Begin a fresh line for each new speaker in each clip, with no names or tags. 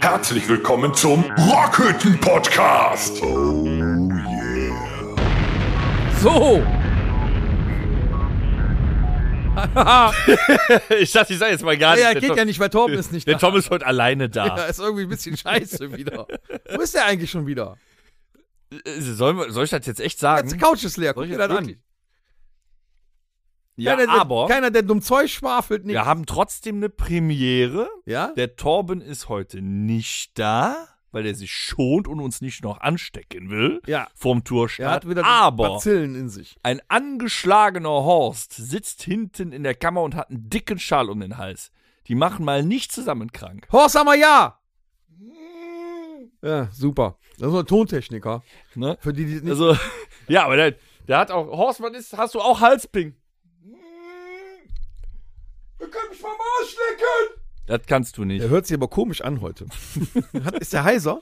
Herzlich willkommen zum Rockhütten Podcast. Oh yeah.
So!
Ich dachte, ich sage jetzt mal gar nicht.
Ja,
der
geht
Tom,
ja nicht, weil Torben ist nicht
Der
da.
Tom ist heute alleine
Ja,
da.
ist irgendwie ein bisschen scheiße wieder. Wo ist der eigentlich schon wieder?
Äh, Sollen wir, soll ich das jetzt echt
Die
sagen?
Couch ist leer, guck
Soll ich
dir
jetzt
das an.
wirklich? Ja,
keiner,
aber
der, keiner, der dumm Zeug schwafelt, nicht.
wir haben trotzdem eine Premiere.
ja?
Der Torben ist heute nicht da, weil er sich schont und uns nicht noch anstecken will
Ja.
vorm
Er
Tourstart.
hat wieder
aber
Bazillen in sich.
ein angeschlagener Horst sitzt hinten in der Kammer und hat einen dicken Schal um den Hals. Die machen mal nicht zusammen krank.
Horst Hammer, ja! Ja, super. Das ist ein Tontechniker.
Ne?
Für die, die es nicht.
Also, ja, aber der, der hat auch, Horst, was ist, hast du auch Halsping?
Ihr könnt mich mal ausschlecken.
Das kannst du nicht.
der hört sich aber komisch an heute. Hat- ist der heiser?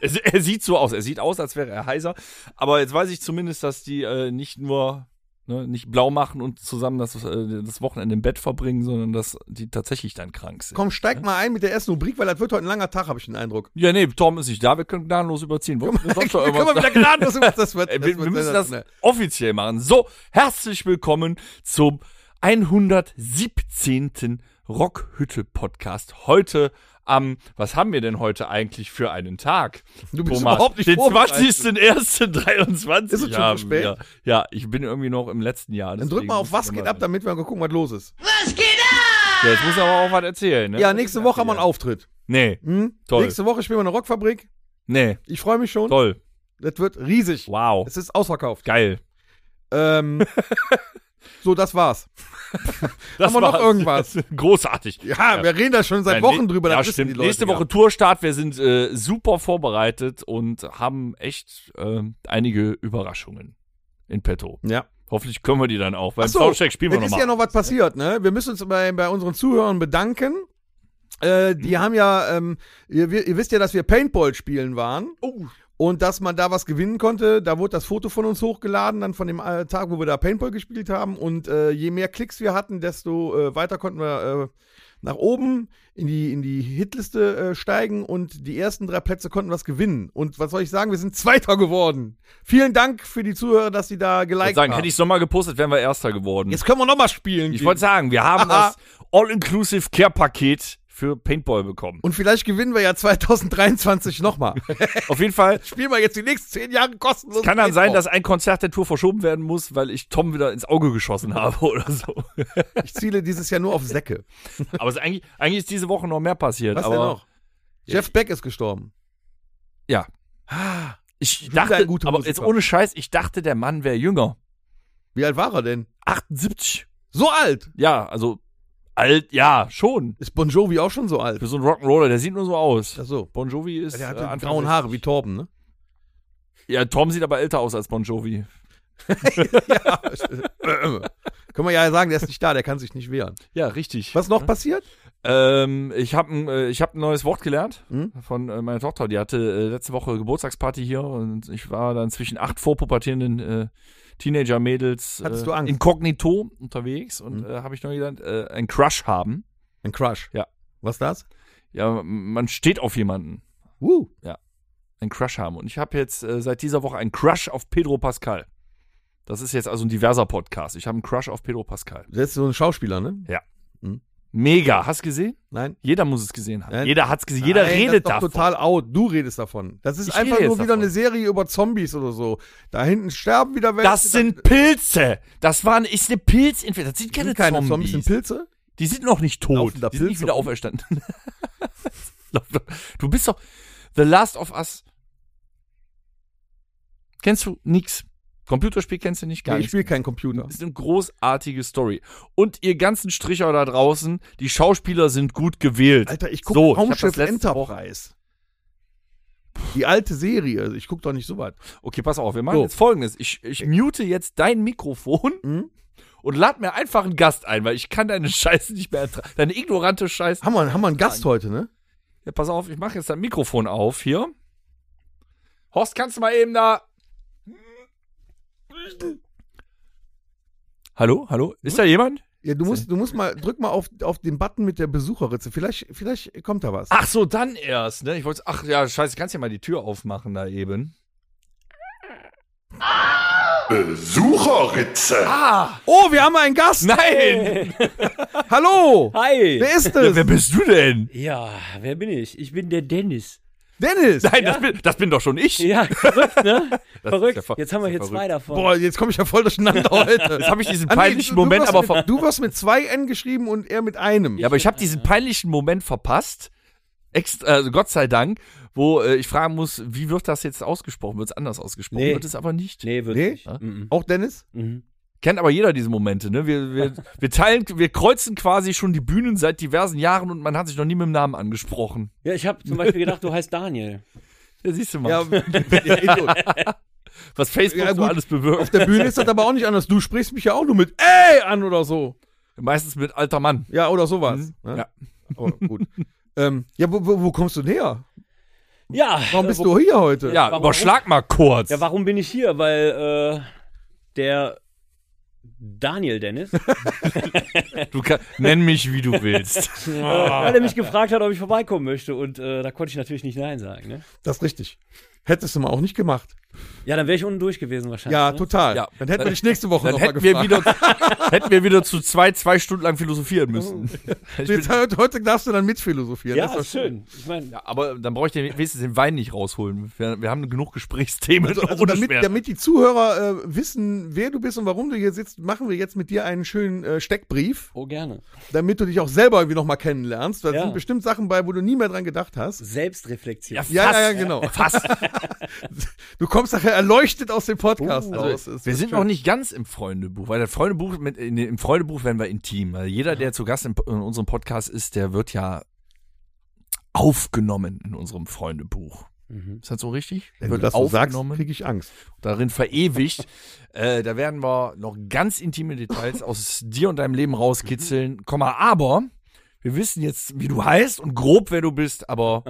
Er, er sieht so aus. Er sieht aus, als wäre er heiser. Aber jetzt weiß ich zumindest, dass die äh, nicht nur ne, nicht blau machen und zusammen das, äh, das Wochenende im Bett verbringen, sondern dass die tatsächlich dann krank sind.
Komm, steig mal ein mit der ersten Rubrik, weil das wird heute ein langer Tag, habe ich den Eindruck.
Ja, nee, Tom ist nicht da. Wir können gnadenlos überziehen. Wollen wir sonst noch
Können wir
irgendwas
wieder gnadenlos über- das wird,
Ey,
das
Äh, wir,
wird
wir müssen das
sensationell.
offiziell machen. So, herzlich willkommen zum 117. Rockhütte-Podcast. Heute am, was haben wir denn heute eigentlich für einen Tag?
Du bist überhaupt nicht
den
vorbereitet. Ist
20.01.23
es schon
haben
zu spät?
wir. Ja, ich bin irgendwie noch im letzten Jahr.
Dann drück
deswegen
mal auf
muss
Was
ich
geht
mal-
ab, damit wir mal gucken, was los ist.
Ja, jetzt muss er aber auch was erzählen. Ne?
Ja, nächste Woche haben wir einen Auftritt.
Nee,
Hm?
Toll.
Nächste Woche spielen wir in der Rockfabrik.
nee,
Ich freue mich schon.
toll.
Das wird riesig.
Wow,
Es ist ausverkauft.
geil.
Ähm, so, das war's.
Das
wir noch
war's.
irgendwas?
Großartig.
Ja, wir reden da schon seit
Nein,
Wochen
nee,
drüber.
Ja,
das wissen
stimmt.
Die Leute,
Nächste
ja.
Woche Tourstart. Wir sind äh, super vorbereitet und haben echt ähm, einige Überraschungen in petto.
Ja.
Hoffentlich können wir die dann auch. Beim
Ach so,
Soundcheck spielen wir
Jetzt ist
nochmal.
ja noch was passiert, ne? Wir müssen uns bei, bei unseren Zuhörern bedanken. Äh, die
Mhm.
haben ja, ähm, ihr, wir- ihr wisst ja, dass wir Paintball spielen waren.
Oh.
Und dass man da was gewinnen konnte, da wurde das Foto von uns hochgeladen, dann von dem äh, Tag, wo wir da Paintball gespielt haben. Und äh, je mehr Klicks wir hatten, desto äh, weiter konnten wir äh, nach oben in die, in die Hitliste äh, steigen und die ersten drei Plätze konnten was gewinnen. Und was soll ich sagen, wir sind Zweiter geworden. Vielen Dank für die Zuhörer, dass sie da
ich würde
geliked
sagen,
haben.
hätte ich es nochmal gepostet, wären wir Erster geworden.
Jetzt können wir nochmal spielen.
ich
gehen.
wollte sagen, wir haben
Aha.
das All-Inclusive Care-Paket für Paintball bekommen.
Und vielleicht gewinnen wir ja 2023 nochmal.
Auf jeden Fall
Spielen wir jetzt die nächsten zehn Jahre kostenlos.
kann dann sein,
Paintball.
dass ein Konzert der Tour verschoben werden muss, weil ich Tom wieder ins Auge geschossen habe oder so.
ich ziele dieses Jahr nur auf Säcke.
Aber es ist eigentlich, eigentlich ist diese Woche noch mehr passiert.
Was
aber
denn noch? Jeff Beck ist gestorben.
Ja. Ich
ein
dachte,
guter
aber
Musiker.
jetzt ohne Scheiß, ich dachte, der Mann wäre jünger.
Wie alt war er denn?
78.
So alt!
Ja, also alt, ja, schon.
Ist Bon Jovi auch schon so alt?
Für so einen Rock'n'Roller, der sieht nur so aus.
Ach so.
Bon Jovi ist.
Der
äh,
hatte
Anfang
grauen
60.
Haare wie Torben, ne?
Ja, Tom sieht aber älter aus als Bon Jovi.
ja. Äh, Können wir ja sagen, der ist nicht da, der kann sich nicht wehren.
Ja, richtig.
Was noch passiert?
Ähm, ich habe ein, äh, ich hab ein neues Wort gelernt
Hm?
von äh, meiner Tochter. Die hatte äh, letzte Woche Geburtstagsparty hier und ich war dann zwischen acht vorpubertierenden äh, Teenager-Mädels
Hattest du
äh,
Angst?
inkognito unterwegs und
Hm.
äh, habe ich neu gelernt, äh, einen Crush haben.
Ein Crush.
Ja.
Was das?
Ja, man steht auf jemanden.
Uh,
einen Crush haben. Und ich habe jetzt äh, seit dieser Woche einen Crush auf Pedro Pascal. Das ist jetzt also ein diverser Podcast. Ich habe einen Crush auf Pedro Pascal.
der ist so ein Schauspieler, ne?
Mega. Hast du gesehen?
Nein?
Jeder muss es gesehen haben.
Nein.
Jeder hat es gesehen. Jeder
Nein,
redet
das ist doch
davon.
total out. Du redest davon. Das ist
Ich
einfach
rede
nur
jetzt
wieder
davon.
eine Serie über Zombies oder so. Da hinten sterben wieder welche.
Das sind Pilze. Das waren, ist eine Pilzinfektion. Das sind
dann,
keine,
sind keine Zombies.
Zombies.
sind Pilze?
Die sind noch nicht tot.
Laufen da
Die sind nicht
Pilze
wieder
rum?
auferstanden. du bist doch The Last of Us. Kennst du nix? Computerspiel kennst du nicht gar
Nee,
nicht.
ich spiele keinen Computer.
Das ist eine großartige Story. Und ihr ganzen Stricher da draußen, die Schauspieler sind gut gewählt.
Alter, ich gucke
So, ich hab
Raumschiff
das letzte
Enterprise. Die alte Serie. Also Ich gucke doch nicht so weit.
Okay, pass auf, wir machen
So.
jetzt folgendes. Ich, ich mute jetzt dein Mikrofon
Mhm.
und lad mir einfach einen Gast ein, weil ich kann deine Scheiße nicht mehr ertragen. Deine ignorante Scheiße.
Haben wir, haben wir einen Gast heute, ne?
Ja, pass auf, ich mache jetzt dein Mikrofon auf hier. Horst, kannst du mal eben da. Hallo, hallo? Ist da jemand?
Ja, du musst, du musst mal, drück mal auf, auf den Button mit der Besucherritze. Vielleicht, vielleicht kommt da was.
Ach so, dann erst, ne? Ich wollte, ach ja, scheiße, kannst ja mal die Tür aufmachen da eben.
Besucherritze.
Ah!
Oh, wir haben einen Gast.
Nein!
Hallo.
Hi!
Wer ist
Ja,
es?
wer bist du denn?
Ja, wer bin ich? Ich bin der Dennis.
Dennis.
Nein, das, bin, das bin doch schon ich.
Ja, verrückt, ne?
Das ist
verrückt.
ja ver-
Jetzt haben wir
ist ja verrückt.
hier zwei davon.
Boah, jetzt komme ich ja voll durcheinander heute.
Jetzt habe ich diesen
Ah, nee,
peinlichen
du- du
Moment
wirst
aber ver
mit, Du wirst mit zwei N geschrieben und er mit einem.
Ja, aber ich habe diesen peinlichen Moment verpasst. Extra, also Gott sei Dank, wo äh, ich fragen muss, wie wird das jetzt ausgesprochen? Wird es anders ausgesprochen?
Nee.
Wird es aber nicht.
Nee, wird
Nee?
nicht. Mhm.
Auch Dennis?
Mhm.
Kennt aber jeder diese Momente, ne? Wir, wir, wir teilen, wir kreuzen quasi schon die Bühnen seit diversen Jahren und man hat sich noch nie mit dem Namen angesprochen.
Ja, ich habe zum Beispiel gedacht, du heißt Daniel.
Ja, siehst du mal,
Ja, auf
was Facebook
ja,
so
gut.
alles bewirkt.
der Bühne ist das aber auch nicht anders. Du sprichst mich ja auch nur mit Ey an oder so.
Meistens mit alter Mann.
Ja, oder sowas.
Mhm.
ne?
Ja.
Aber gut. ähm, ja, wo, wo, wo kommst du denn her?
Ja.
Warum bist
äh,
du hier heute?
Ja,
Warum?
überschlag mal kurz.
Ja, warum bin ich hier? Weil äh, der Daniel Dennis, äh,
du kann, nenn mich, wie du willst.
äh, weil er mich gefragt hat, ob ich vorbeikommen möchte. Und äh, da konnte ich natürlich nicht Nein sagen. Ne?
Das ist richtig. Hättest du mal auch nicht gemacht.
Ja, dann wäre ich unten durch gewesen wahrscheinlich.
Ja,
ne?
total.
Ja.
Dann hätten wir dich nächste Woche
Dann
noch mal
hätten wir,
gefragt.
wieder, hätten wir wieder zu zwei, zwei Stunden lang philosophieren müssen. Ich bin,
Oh. Jetzt, heute- heute darfst du dann mitphilosophieren.
Ja,
Das ist doch
schön. Ich meine,
ja, aber dann brauche ich den, wenigstens den Wein nicht rausholen. Wir, wir haben genug Gesprächsthemen.
Also
ohne
damit,
Schmerz.
damit die Zuhörer äh, wissen, wer du bist und warum du hier sitzt, machen wir jetzt mit dir einen schönen äh, Steckbrief,
oh gerne.
damit du dich auch selber irgendwie nochmal kennenlernst. Da
Ja.
sind bestimmt Sachen bei, wo du nie mehr dran gedacht hast.
Selbstreflexion.
ja, fast,
Ja, ja, ja, genau.
Fast.
Du kommst nachher erleuchtet aus dem Podcast
Uh.
raus. Es
Wir
wird
sind
schön.
noch nicht ganz im Freundebuch, weil das Freundebuch mit, in, dem- im Freundebuch werden wir intim. Also jeder, der zu Gast in, in unserem Podcast ist, der wird ja aufgenommen in unserem Freundebuch.
Mhm.
Ist das so richtig?
Wenn du
wird
das so sagst,
aufgenommen,
kriege ich Angst.
darin verewigt. äh, da werden wir noch ganz intime Details aus dir und deinem Leben
Mhm.
rauskitzeln. Komma, aber wir wissen jetzt, wie du heißt und grob, wer du bist, aber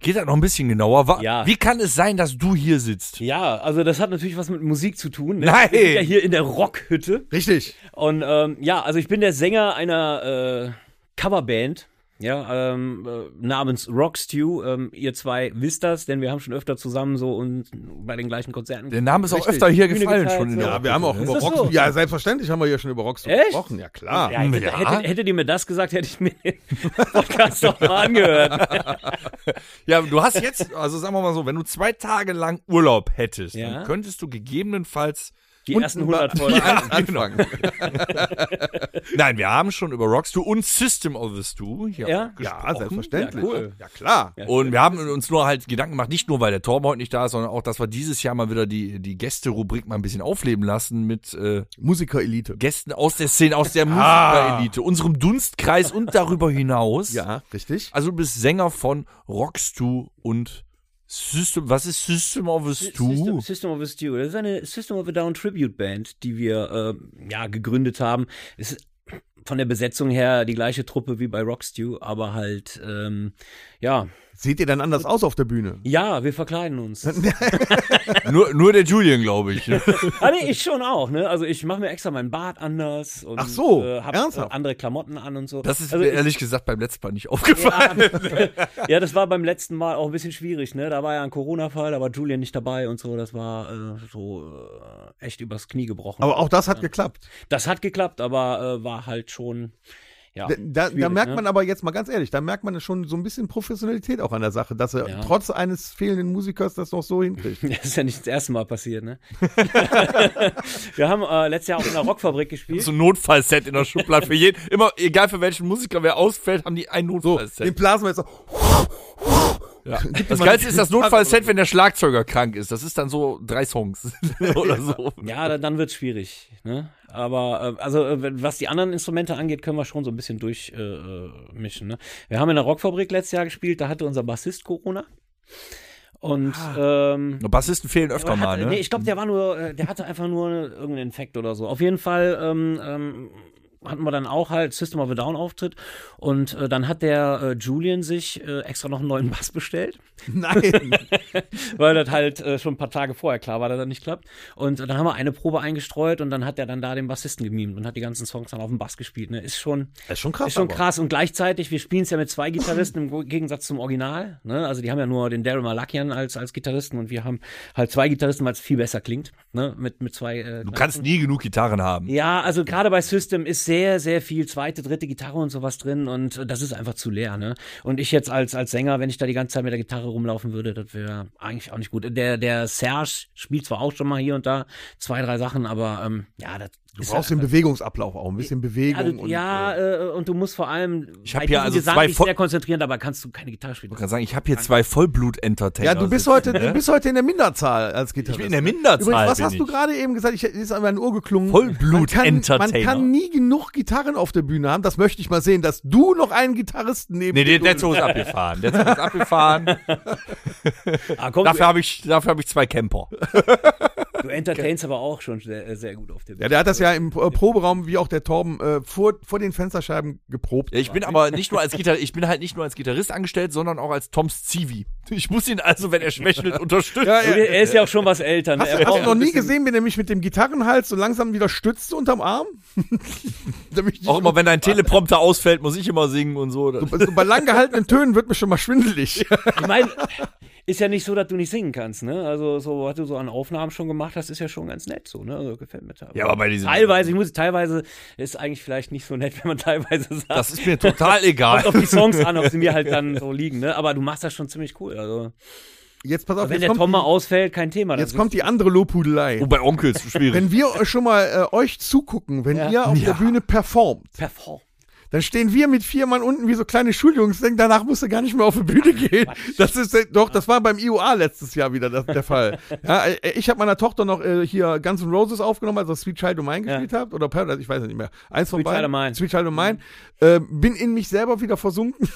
geht das noch ein bisschen genauer? Wa-
Ja.
Wie kann es sein, dass du hier sitzt?
Ja, also das hat natürlich was mit Musik zu tun. Ne?
Nein!
Wir sind ja hier in der Rockhütte.
Richtig.
Und ähm, ja, also ich bin der Sänger einer äh, Coverband. Ja, ähm, äh, namens Rockstew. Ähm, ihr zwei wisst das, denn wir haben schon öfter zusammen so und bei den gleichen Konzerten.
Der Name ist auch
Richtig.
öfter hier
Bühne
gefallen
geteilt,
schon in
so.
der
Ja, wir haben auch
Rockhütte, ne?
über
das
Rock.
so?
Ja, selbstverständlich haben wir hier schon über Rockstone
Echt?
gesprochen. Ja, klar.
ja, hättet,
Ja.
Hättet, hättet ihr mir das gesagt, hätte ich mir den Podcast doch mal angehört.
Ja, du hast jetzt, also sagen wir mal so, wenn du zwei Tage lang Urlaub hättest,
Ja.
dann könntest du gegebenenfalls.
Die
Unten
ersten 100
bei-
Folgen.
An,
genau.
anfangen.
Nein, wir haben schon über Rockstu und System of the Stu hier
Ja.
auch gesprochen.
Ja, selbstverständlich.
Ja, cool.
ja klar.
Und wir haben uns nur halt Gedanken gemacht, nicht nur weil der Torben heute nicht da ist, sondern auch, dass wir dieses Jahr mal wieder die, die Gäste-Rubrik mal ein bisschen aufleben lassen mit äh,
Musikerelite.
Gästen aus der Szene, aus der
Ah.
Musikerelite, unserem Dunstkreis und darüber hinaus.
Ja, richtig.
Also du bist Sänger von Rockstu und System. Was ist System of a
System,
Stu?
System of a Stew. Das ist eine System of a Down Tribute Band, die wir äh, ja gegründet haben. Es ist von der Besetzung her die gleiche Truppe wie bei Rockstew, aber halt ähm, ja,
Seht ihr dann anders aus auf der Bühne?
ja, wir verkleiden uns.
nur, nur der Julian, glaube ich. ne?
ah, nee, ich schon auch, ne? Also ich mache mir extra meinen Bart anders und
Ach so,
äh, hab äh,
ernsthaft?
andere Klamotten an und so.
Das ist
also
mir
ich,
ehrlich gesagt beim letzten Mal nicht aufgefallen.
ja, das war beim letzten Mal auch ein bisschen schwierig, ne? Da war ja ein Corona-Fall, da war Julian nicht dabei und so. Das war äh, so äh, echt übers Knie gebrochen.
Aber auch das hat geklappt.
Das hat geklappt, aber äh, war halt schon. Ja,
Da, da, da
schwierig,
merkt
ne?
man aber jetzt mal ganz ehrlich, da merkt man schon so ein bisschen Professionalität auch an der Sache, dass er
Ja.
trotz eines fehlenden Musikers das noch so hinkriegt.
Das ist ja nicht das erste Mal passiert, ne? wir haben äh, letztes Jahr auch in der Rockfabrik gespielt.
So ein Notfallset in der Schublade für jeden. Immer, egal für welchen Musiker wer ausfällt, haben die ein
Den
Notfallset.
blasen wir jetzt auch.
ja. Das Geilste ist das Notfallset, wenn der Schlagzeuger krank ist. Das ist dann so drei Songs oder so.
Ja, dann, dann wird's schwierig, ne? Aber äh, also äh, wenn- was die anderen Instrumente angeht, können wir schon so ein bisschen durchmischen, äh, mischen, ne? Wir haben in der Rockfabrik letztes Jahr gespielt, da hatte unser Bassist Corona. Und ähm,
Bassisten fehlen öfter
Aber hat-
mal, ne?
äh, Nee, ich glaube, der war nur, äh, der hatte einfach nur irgendeinen Infekt oder so. Auf jeden Fall ähm, ähm, hatten wir dann auch halt System of a Down Auftritt und äh, dann hat der äh, Julian sich äh, extra noch einen neuen Bass bestellt,
Nein.
weil das halt äh, schon ein paar Tage vorher klar war, dass das nicht klappt. Und äh, dann haben wir eine Probe eingestreut und dann hat er dann da den Bassisten gemimt und hat die ganzen Songs dann auf dem Bass gespielt. Ne? Ist schon
Das ist schon krass.
ist schon
aber.
krass. Und gleichzeitig, wir spielen es ja mit zwei Gitarristen im Go- Gegensatz zum Original. Ne? Also die haben ja nur den Daryl Malakian als, als Gitarristen und wir haben halt zwei Gitarristen, weil es viel besser klingt. Ne? Mit, mit zwei. Äh,
Du kannst nie genug Gitarren haben.
ja, also gerade bei System ist sehr, sehr viel zweite, dritte Gitarre und sowas drin und äh, das ist einfach zu leer, ne? Und ich jetzt als, als Sänger, wenn ich da die ganze Zeit mit der Gitarre rumlaufen würde, das wäre eigentlich auch nicht gut. Der, der Serge spielt zwar auch schon mal hier und da zwei, drei Sachen, aber ähm, ja, das
Du brauchst den Bewegungsablauf auch, ein bisschen Bewegung.
also,
und,
ja, äh, und du musst vor allem
Ich hab
bei
hier
diesem
also
Gesang
zwei
dich
Fo-
sehr konzentrieren, dabei kannst du keine Gitarre spielen.
Ich kann sagen, ich habe hier zwei Vollblut-Entertainer.
Ja,
ne?
du bist heute, du bist heute in der Minderzahl als
Ich
Gitarrist. ne?
bin in der Minderzahl.
Übrigens, was
bin
hast
ich.
du gerade eben gesagt? Ich es ist an mein Ohr geklungen. man kann,
Vollblut-Entertainer.
man kann nie genug Gitarren auf der Bühne haben. Das möchte ich mal sehen, dass du noch einen Gitarristen neben
Nee,
dir
der, der Zug ist abgefahren. Der Zug ist abgefahren.
Ah, komm,
Dafür habe ich, dafür hab ich zwei Camper.
du, du entertainst aber auch schon sehr, äh, sehr gut auf der
Ja,
Bühne.
der hat das ja im äh, Proberaum, wie auch der Torben, äh, vor, vor den Fensterscheiben geprobt.
Ja, ich bin aber nicht nur als Gitarrist, ich bin halt nicht nur als Gitarrist angestellt, sondern auch als Toms Zivi. Ich muss ihn also, wenn er schwächelt, unterstützen.
Ja,
Und
ja.
er er ist ja auch schon was älter. Ne?
Hast,
Er
du- hast
braucht
du noch
ein
nie
bisschen-
gesehen, wie der mich mit dem Gitarrenhals so langsam wieder stützt unterm Arm? Da bin ich-
Auch immer, wenn dein Teleprompter ausfällt, muss ich immer singen und so.
so, so Also bei lang gehaltenen Tönen wird mir schon mal schwindelig.
Ich meine, ist ja nicht so, dass du nicht singen kannst, ne? Also, so, was du so an Aufnahmen schon gemacht hast, ist ja schon ganz nett so, ne? Also, gefällt mir teilweise.
Ja, aber bei diesem-
Teilweise, ich muss, teilweise ist eigentlich vielleicht nicht so nett, wenn man teilweise sagt.
Das ist mir total egal.
auf die Songs an, ob sie mir halt dann so liegen, ne? Aber du machst das schon ziemlich cool. Also,
Jetzt pass auf,
wenn
jetzt
der Tom
kommt,
mal ausfällt, kein Thema.
jetzt
das
kommt die andere Lobhudelei.
Oh, bei Onkels schwierig.
Wenn wir äh, schon mal äh, euch zugucken, wenn
Ja.
ihr auf der Bühne performt,
ist perform.
dann stehen wir mit vier Mann unten wie so kleine Schuljungs, denken, danach musst du gar nicht mehr auf die Bühne gehen. Das ist äh, doch, das war beim IOA letztes Jahr wieder das, der Fall. Ja, äh, ich habe meiner Tochter noch äh, hier Guns N' Roses aufgenommen, als ihr Sweet Child O' Mine gespielt habt oder Paradise, ich weiß es nicht mehr. Eins von
Sweet Child
beiden.
O' Mine. Mhm.
Sweet Child O' Mine. Äh, bin in mich selber wieder versunken.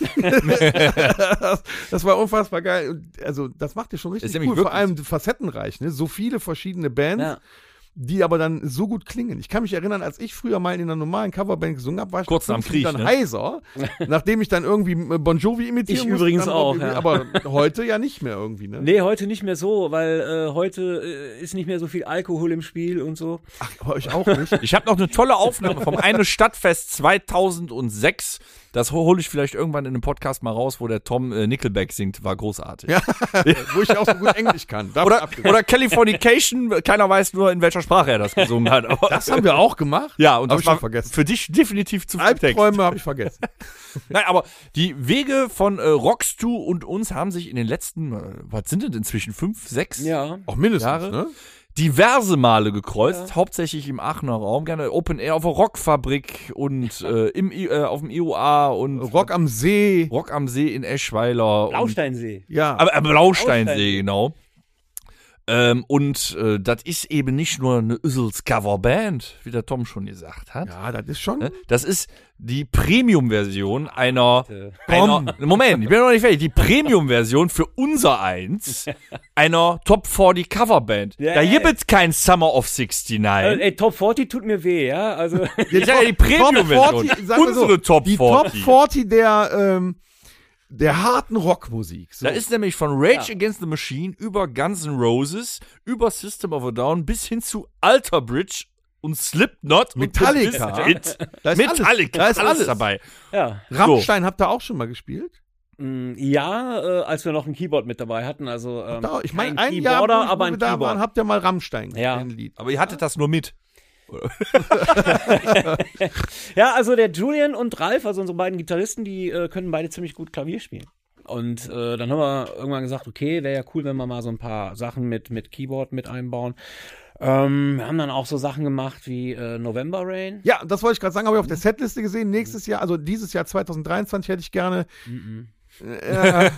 das, das war unfassbar geil. Und, Also das macht ihr schon richtig
Ist nämlich
cool, vor
wirklich
allem facettenreich, ne? So viele verschiedene Bands
Ja.
die aber dann so gut klingen. Ich kann mich erinnern, als ich früher mal in einer normalen Coverband gesungen habe, war ich
Kurz nach dem
fünf Liedern
Krieg, ne?
heiser, nachdem ich dann irgendwie äh, Bon Jovi imitieren
Ich
musste,
übrigens
dann
auch,
Robbie-
ja.
Aber heute ja nicht mehr irgendwie, ne?
Nee, heute nicht mehr so, weil äh, heute äh, ist nicht mehr so viel Alkohol im Spiel und so.
Ach, aber ich auch nicht.
Ich habe noch eine tolle Aufnahme vom eine Stadtfest 2006. Das hole ich vielleicht irgendwann in einem Podcast mal raus, wo der Tom äh, Nickelback singt. War großartig.
ja, wo ich auch so gut Englisch kann. Davon
Oder,
abgesehen.
oder Californication, keiner weiß nur, in welcher Sprache er das gesungen hat. Aber,
das haben wir auch gemacht.
ja, und
hab
das
ich schon
war
vergessen.
für dich definitiv zu viel Text.
Albträume habe ich vergessen.
Nein, aber die Wege von äh, Rockstu und uns haben sich in den letzten, äh, was sind denn inzwischen, fünf, sechs?
Ja.
Auch mindestens,
Jahre?
ne?
diverse Male gekreuzt, hauptsächlich im Aachener Raum, gerne Open Air auf der Rockfabrik und äh, im, I- äh, auf dem IOA und
Rock am See.
Rock am See in Eschweiler. und-
Blausteinsee.
Ja.
Aber äh, Blausteinsee,
Blausteinsee.
genau. Ähm, und äh, das ist eben nicht nur eine Üssels Coverband, wie der Tom schon gesagt hat.
ja, das ist schon.
Ne? Das ist die Premium-Version einer,
Alter.
einer. Moment, ich bin noch nicht fertig. Die Premium-Version für unser Eins einer Top 40 Coverband.
Ja,
da
ey.
gibt es kein Summer of 69.
Also, Ähm.
Äh, ey, Top 40 tut mir weh, ja? Also,
ich sag ja die Premium-Version.
sagen wir so,
Unsere Top
die Top
40.
40 der, ähm, der harten Rockmusik. So.
Da ist nämlich von Rage Against the Machine über Guns N' Roses, über System of a Down bis hin zu Alter Bridge und Slipknot
Metallica.
und The Biscuit.
Da ist alles.
Metallica,
Da ist alles.
dabei.
ja.
Rammstein habt ihr auch schon mal gespielt?
Mm, Ja, äh, als wir noch ein Keyboard mit dabei hatten. Also, ähm,
Da, ich meine,
kein
ein Jahr,
Keyboarder,
wo, ich-
aber
wo wir
ein
da
Keyboard.
waren, habt ihr mal Rammstein
Ja.
ein Lied.
Aber ihr hattet das nur mit.
ja, also der Julian und Ralf, also unsere beiden Gitarristen, die äh, können beide ziemlich gut Klavier spielen. Und äh, dann haben wir irgendwann gesagt, okay, wäre ja cool, wenn wir mal so ein paar Sachen mit, mit Keyboard mit einbauen. Ähm, wir haben dann auch so Sachen gemacht wie äh, November Rain.
Ja,
Mhm.
das wollte ich gerade sagen, habe ich auf der Setliste gesehen. Nächstes Jahr, also dieses Jahr 2023 hätte ich gerne Äh,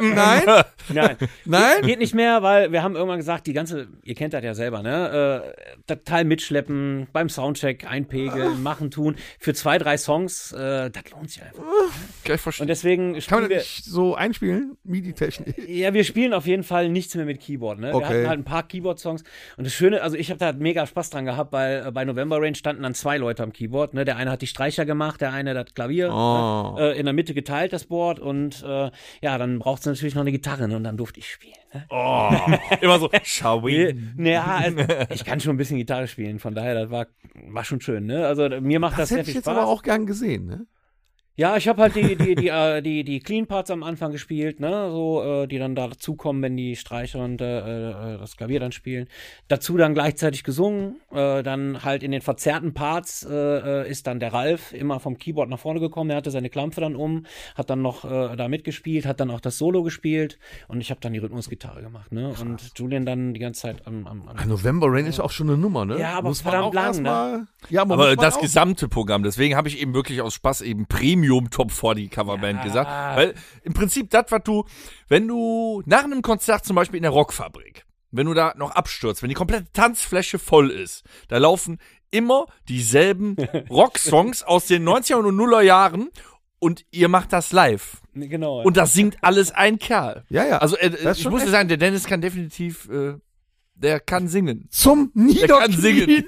nein,
Nein.
nein.
Geht nicht mehr, weil wir haben irgendwann gesagt, die ganze, ihr kennt das ja selber, ne? Äh, das Teil mitschleppen, beim Soundcheck
Ah.
einpegeln, machen, tun. Für zwei, drei Songs, äh, das lohnt sich einfach.
Kann ich
Und
verstehen.
deswegen
Kann man
spielen
das
wir.
nicht so einspielen? MIDI-Technik.
Ja, wir spielen auf jeden Fall nichts mehr mit Keyboard. Ne?
Okay.
Wir hatten halt ein paar Keyboard-Songs. Und das Schöne, also ich habe da halt mega Spaß dran gehabt, weil äh, bei November Rain standen dann zwei Leute am Keyboard. Ne? Der eine hat die Streicher gemacht, der eine das Klavier.
Oh.
Ne? Äh, in der Mitte geteilt das Board. Und äh, ja, dann braucht es natürlich noch eine Gitarre. Ne? Und dann durfte ich spielen. Ne?
Immer so, shall we?
Mhm.
Naja, also, ich kann schon ein bisschen Gitarre spielen. Von daher, das war, war schon schön. Ne? Also mir macht das,
Das
sehr
hätte ich
viel
jetzt
Spaß.
aber auch gern gesehen, ne?
Ja, ich habe halt die, die, die, äh, die, die Clean Parts am Anfang gespielt, ne, so, äh, die dann dazukommen, wenn die Streicher und äh, äh, das Klavier dann spielen. Dazu dann gleichzeitig gesungen, äh, dann halt in den verzerrten Parts äh, äh, ist dann der Ralf immer vom Keyboard nach vorne gekommen, er hatte seine Klampfe dann um, hat dann noch äh, da mitgespielt, hat dann auch das Solo gespielt und ich habe dann die Rhythmusgitarre gemacht, ne, und Julian dann die ganze Zeit am, am, am
Ah, November Rain ist auch schon eine Nummer, ne?
Ja, aber
muss man
verdammt
auch
lang,
erstmal. Ja, aber,
Aber
muss man
das
auch.
gesamte Programm. Deswegen habe ich eben wirklich aus Spaß eben Premium Top 40 Coverband gesagt. Weil im Prinzip das, was du, wenn du nach einem Konzert zum Beispiel in der Rockfabrik, wenn du da noch abstürzt, wenn die komplette Tanzfläche voll ist, da laufen immer dieselben Rocksongs aus den 90er und Nuller Jahren und ihr macht das live.
genau.
Und das singt alles ein Kerl.
Ja, ja.
Also äh,
Das ist
ich
schon
muss dir
echt-
sagen, der Dennis kann definitiv, äh, der kann singen.
zum
Der
Niederknien.
kann singen.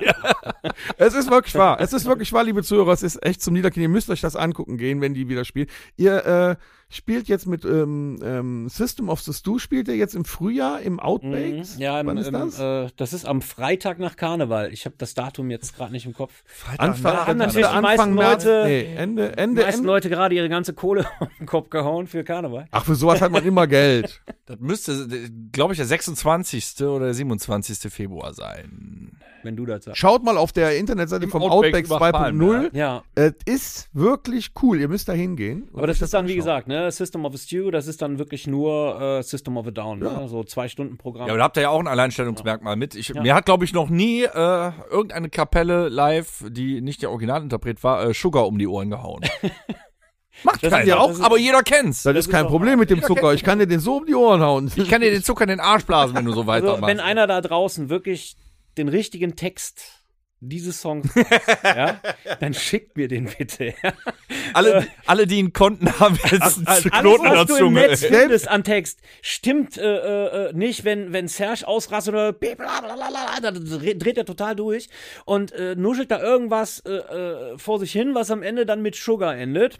Es ist wirklich wahr. Es ist wirklich wahr, liebe Zuhörer. Es ist echt zum Niederknien. Ihr müsst euch das angucken gehen, wenn die wieder spielen. Ihr äh, spielt jetzt mit ähm, ähm, System of the Stu, spielt ihr jetzt im Frühjahr im
Mhm.
Outbakes?
Ja, im,
Wann ist
im,
das?
Äh, das ist am Freitag nach Karneval. Ich habe das Datum jetzt gerade nicht im Kopf.
Anfang,
Da haben natürlich die meisten
März.
Leute-
nee, Ende,
Die
Ende,
meisten
Ende.
Leute gerade ihre ganze Kohle auf den Kopf gehauen für Karneval.
Ach, für sowas hat man immer Geld.
Das müsste, glaube ich, der 26. oder der 27. Februar sein.
Wenn du das sagst.
Schaut mal auf der Internetseite
Im
vom
Outback
Outbacks
über Palmen,
2.0.
Ja,
Es ist wirklich cool. Ihr müsst da hingehen. und
aber das
euch
ist dann, wie
anschauen.
gesagt, ne, System of a Stew, das ist dann wirklich nur äh, System of a Down, ne? so zwei Stunden Programm.
Ja, aber da habt ihr ja auch ein Alleinstellungsmerkmal mit. Ich, Mir hat, glaube ich, noch nie äh, irgendeine Kapelle live, die nicht der Originalinterpret war, äh, Sugar um die Ohren gehauen. Macht
Das ist
keiner,
ja auch-
auch, aber jeder kennt's.
Das, ist kein
doch-
Problem mit dem Zucker. Ich kann dir den so um die Ohren hauen.
Ich kann dir den Zucker in den Arsch blasen, wenn du so
also,
weitermachst.
wenn einer da draußen wirklich den richtigen Text dieses Songs hat, ja, dann schickt mir den bitte.
alle, alle, die ihn konnten, haben jetzt einen
Alles,
Knoten in
was
der
du im
Zunge.
Netz findest an Text, stimmt äh, äh, äh, nicht, wenn, wenn Serge ausrastet oder blablabla, da dre- dreht er total durch und äh, nuschelt da irgendwas äh, äh, vor sich hin, was am Ende dann mit Sugar endet.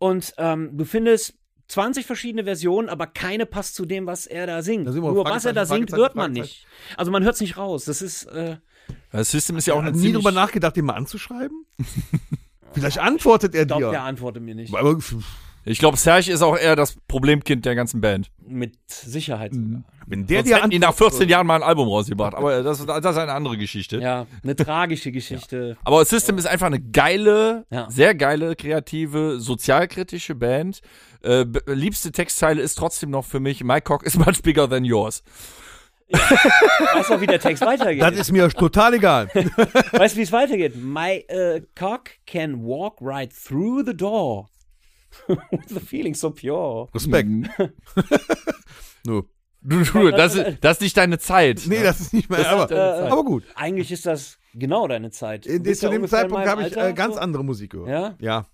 Und ähm, du findest 20 verschiedene Versionen, aber keine passt zu dem, was er da singt.
Da sind wir
Nur
Fragezeichen,
was er da singt,
Fragezeichen,
hört man
Fragezeichen.
nicht. Also man hört es nicht raus. Das ist äh,
Das System ist ja auch eine
nie
ziemlich...
drüber nachgedacht, den mal anzuschreiben? Vielleicht antwortet er
Dopp, der
dir.
antwortet mir nicht.
Aber pff,
Ich glaube, Serge ist auch eher das Problemkind der ganzen Band.
Mit Sicherheit.
wenn der
Sonst
dir
hätten die nach
antwortet.
14 Jahren mal ein Album rausgebracht. Aber äh, das, das ist eine andere Geschichte.
Ja, eine tragische Geschichte.
Aber System ist einfach eine geile,
Ja.
sehr geile, kreative, sozialkritische Band. Äh, b- liebste Textzeile ist trotzdem noch für mich, My cock is much bigger than yours.
Weißt du, wie der Text weitergeht?
Das ist mir total egal.
Weißt du, wie es weitergeht? My äh, cock can walk right through the door. With the feeling so pure.
Respekt.
Mhm.
Nö.
Du, du, das, ist- das ist nicht deine Zeit.
Nee, das ist nicht mehr. Aber,
äh,
aber gut.
Eigentlich ist das genau deine Zeit. Du
In-
bist
Zu
ja
dem
ungefähr in
Zeitpunkt
meinem
habe ich
Alter,
äh, ganz
so.
andere Musik gehört.
Ja?
Ja.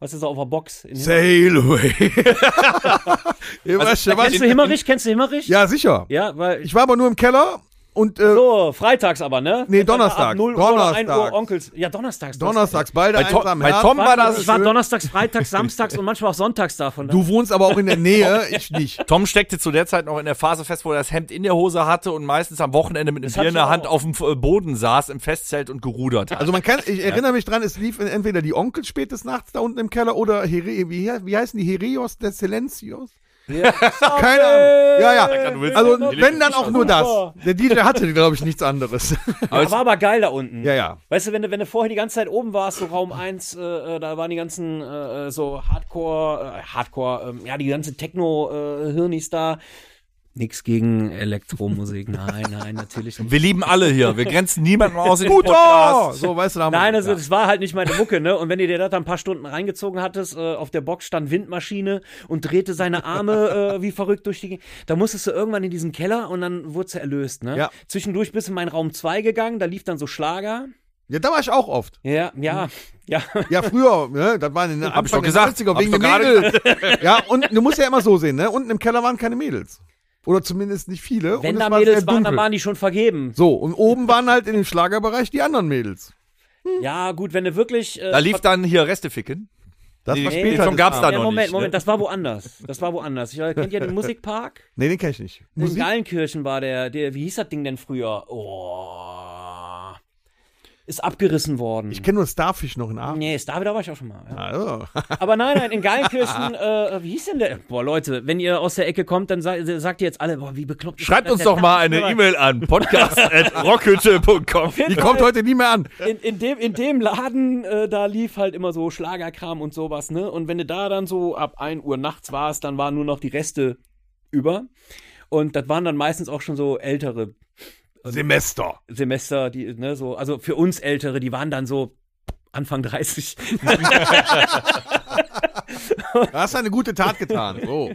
Was ist da auf der Box? In
Sail away. Immer
Also,
schön- was-
kennst du Himmerich? Kennst du Himmerich?
ja, sicher.
Ja, weil.
Ich war aber nur im Keller und äh,
so, freitags aber, ne?
Nee,
Wenn dann
Donnerstag.
Ab 0 Uhr oder 1 Uhr
Donnerstags.
Onkels. Ja, donnerstags.
donnerstags beide
Bei Tom-
einsam
bei
Herz.
Tom war das-
Ich war donnerstags, freitags, samstags und manchmal auch sonntags davon. Ne?
Du wohnst aber auch in der Nähe, ich nicht.
Tom steckte zu der Zeit noch in der Phase fest, wo er das Hemd in der Hose hatte und meistens am Wochenende mit einem
hab
Bier in der
ich
Hand auf
auch.
dem äh, Boden saß, im Festzelt und gerudert hat.
Also man kann, ich erinnere mich dran, es lief entweder die Onkels spät des Nachts da unten im Keller oder Here, wie, he- wie heißen die Hereos des Silencios? Keine Ahnung. Ja, ja. Also wenn dann auch nur das. Der DJ hatte, glaube ich, nichts anderes.
Ja, war aber geil da unten.
Ja, ja.
Weißt du, wenn du, wenn du vorher die ganze Zeit oben warst, so Raum 1, äh, äh, da waren die ganzen äh, äh, so Hardcore, äh, Hardcore, ähm, ja, die ganzen Techno-Hirnis äh, da. Nix gegen Elektromusik. Nein, nein, natürlich nicht.
Wir lieben alle hier. Wir grenzen niemanden aus in den
Guter!
Podcast.
Oh, So, weißt du, da haben
Nein,
wir-
also das war halt nicht meine Mucke, ne? Und wenn ihr dir das dann ein paar Stunden reingezogen hattest, äh, auf der Box stand Windmaschine und drehte seine Arme äh, wie verrückt durch die. Da musstest du irgendwann in diesen Keller und dann wurdest du erlöst, ne?
Ja.
Zwischendurch bist du in meinen Raum 2 gegangen, da lief dann so Schlager.
ja, da war ich auch oft.
Ja, ja, ja.
Ja, früher, ne, das war in den
Hab ich
Anfang
doch gesagt.
der 90er wegen
Hab
den
ich doch
Mädels. Ja, und du musst ja immer so sehen, ne? Unten im Keller waren keine Mädels. Oder zumindest nicht viele.
Wenn
und
da
war
Mädels
sehr
waren, dann
dunkel.
waren die schon vergeben.
So, und oben waren halt in dem Schlagerbereich die anderen Mädels. Hm.
Ja, gut, wenn du wirklich. Äh,
Da lief dann hier Resteficken.
Das
Nee,
war
nee,
später.
den Song
das
gab's
kam.
da
ja,
noch
Moment,
nicht,
Moment,
ne?
das war woanders. Das war woanders. Ich, äh, kennt ihr den Musikpark?
Nee, den kenn ich nicht.
In
Musik?
Gallenkirchen war der, der, wie hieß das Ding denn früher? Oh. Ist abgerissen worden.
Ich kenne nur Starfish noch in Aachen.
nee, Star wieder war ich auch schon mal. Ja.
Also,
Aber nein, nein, in Gallenkirchen, äh, wie hieß denn der? Boah, Leute, wenn ihr aus der Ecke kommt, dann sagt, sagt ihr jetzt alle, boah, wie bekloppt. ist
Schreibt
das,
uns
der
doch mal
Dach ist
eine
immer-
E-Mail an podcast.rockhütte.com.
die kommt heute nie mehr an.
In, in, dem, in dem Laden, äh, da lief halt immer so Schlagerkram und sowas, ne? Und wenn du da dann so ab 1 Uhr nachts warst, dann waren nur noch die Reste über. Und das waren dann meistens auch schon so ältere
Semester.
Semester, die, ne, so, also für uns Ältere, die waren dann so Anfang 30.
Da hast du eine gute Tat getan. So.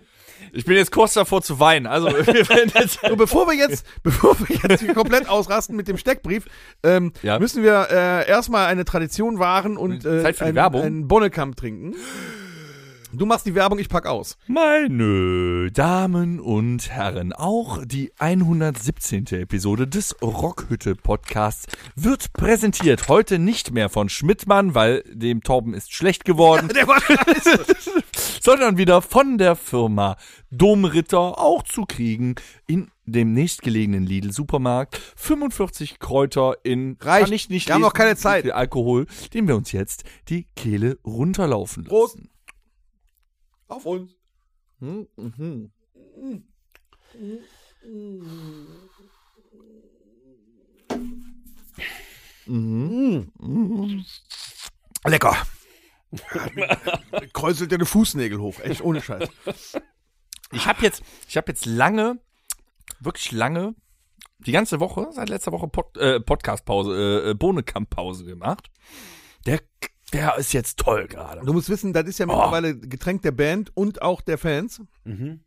Ich bin jetzt kurz davor zu weinen. Also, wir werden jetzt.
So, bevor wir jetzt, bevor wir jetzt hier komplett ausrasten mit dem Steckbrief, ähm,
Ja.
müssen wir äh, erstmal eine Tradition wahren und äh,
Zeit für die
einen,
Werbung.
einen Bonnekamp trinken. Du machst die Werbung, ich pack aus.
Meine Damen und Herren, auch die 117. Episode des Rockhütte Podcasts wird präsentiert. Heute nicht mehr von Schmidtmann, weil dem Torben ist schlecht geworden. sondern wieder von der Firma Domritter auch zu kriegen in dem nächstgelegenen Lidl Supermarkt. 45 Kräuter in
Reicht.
Kann ich nicht
Wir haben noch
lesen,
keine Zeit.
wie viel Alkohol, den wir uns jetzt die Kehle runterlaufen lassen.
Prost. Hm, Auf uns. mhm. Mhm.
Lecker.
Kräuselt dir die Fußnägel hoch. Echt ohne Scheiß.
Ich habe jetzt, ich habe jetzt lange, wirklich lange, die ganze Woche, seit letzter Woche Pod, äh, Podcast-Pause, äh, Bohnekamp-Pause gemacht. Der, der ist jetzt toll gerade.
Du musst wissen, das ist ja mittlerweile Getränk der Band und auch der Fans.
Ob sie
werden-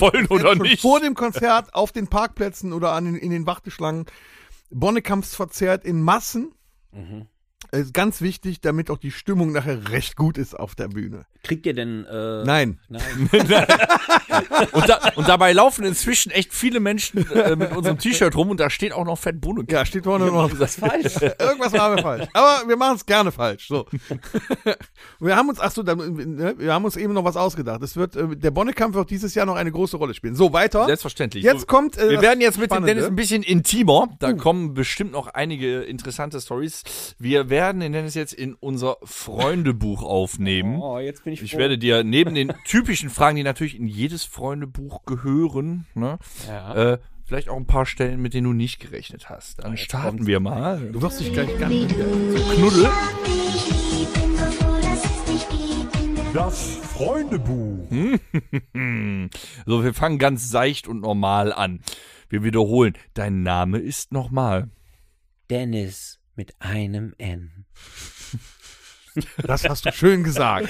wollen
werden
oder
schon
nicht.
Vor dem Konzert auf den Parkplätzen oder an den, in den Warteschlangen Bonnekamps verzehrt in Massen.
Mhm.
Äh, Ist ganz wichtig, damit auch die Stimmung nachher recht gut ist auf der Bühne.
Kriegt ihr denn. Äh,
Nein.
nein.
Und, da, und dabei laufen inzwischen echt viele Menschen äh, mit unserem T-Shirt rum und da steht auch noch Fett Bohnekamp.
Ja, steht vorne noch.
Das ist falsch.
Irgendwas machen wir falsch. Aber wir machen es gerne falsch. So. wir haben uns, ach so, dann, ne, wir haben uns eben noch was ausgedacht. Es wird, äh, der Bonnekampf wird dieses Jahr noch eine große Rolle spielen. So, weiter.
Selbstverständlich.
Jetzt kommt. äh,
Wir
das
werden jetzt mit dem
Spannende.
Dennis ein bisschen intimer. Da kommen bestimmt noch einige interessante Stories. Wir werden den Dennis jetzt in unser Freundebuch aufnehmen.
Oh, jetzt bin ich.
Ich
froh.
werde dir neben den typischen Fragen, die natürlich in jedes Freundebuch gehören, ne,
Ja. Ah,
äh, vielleicht auch ein paar Stellen, mit denen du nicht gerechnet hast. Dann starten wir mal.
Du wirst dich gleich ganz.
Knuddel.
Das Freundebuch.
Hm. So, wir fangen ganz seicht und normal an. Wir wiederholen. Dein Name ist nochmal.
Dennis mit einem N.
Das hast du schön gesagt.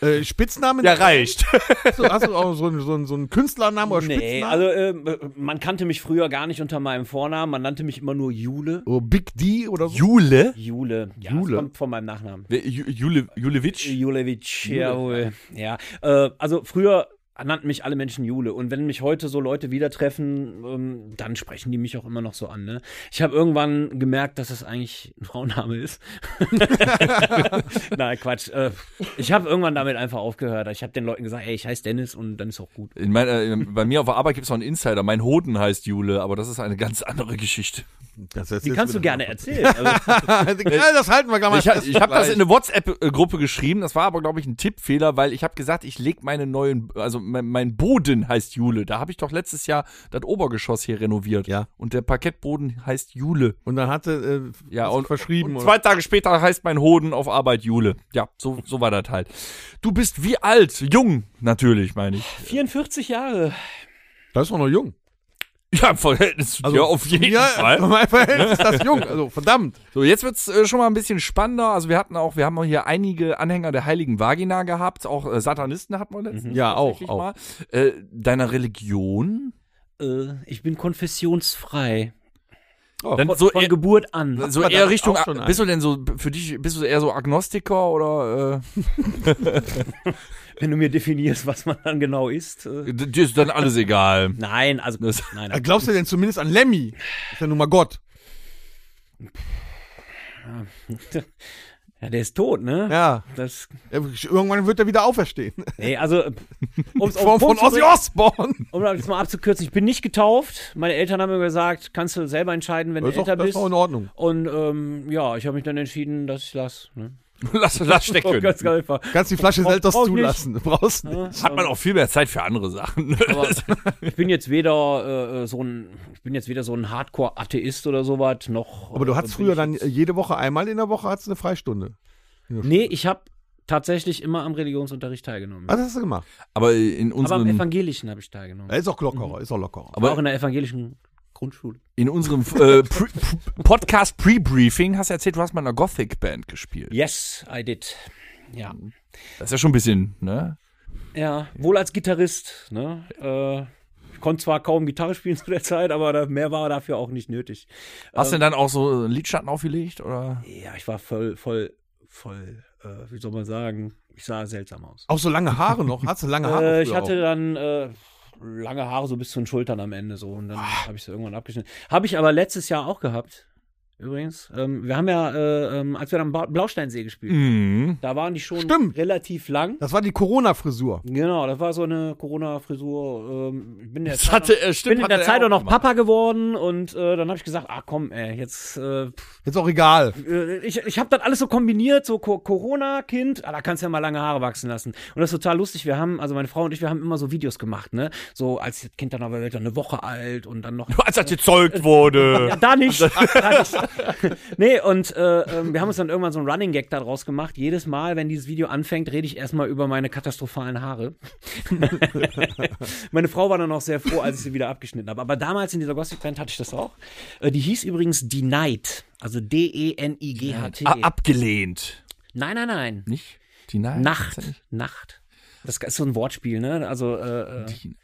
äh, Spitznamen?
Ja, reicht.
Hast du, hast du auch so, einen- so, einen- so einen Künstlernamen oder
Nee,
Oh, Spitznamen?
also äh, man kannte mich früher gar nicht unter meinem Vornamen, man nannte mich immer nur Jule.
oh, Big D oder so?
Jule.
Jule. Ja,
Jule.
Das kommt von meinem Nachnamen.
Wer- Ju- Jule Julewitsch.
Julewitsch, jawohl. Ja, äh, also früher nannten mich alle Menschen Jule. Und wenn mich heute so Leute wieder treffen, ähm, dann sprechen die mich auch immer noch so an. Ne? Ich habe irgendwann gemerkt, dass das eigentlich ein Frauenname ist. Nein, Quatsch. Äh, ich habe irgendwann damit einfach aufgehört. Ich habe den Leuten gesagt, ey, ich heiße Dennis und dann ist auch gut.
In mein, äh, bei mir auf der Arbeit gibt es noch einen Insider. Mein Hoden heißt Jule, aber das ist eine ganz andere Geschichte.
Das ist
Die
jetzt
kannst du
wieder-
gerne erzählen. Also,
ja, das halten wir gar mal.
Ich, hab- ich habe das
Gleich.
in eine WhatsApp-Gruppe geschrieben. Das war aber, glaube ich, ein Tippfehler, weil ich habe gesagt, ich lege meine neuen, also mein, mein Boden heißt Jule. Da habe ich doch letztes Jahr das Obergeschoss hier renoviert.
Ja.
Und der Parkettboden heißt Jule.
Und dann hatte äh,
Ja,
was
und-
verschrieben.
Und
oder-
zwei Tage später heißt mein Hoden auf Arbeit Jule. Ja, so, so war das halt. Du bist wie alt? Jung, natürlich, meine ich.
44 Jahre.
das ist doch noch jung.
Ja, im Verhältnis zu dir auf jeden
Also, ja,
Fall.
Mein Verhältnis ist das jung. Also verdammt.
So, jetzt wird's äh, schon mal ein bisschen spannender. Also wir hatten auch, wir haben auch hier einige Anhänger der heiligen Vagina gehabt. Auch äh, Satanisten hatten wir
Mhm.
letztens.
Ja, auch,
tatsächlich
auch.
Mal. Äh, deiner Religion?
Äh, ich bin konfessionsfrei.
Dann
Oh, Von,
so
von
eher,
Geburt an.
so
man
eher
damit
Richtung,
auch schon ein.
bist du denn so, für dich, bist du eher so Agnostiker oder
Wenn du mir definierst, was man dann genau ist. Äh,
äh, dir ist dann alles egal?
nein, also.
Das-
nein,
Äh,
nein.
Glaubst du denn zumindest an Lemmy? Ist ja nun mal Gott.
Ja, der ist tot, ne?
Ja.
Das,
Irgendwann wird er wieder auferstehen.
nee, also. Um es
In Form von Ozzy Osbourne.
Um das mal abzukürzen, ich bin nicht getauft. Meine Eltern haben mir gesagt, kannst du selber entscheiden, wenn
Das
du
ist doch
älter
das ist
bist.
doch in Ordnung.
Und ähm, ja, ich habe mich dann entschieden, dass ich lass. Ne?
Lass, lass stecken.
Ganz, ganz einfach.
Kannst die Flasche
Brauch-
Selters
brauch ich
zulassen. Du brauchst nicht.
Hat man auch viel mehr Zeit für andere Sachen.
Ich bin jetzt weder äh, so ein, ich bin jetzt weder so ein Hardcore-Atheist oder sowas, noch.
Aber du
äh,
hattest
bin
früher
ich
dann
jetzt-
jede Woche einmal in der Woche hattest eine Freistunde.
Nee, ich habe tatsächlich immer am Religionsunterricht teilgenommen.
Was Ah, hast du gemacht?
Aber in
Aber am
unserem,
evangelischen habe ich teilgenommen.
Ja, Ist auch lockerer, ist auch lockerer.
aber-
auch in der evangelischen Grundschule.
in unserem äh, Pre Pre- Podcast Pre-Briefing hast du erzählt, du hast mal in einer Gothic-Band gespielt.
Yes, I did. Ja.
Das ist ja schon ein bisschen, ne?
Ja, wohl als Gitarrist. Ne? Äh, ich konnte zwar kaum Gitarre spielen zu der Zeit, aber da, mehr war dafür auch nicht nötig.
Hast du denn dann auch so Lidschatten aufgelegt oder?
Ja, ich war voll, voll, voll, äh, wie soll man sagen, ich sah seltsam aus.
Auch so lange Haare noch. Hattest du lange Haare?
Äh, ich
früher
hatte dann äh, lange Haare so bis zu den Schultern am Ende so und dann
Ah.
habe ich sie irgendwann abgeschnitten. Habe ich aber letztes Jahr auch gehabt. Übrigens, ähm, wir haben ja, äh, ähm, als wir am Ba- Blausteinsee gespielt,
Mhm.
da waren die schon
Stimmt.
relativ lang.
auch. Das war die Corona-Frisur.
Genau, das war so eine Corona-Frisur. Ähm, ich bin jetzt
Das hatte, äh,
Ich bin
stimmt,
in
hatte
der
er
Zeit auch noch
gemacht.
Papa geworden und äh, dann habe ich gesagt, ah komm, ey, jetzt äh, pff,
Jetzt auch egal.
äh, ich, ich habe das alles so kombiniert, so Co Corona-Kind, ah, da kannst du ja mal lange Haare wachsen lassen. Und das ist total lustig. Wir haben, also meine Frau und ich, wir haben immer so Videos gemacht, ne? So als das Kind dann aber wird dann eine Woche alt und dann noch.
Als das gezeugt wurde.
Ja, da nicht. da nicht. Nee, und äh, ähm, wir haben uns dann irgendwann so einen Running Gag daraus gemacht. Jedes Mal, wenn dieses Video anfängt, rede ich erstmal über meine katastrophalen Haare. meine Frau war dann auch sehr froh, als ich sie wieder abgeschnitten habe. Aber damals in dieser Gothic-Band hatte ich das auch. Äh, die hieß übrigens Die Night. Also D-E-N-I-G-H-T.
A- Abgelehnt.
E. Nein, nein, nein.
Nicht? Die Nacht?
Nacht. Nacht. Das ist so ein Wortspiel, ne? Also, äh, äh,
Die-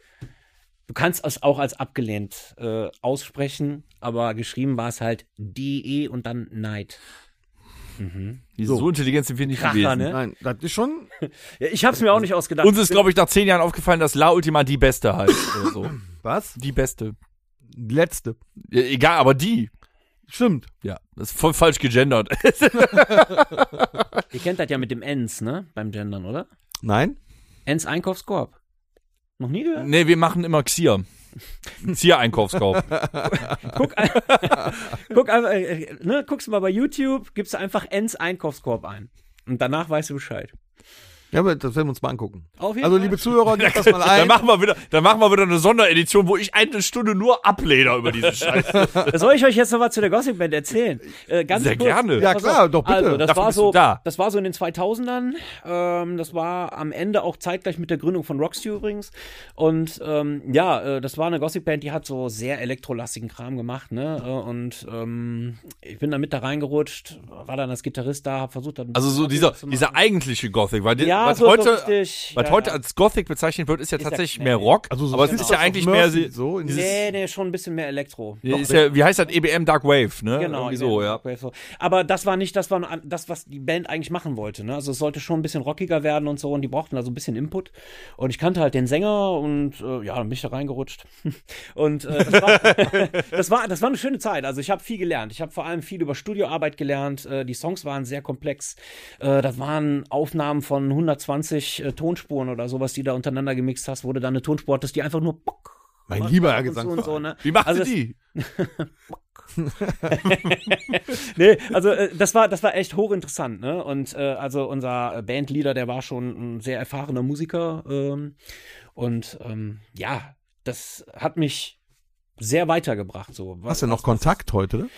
du kannst es auch als abgelehnt äh, aussprechen, aber geschrieben war es halt DE und dann Night.
Die so. intelligent sind wir nicht
Kracher,
gewesen.
ne?
Nein, das ist schon.
Ja, ich hab's mir auch nicht ausgedacht.
Uns ist, glaube ich, nach zehn Jahren aufgefallen, dass La Ultima die Beste heißt. oder so.
Was?
Die Beste.
Die letzte.
Ja, egal, aber die.
Stimmt.
Ja, das ist voll falsch gegendert.
Ihr kennt das ja mit dem Ens, ne? Beim Gendern, oder?
Nein?
Ens Einkaufskorb. Noch nie gehört?
nee, wir machen immer Xier. Xier-Einkaufskauf.
Guck, ein- guck einfach, äh, äh, ne? Guckst mal bei YouTube, gibst du einfach Ens Einkaufskorb ein. Und danach weißt du Bescheid.
Ja, aber das werden wir uns mal angucken.
Auf jeden
Also,
Fall.
liebe Zuhörer, gebt das mal
Dann
ein.
machen, wir wieder, dann machen wir wieder eine Sonderedition, wo ich eine Stunde nur ableder über diese Scheiße.
Soll ich euch jetzt noch was zu der Gossip Band erzählen? Äh, ganz
Sehr
kurz.
gerne.
Ja,
Pass
klar,
auf.
doch bitte.
Also, das
Dafür
war
bist
so,
du da.
das war so in den 2000ern. Ähm, das war am Ende auch zeitgleich mit der Gründung von Roxy übrigens. Und ähm, ja, äh, das war eine Gossip Band, die hat so sehr elektrolastigen Kram gemacht, ne? Äh, Und ähm, ich bin da mit da reingerutscht, war dann als Gitarrist da, hab versucht, dann
Also so dieser, dieser eigentliche Gothic, weil die-
Ja,
was
so- so
heute,
richtig,
was
ja,
heute
ja.
als Gothic bezeichnet wird, ist ja
Ist ja-
tatsächlich
nee,
mehr
nee.
Rock.
Also so
aber es
Sisters
ist ja
of
eigentlich
Mercy,
mehr sie-
so in dieses-
Nee, nee, schon ein bisschen mehr Elektro.
ist ja, wie heißt das? EBM Dark Wave, ne?
Genau,
Irgendwie so, ja.
Darkwave so. Aber das war nicht, das war das, was die Band eigentlich machen wollte. Ne? Also es sollte schon ein bisschen rockiger werden und so und die brauchten da so ein bisschen Input. Und ich kannte halt den Sänger und äh, ja, dann bin ich da reingerutscht. und äh, das, war, das war das war eine schöne Zeit. Also ich habe viel gelernt. Ich habe vor allem viel über Studioarbeit gelernt. Äh, die Songs waren sehr komplex. Äh, das waren Aufnahmen von 120 äh, Tonspuren oder sowas, die da untereinander gemixt hast. Wurde dann eine Tonspur, hattest die einfach nur
Mein lieber Herr
und so und
Gesang.
so, ne?
Wie macht
Also
sie die?
nee, also äh, das war das war echt hochinteressant, ne? Und äh, also unser Bandleader, der war schon ein sehr erfahrener Musiker ähm, und ähm, ja, das hat mich sehr weitergebracht. So
Hast du noch Kontakt heute, ne?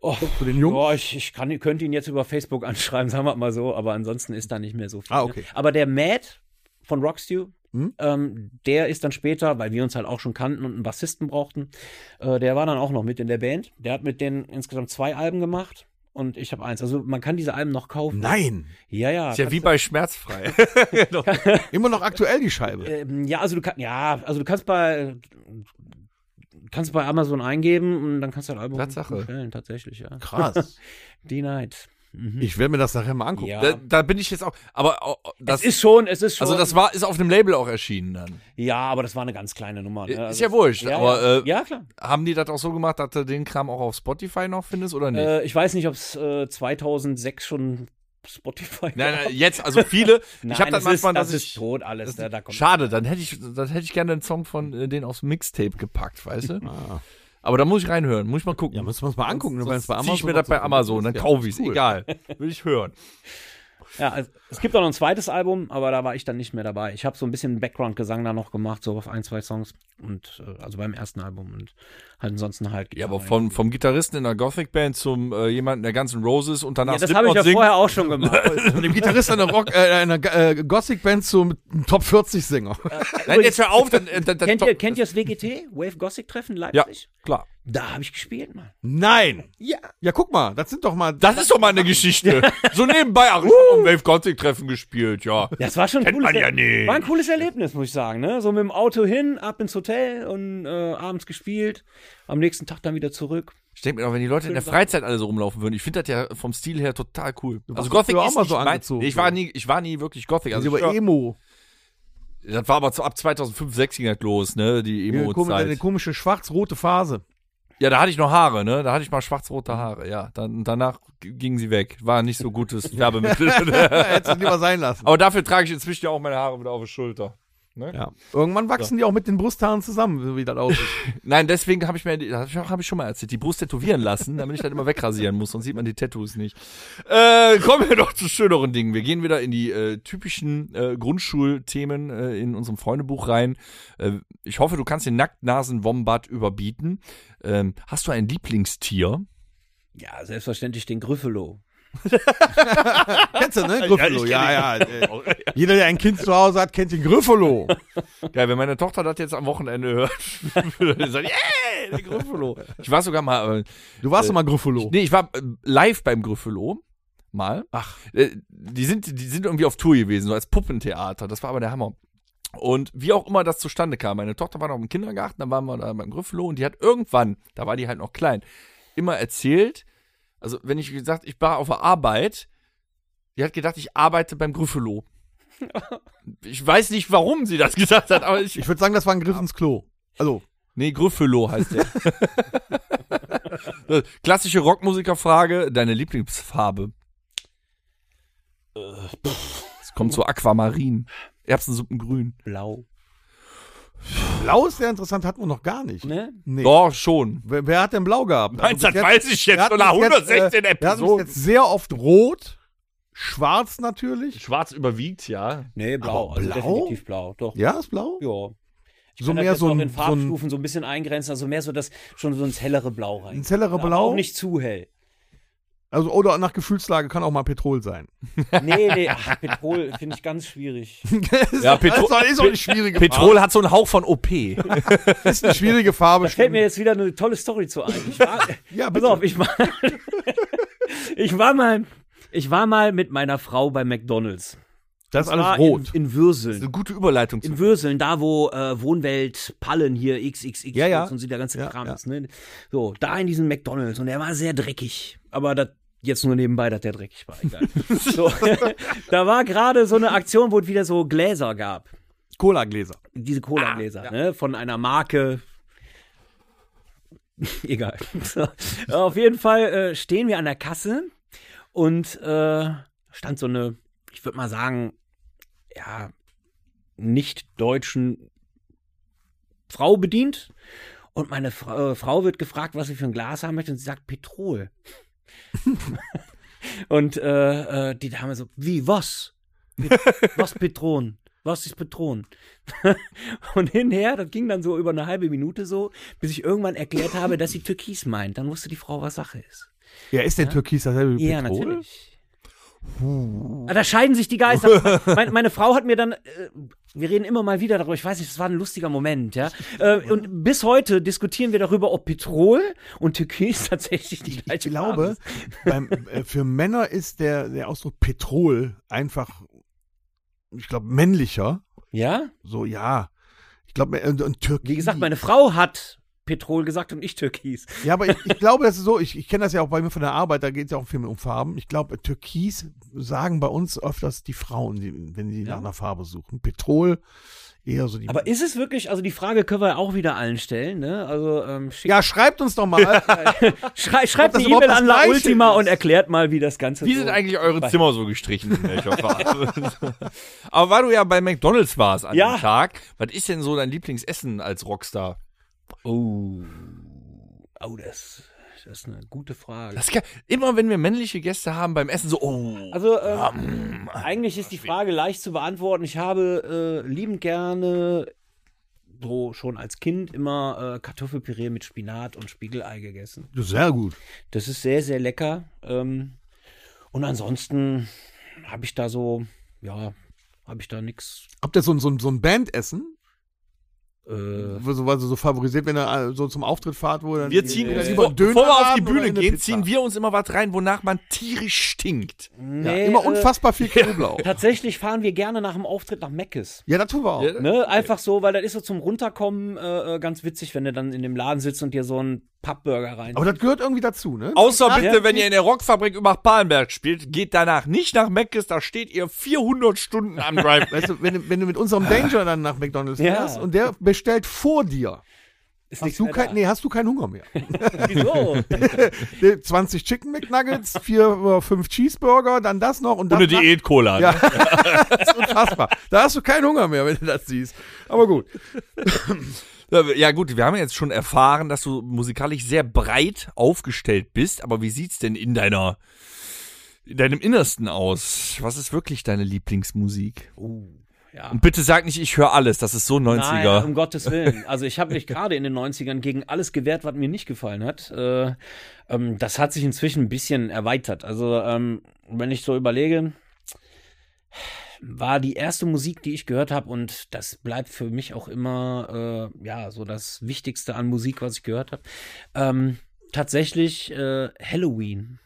oh,
Zu den Jungs?
ja, ich, ich kann, könnte ihn jetzt über Facebook anschreiben, sagen wir mal so, aber ansonsten ist da nicht mehr so viel.
Ah,
ne?
okay.
Aber der Matt von Rockstew,
Hm?
ähm, der ist dann später, weil wir uns halt auch schon kannten und einen Bassisten brauchten, äh, der war dann auch noch mit in der Band. Der hat mit denen insgesamt zwei Alben gemacht und ich habe eins. Also man kann diese Alben noch kaufen.
Nein.
Ja, ja.
Ist ja wie bei Schmerzfrei.
Immer noch aktuell die Scheibe.
Ähm, ja, also du kannst, ja, also du kannst bei kannst bei Amazon eingeben und dann kannst du ein Album
Tatsache.
bestellen, tatsächlich, ja.
Krass.
D-Night. Mhm.
Ich werde mir das nachher mal angucken.
Ja.
da, da bin ich jetzt auch. Aber auch- das
es ist schon, es ist schon.
also das war ist auf dem Label auch erschienen dann.
ja, aber das war eine ganz kleine Nummer. Ne?
Ist
Also,
ja wurscht,
Ja,
aber,
ja.
äh,
ja klar.
Haben die das auch so gemacht, dass du den Kram auch auf Spotify noch findest oder nicht?
Äh, ich weiß nicht, ob es äh, 2006 schon Spotify
nein, nein, jetzt also viele. ich habe
Nein,
das
ist,
manchmal,
das
dass
ist
ich
tot alles. ne? Da, da kommt
Schade, dann hätte ich, dann hätte ich gerne einen Song von äh, denen aufs Mixtape gepackt, weißt du? Aber da muss ich reinhören, muss ich mal gucken.
Ja, müssen wir uns mal angucken. ne, weil es
Sonst
bei
zieh ich mir
Amazon
das
auch
bei
so-
Amazon, dann
Ja,
kaufe ich es,
cool.
egal. Will ich hören.
Ja, also, es gibt auch noch ein zweites Album, aber da war ich dann nicht mehr dabei. Ich habe so ein bisschen Background-Gesang da noch gemacht, so auf ein, zwei Songs. Und äh, also beim ersten Album und halt ansonsten halt.
Ja, aber
Gitarre.
vom, vom Gitarristen in einer Gothic-Band zum äh, jemanden der ganzen Roses und danach
Ja, das habe ich ja
singt,
vorher auch schon gemacht.
Von dem Gitarrist einer, Rock, äh, einer äh, Gothic-Band zum Top 40-Sänger.
Nein, jetzt hör auf. Dann, dann, dann,
kennt, ihr, kennt ihr das WGT? Wave Gothic Treffen
Ja,
Leipzig?
klar.
Da habe ich gespielt, Mann.
Nein!
Ja.
Ja, guck mal, das sind doch mal.
Das ist doch mal eine Geschichte. So nebenbei, ach, ich hab am Wave Gothic-Treffen gespielt, ja.
Das war schon ein
Kennt
cooles,
man ja
Er-
nicht.
War ein cooles Erlebnis, muss ich sagen. Ne? So mit dem Auto hin, ab ins Hotel und äh, abends gespielt. Am nächsten Tag dann wieder zurück.
Ich denke mir doch, wenn die Leute in der Freizeit alle so rumlaufen würden, ich finde das ja vom Stil her total cool. Also
warst früher auch mal so
nicht mein-
angezogen,
ich war nie, ich war nie wirklich Gothic. Also
also
ich,
über Emo.
das war aber zu, ab 2005, 6 ging das los, ne, die
Eine komische, eine
Emo-Zeit.
komische schwarz-rote Phase.
Ja, da hatte ich noch Haare, ne, da hatte ich mal schwarz-rote Haare, ja. Dann, danach g- gingen sie weg. War nicht so gutes Werbemittel.
Ja, hättest du lieber sein lassen.
aber dafür trage ich inzwischen ja auch meine Haare wieder auf die Schulter.
Ja. Irgendwann wachsen die auch mit den Brusthaaren zusammen, so wie das aussieht.
Nein, deswegen habe ich mir, das habe ich, auch- hab ich schon mal erzählt, die Brust tätowieren lassen, damit ich dann immer wegrasieren muss, sonst sieht man die Tattoos nicht. Äh, kommen wir doch zu schöneren Dingen. Wir gehen wieder in die äh, typischen äh, Grundschulthemen äh, in unserem Freundebuch rein. Äh, ich hoffe, du kannst den Nacktnasen-Wombat überbieten. Ähm, hast du ein Lieblingstier?
Ja, selbstverständlich den Griffelo.
Kennst du, ne? Griffolo, ja, ja. äh, Jeder, der ein Kind zu Hause hat, kennt den Griffolo.
Geil, wenn meine Tochter das jetzt am Wochenende hört, würde sie sagen, yeah, der Griffelo. Ich war sogar mal, äh,
Du warst doch mal Griffolo.
Nee, ich war äh, live beim Griffelo. Mal. Ach. Äh, Die sind, die sind irgendwie auf Tour gewesen, so als Puppentheater. Das war aber der Hammer. Und wie auch immer das zustande kam, meine Tochter war noch im Kindergarten, dann waren wir da beim Griffelo und die hat irgendwann, da war die halt noch klein, immer erzählt, also wenn ich gesagt, ich war auf der Arbeit, die hat gedacht, ich arbeite beim Griffelo. Ich weiß nicht, warum sie das gesagt hat, aber ich.
Ich würde sagen, das war ein Griff ins Klo. Also,
Nee, Griffelo heißt der. Das- Klassische Rockmusikerfrage, deine Lieblingsfarbe. Es kommt zu Aquamarin. Erbsensuppengrün.
Blau.
blau ist sehr interessant, hatten wir noch gar nicht.
Ne?
Nee.
Doch, schon.
Wer, wer hat denn blau gehabt? Also
Meins,
bis
das weiß ich jetzt,
wir hatten
so nach
bis jetzt, äh,
116
Wir hatten bis
Episoden.
jetzt sehr oft rot, schwarz natürlich.
Schwarz überwiegt, ja.
Nee, blau.
Aber
Also
blau?
definitiv blau, doch.
Ja, ist blau?
Ja. Ich
So
kann das
mehr
jetzt
so
noch
ein-
in
so ein-
Farbstufen so ein bisschen eingrenzen, also mehr so das schon so ins hellere Blau rein.
Ein hellerer
Aber
Blau.
Auch nicht zu hell.
Also, oder nach Gefühlslage kann auch mal Petrol sein.
Nee, nee, ach, Petrol finde ich ganz schwierig.
Ja, Petro-
ist, doch- ist auch eine schwierige Farbe.
Petrol hat so einen Hauch von Also OP.
Ist eine schwierige Farbe.
Fällt mir jetzt wieder eine tolle Story zu ein. Ich war,
Ja,
pass
bitte.
auf, ich war, ich war mal, ich war mal mit meiner Frau bei McDonalds.
das ist
War
alles rot.
In, in Würseln.
Eine gute Überleitung. Zu
In Würseln, da wo äh, Wohnwelt Pallen hier XXX
Ja, ja.
und so der ganze
Ja,
Kram
ja.
ist. Ne? So, da in diesem McDonalds und der war sehr dreckig. Aber das jetzt nur nebenbei, dass der dreckig war, egal. so, da war gerade so eine Aktion, wo es wieder so Gläser gab.
Cola-Gläser.
Diese Cola-Gläser, ne? Von einer Marke. egal. So. Auf jeden Fall äh, stehen wir an der Kasse und äh, stand so eine, ich würde mal sagen, ja, nicht deutschen Frau bedient und meine Fra äh, Frau wird gefragt, was sie für ein Glas haben möchte und sie sagt Petrol. und äh, äh, die Dame so, wie, was? Pet- Was Petron? Was ist Petron? und hinher, das ging dann so über eine halbe Minute so, bis ich irgendwann erklärt habe, dass sie Türkis meint. Dann wusste die Frau, was Sache ist.
Ja, ist denn Türkis dasselbe wie
Ja,
Petrol?
natürlich. Ah, Da scheiden sich die Geister. Meine, meine Frau hat mir dann, äh, wir reden immer mal wieder darüber, ich weiß nicht, das war ein lustiger Moment, ja. Äh, und bis heute diskutieren wir darüber, ob Petrol und Türkis tatsächlich die
Ich
gleiche Farbe
glaube,
ist.
beim, äh, für Männer ist der, der Ausdruck Petrol einfach, ich glaube, männlicher.
Ja?
So, ja. Ich glaube, und, und Türkis.
Wie gesagt, meine Frau hat Petrol gesagt und ich Türkis.
Ja, aber ich, ich glaube, das ist so, ich, ich kenne das ja auch bei mir von der Arbeit, da geht es ja auch viel um Farben. Ich glaube, Türkis sagen bei uns öfters die Frauen, die, wenn sie
Ja.
nach einer Farbe suchen. Petrol eher so die.
Aber ist es wirklich, also die Frage können wir auch wieder allen stellen, ne? Also ähm, schick,
ja, schreibt uns doch mal.
schrei, schreibt
das
eine
überhaupt
E-Mail
das
an La
Gleiche
Ultima
ist.
und erklärt mal, wie das Ganze
Wie
so
sind eigentlich eure Zimmer so gestrichen? In welcher Farbe? Aber weil du ja bei McDonalds warst an
Ja.
dem Tag, was ist denn so dein Lieblingsessen als Rockstar?
Oh. Oh, das, das ist eine gute Frage.
Das kann, immer wenn wir männliche Gäste haben beim Essen, so, oh.
also, ähm, eigentlich ist die Frage leicht zu beantworten. Ich habe äh, liebend gerne, so schon als Kind, immer äh, Kartoffelpüree mit Spinat und Spiegelei gegessen.
Sehr gut.
Das ist sehr, sehr lecker. Ähm, und ansonsten habe ich da so, ja, habe ich da nichts.
Habt ihr so, ein- so, ein- so ein Bandessen?
Äh,
Wo so, was so favorisiert, wenn ihr äh, so zum Auftritt fahrt, wo dann
wir ziehen
dann
uns,
lieber
vor,
einen Döner
bevor wir auf die
haben oder
Bühne
eine
gehen,
Pizza?
ziehen wir uns immer was rein, wonach man tierisch stinkt.
ja,
nee,
immer
äh,
unfassbar viel Knoblauch.
Tatsächlich fahren wir gerne nach dem Auftritt nach Meckes.
Ja, das tun wir auch.
Ja.
Ne? Einfach so, weil das ist so zum Runterkommen äh, äh, ganz witzig, wenn du dann in dem Laden sitzt und dir so einen Pappburger rein.
Aber das gehört irgendwie dazu, ne?
Außer
Ja.
bitte, wenn ihr in der Rockfabrik über Palenberg spielt, geht danach nicht nach Meckes, da steht ihr 400 Stunden am Drive.
Weißt du, wenn, du- wenn du mit unserem Danger dann nach McDonalds
Ja.
fährst und der bestellt vor dir,
ist
hast du,
mehr
kein, nee, hast du keinen Hunger mehr.
da. Wieso?
Der 20 Chicken McNuggets, 4 oder 5 Cheeseburger, dann das noch und dann.
Ohne Diät-Cola. ne?
Ja. Das ist unfassbar. Da hast du keinen Hunger mehr, wenn du das siehst. Aber gut.
Ja gut, wir haben jetzt schon erfahren, dass du musikalisch sehr breit aufgestellt bist, aber wie sieht's denn in deiner in deinem Innersten aus? Was ist wirklich deine Lieblingsmusik?
ja.
Und bitte sag nicht, ich höre alles, das ist so 90er.
Nein, um Gottes Willen. Also ich habe mich gerade in den 90ern gegen alles gewehrt, was mir nicht gefallen hat. Äh, ähm, das hat sich inzwischen ein bisschen erweitert. Also ähm, wenn ich so überlege, war die erste Musik, die ich gehört habe und das bleibt für mich auch immer äh, ja so das Wichtigste an Musik, was ich gehört habe. Ähm, tatsächlich äh, Halloween.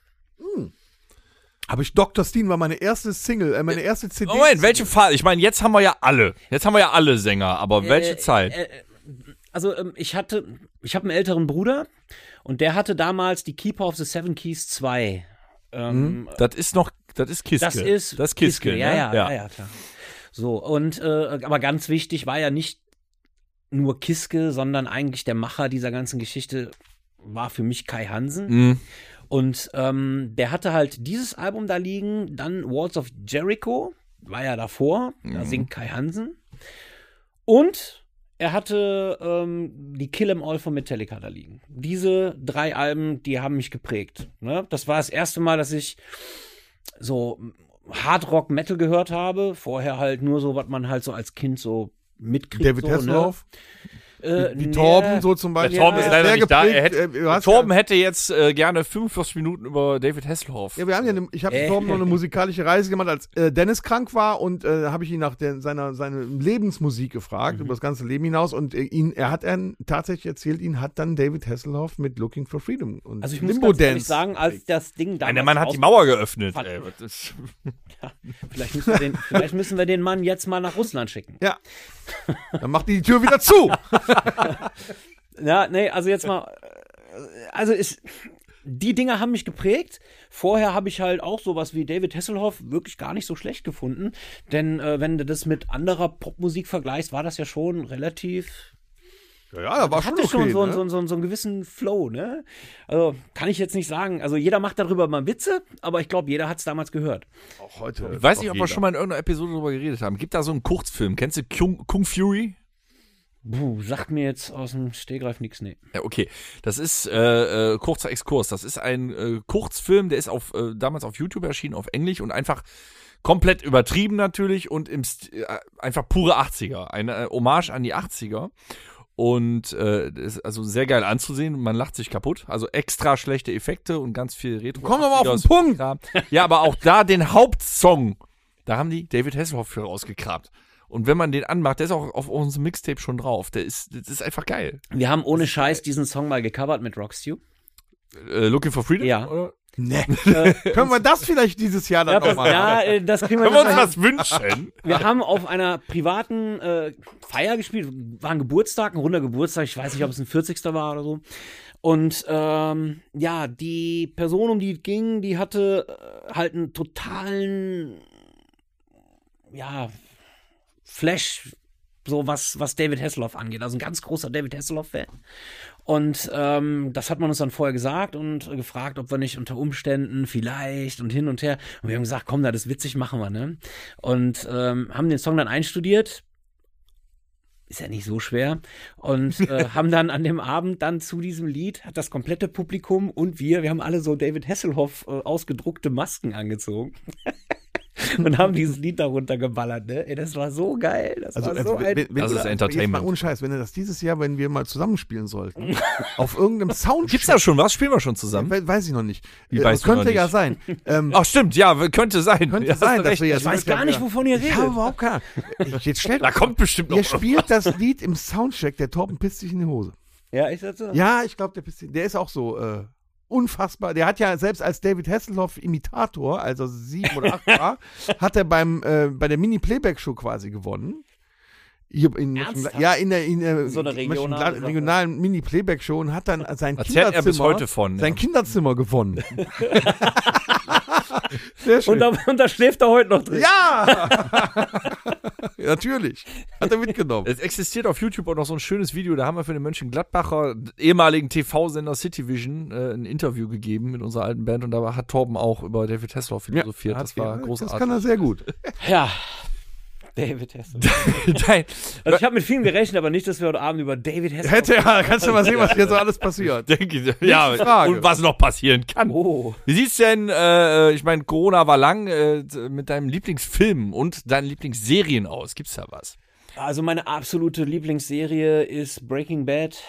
Habe ich Dr. Steen war meine erste Single, äh, meine erste CD.
Moment, welche Phase? Ich meine, jetzt haben wir ja alle. Jetzt haben wir ja alle Sänger, aber welche
Äh,
Zeit?
äh, also ähm, ich hatte, ich habe einen älteren Bruder und der hatte damals die Keeper of the Seven Keys 2. Ähm,
das ist noch, das ist Kiske.
Das ist
Hm? das ist Kiske,
ja,
ne?
ja, ja, ja, klar. So und äh, aber ganz wichtig war ja nicht nur Kiske, sondern eigentlich der Macher dieser ganzen Geschichte war für mich Kai Hansen.
Mhm.
Und ähm, der hatte halt dieses Album da liegen, dann Walls of Jericho, war ja davor,
Mhm.
da singt Kai Hansen. Und er hatte ähm, die Kill 'Em All von Metallica da liegen. Diese drei Alben, die haben mich geprägt. Ne? Das war das erste Mal, dass ich so Hard Rock Metal gehört habe. Vorher halt nur so, was man halt so als Kind so mitkriegt.
David
so,
Hasselhoff,
Ne? Äh,
wie
nee.
Torben so zum Beispiel.
Der Torben ist
Er
leider
sehr
nicht da. Er
geprägt,
hätte,
äh, du hast
Torben
ja,
hätte jetzt äh, gerne 45 Minuten über David Hasselhoff.
ja, wir haben ja, eine, ich habe
Äh.
Torben noch eine musikalische Reise gemacht, als äh, Dennis krank war und äh, habe ich ihn nach der, seiner seine Lebensmusik gefragt
Mhm.
über das ganze Leben hinaus und äh, ihn, er hat einen, tatsächlich erzählt, ihn hat dann David Hasselhoff mit Looking for Freedom und
Also ich muss
Limbo
ganz ehrlich
Dance.
sagen, als das Ding damals
Nein, der Mann hat die
raus-
Mauer geöffnet.
Fand-
Ey, was ist-
Vielleicht müssen, wir den, vielleicht müssen wir den Mann jetzt mal nach Russland schicken.
Ja. Dann macht die die Tür wieder zu.
Ja, nee, also jetzt mal. äh, Also ist. Die Dinger haben mich geprägt. Vorher habe ich halt auch sowas wie David Hasselhoff wirklich gar nicht so schlecht gefunden. Denn äh, wenn du das mit anderer Popmusik vergleichst, war das ja schon relativ.
Ja, ja, da war schon
hatte
okay.
schon so,
ne?
so, so, so, einen gewissen Flow, ne? Also kann ich jetzt nicht sagen. Also jeder macht darüber mal Witze, aber ich glaube, jeder hat es damals gehört.
Auch heute.
Äh,
Ich weiß nicht, ob wir schon mal in irgendeiner Episode darüber geredet haben. Gibt da so einen Kurzfilm? Kennst du Kung, Kung Fury?
Puh, sagt mir jetzt aus dem Stehgreif nichts, nee.
Ja, okay. Das ist äh, äh, kurzer Exkurs. Das ist ein äh, Kurzfilm, der ist auf äh, damals auf YouTube erschienen, auf Englisch und einfach komplett übertrieben natürlich und im St äh, einfach pure 80er. Eine äh, Hommage an die 80er. Und äh, das ist also sehr geil anzusehen. Man lacht sich kaputt. Also extra schlechte Effekte und ganz viel Retro.
Komm doch mal auf den
80er
Punkt.
Kram. Ja, aber auch da den Hauptsong, da haben die David Hasselhoff für rausgekramt. Und wenn man den anmacht, der ist auch auf unserem Mixtape schon drauf. Der ist, das ist einfach geil.
Wir haben ohne Scheiß diesen Song mal gecovert mit Rockstew.
Äh, Looking for Freedom?
Ja.
Oder?
Nee. Können wir das vielleicht dieses Jahr dann
Ja,
nochmal machen?
ja, äh, das kriegen wir
Können wir uns
noch mal-
was wünschen?
Wir haben auf einer privaten äh, Feier gespielt, war ein Geburtstag, ein runder Geburtstag, ich weiß nicht, ob es ein 40. war oder so. Und ähm, ja, die Person, um die es ging, die hatte äh, halt einen totalen, ja, Flash, so was, was David Hasselhoff angeht. Also ein ganz großer David Hasselhoff-Fan. Und ähm, das hat man uns dann vorher gesagt und äh, gefragt, ob wir nicht unter Umständen vielleicht und hin und her. Und wir haben gesagt, komm, das ist witzig, machen wir, ne? Und ähm, haben den Song dann einstudiert. Ist ja nicht so schwer. Und äh, haben dann an dem Abend dann zu diesem Lied, hat das komplette Publikum und wir, wir haben alle so David Hasselhoff äh, ausgedruckte Masken angezogen. und haben dieses Lied darunter geballert, ne? Ey, das war so geil. Das
Also,
war Also so
wenn,
ein
Das
du-
ist
jetzt
Entertainment.
Mal ohne Scheiß, wenn du das dieses Jahr, wenn wir mal zusammenspielen sollten, auf irgendeinem Sound.
Gibt's da schon was? Spielen wir schon zusammen?
We- Weiß ich noch nicht.
Wie
Äh,
weißt du
könnte
noch
ja
nicht?
sein. Ähm,
Ach, stimmt, ja, w- könnte sein.
könnte
Ja, hast
sein,
du
dass
recht.
wir jetzt.
Ich weiß gar nicht, wovon ihr
Ich habe
redet.
überhaupt keine. Ahnung. Ich- Jetzt stellt
Da kommt bestimmt noch.
Ihr spielt das Lied im Soundcheck, der Torben pisst sich in die Hose.
Ja, ich sag's so.
Ja, ich glaube, der pisst sich, Der ist auch so äh, unfassbar. Der hat ja selbst als David Hasselhoff Imitator, also sieben oder acht war, hat er beim, äh, bei der Mini-Playback-Show quasi gewonnen. Hier in
Ernsthaft?
ja, in der, in der
So eine regionale
Mönchengladbach-
Sache.
regionalen Mini-Playback-Show und hat dann sein
Erzählt
Kinderzimmer,
er bis heute von.
sein Kinderzimmer gewonnen. Sehr schön.
Und da, und da schläft er heute noch drin.
ja! Natürlich. Hat er mitgenommen.
Es existiert auf YouTube auch noch so ein schönes Video, da haben wir für den Mönchengladbacher ehemaligen TV-Sender Cityvision äh, ein Interview gegeben mit unserer alten Band und da hat Torben auch über David Hasselhoff philosophiert. das war
Das
großartig.
kann er sehr gut.
Ja. David Hessel.
Nein,
Also ich habe mit vielen gerechnet, aber nicht, dass wir heute Abend über David Hessel.
Hätte ja, kannst du mal sehen, was hier so alles passiert.
denke, ja,
Frage.
und was noch passieren kann.
Oh.
Wie sieht's denn, äh, ich meine, Corona war lang, äh, mit deinem Lieblingsfilm und deinen Lieblingsserien aus? Gibt's da was?
Also meine absolute Lieblingsserie ist Breaking Bad.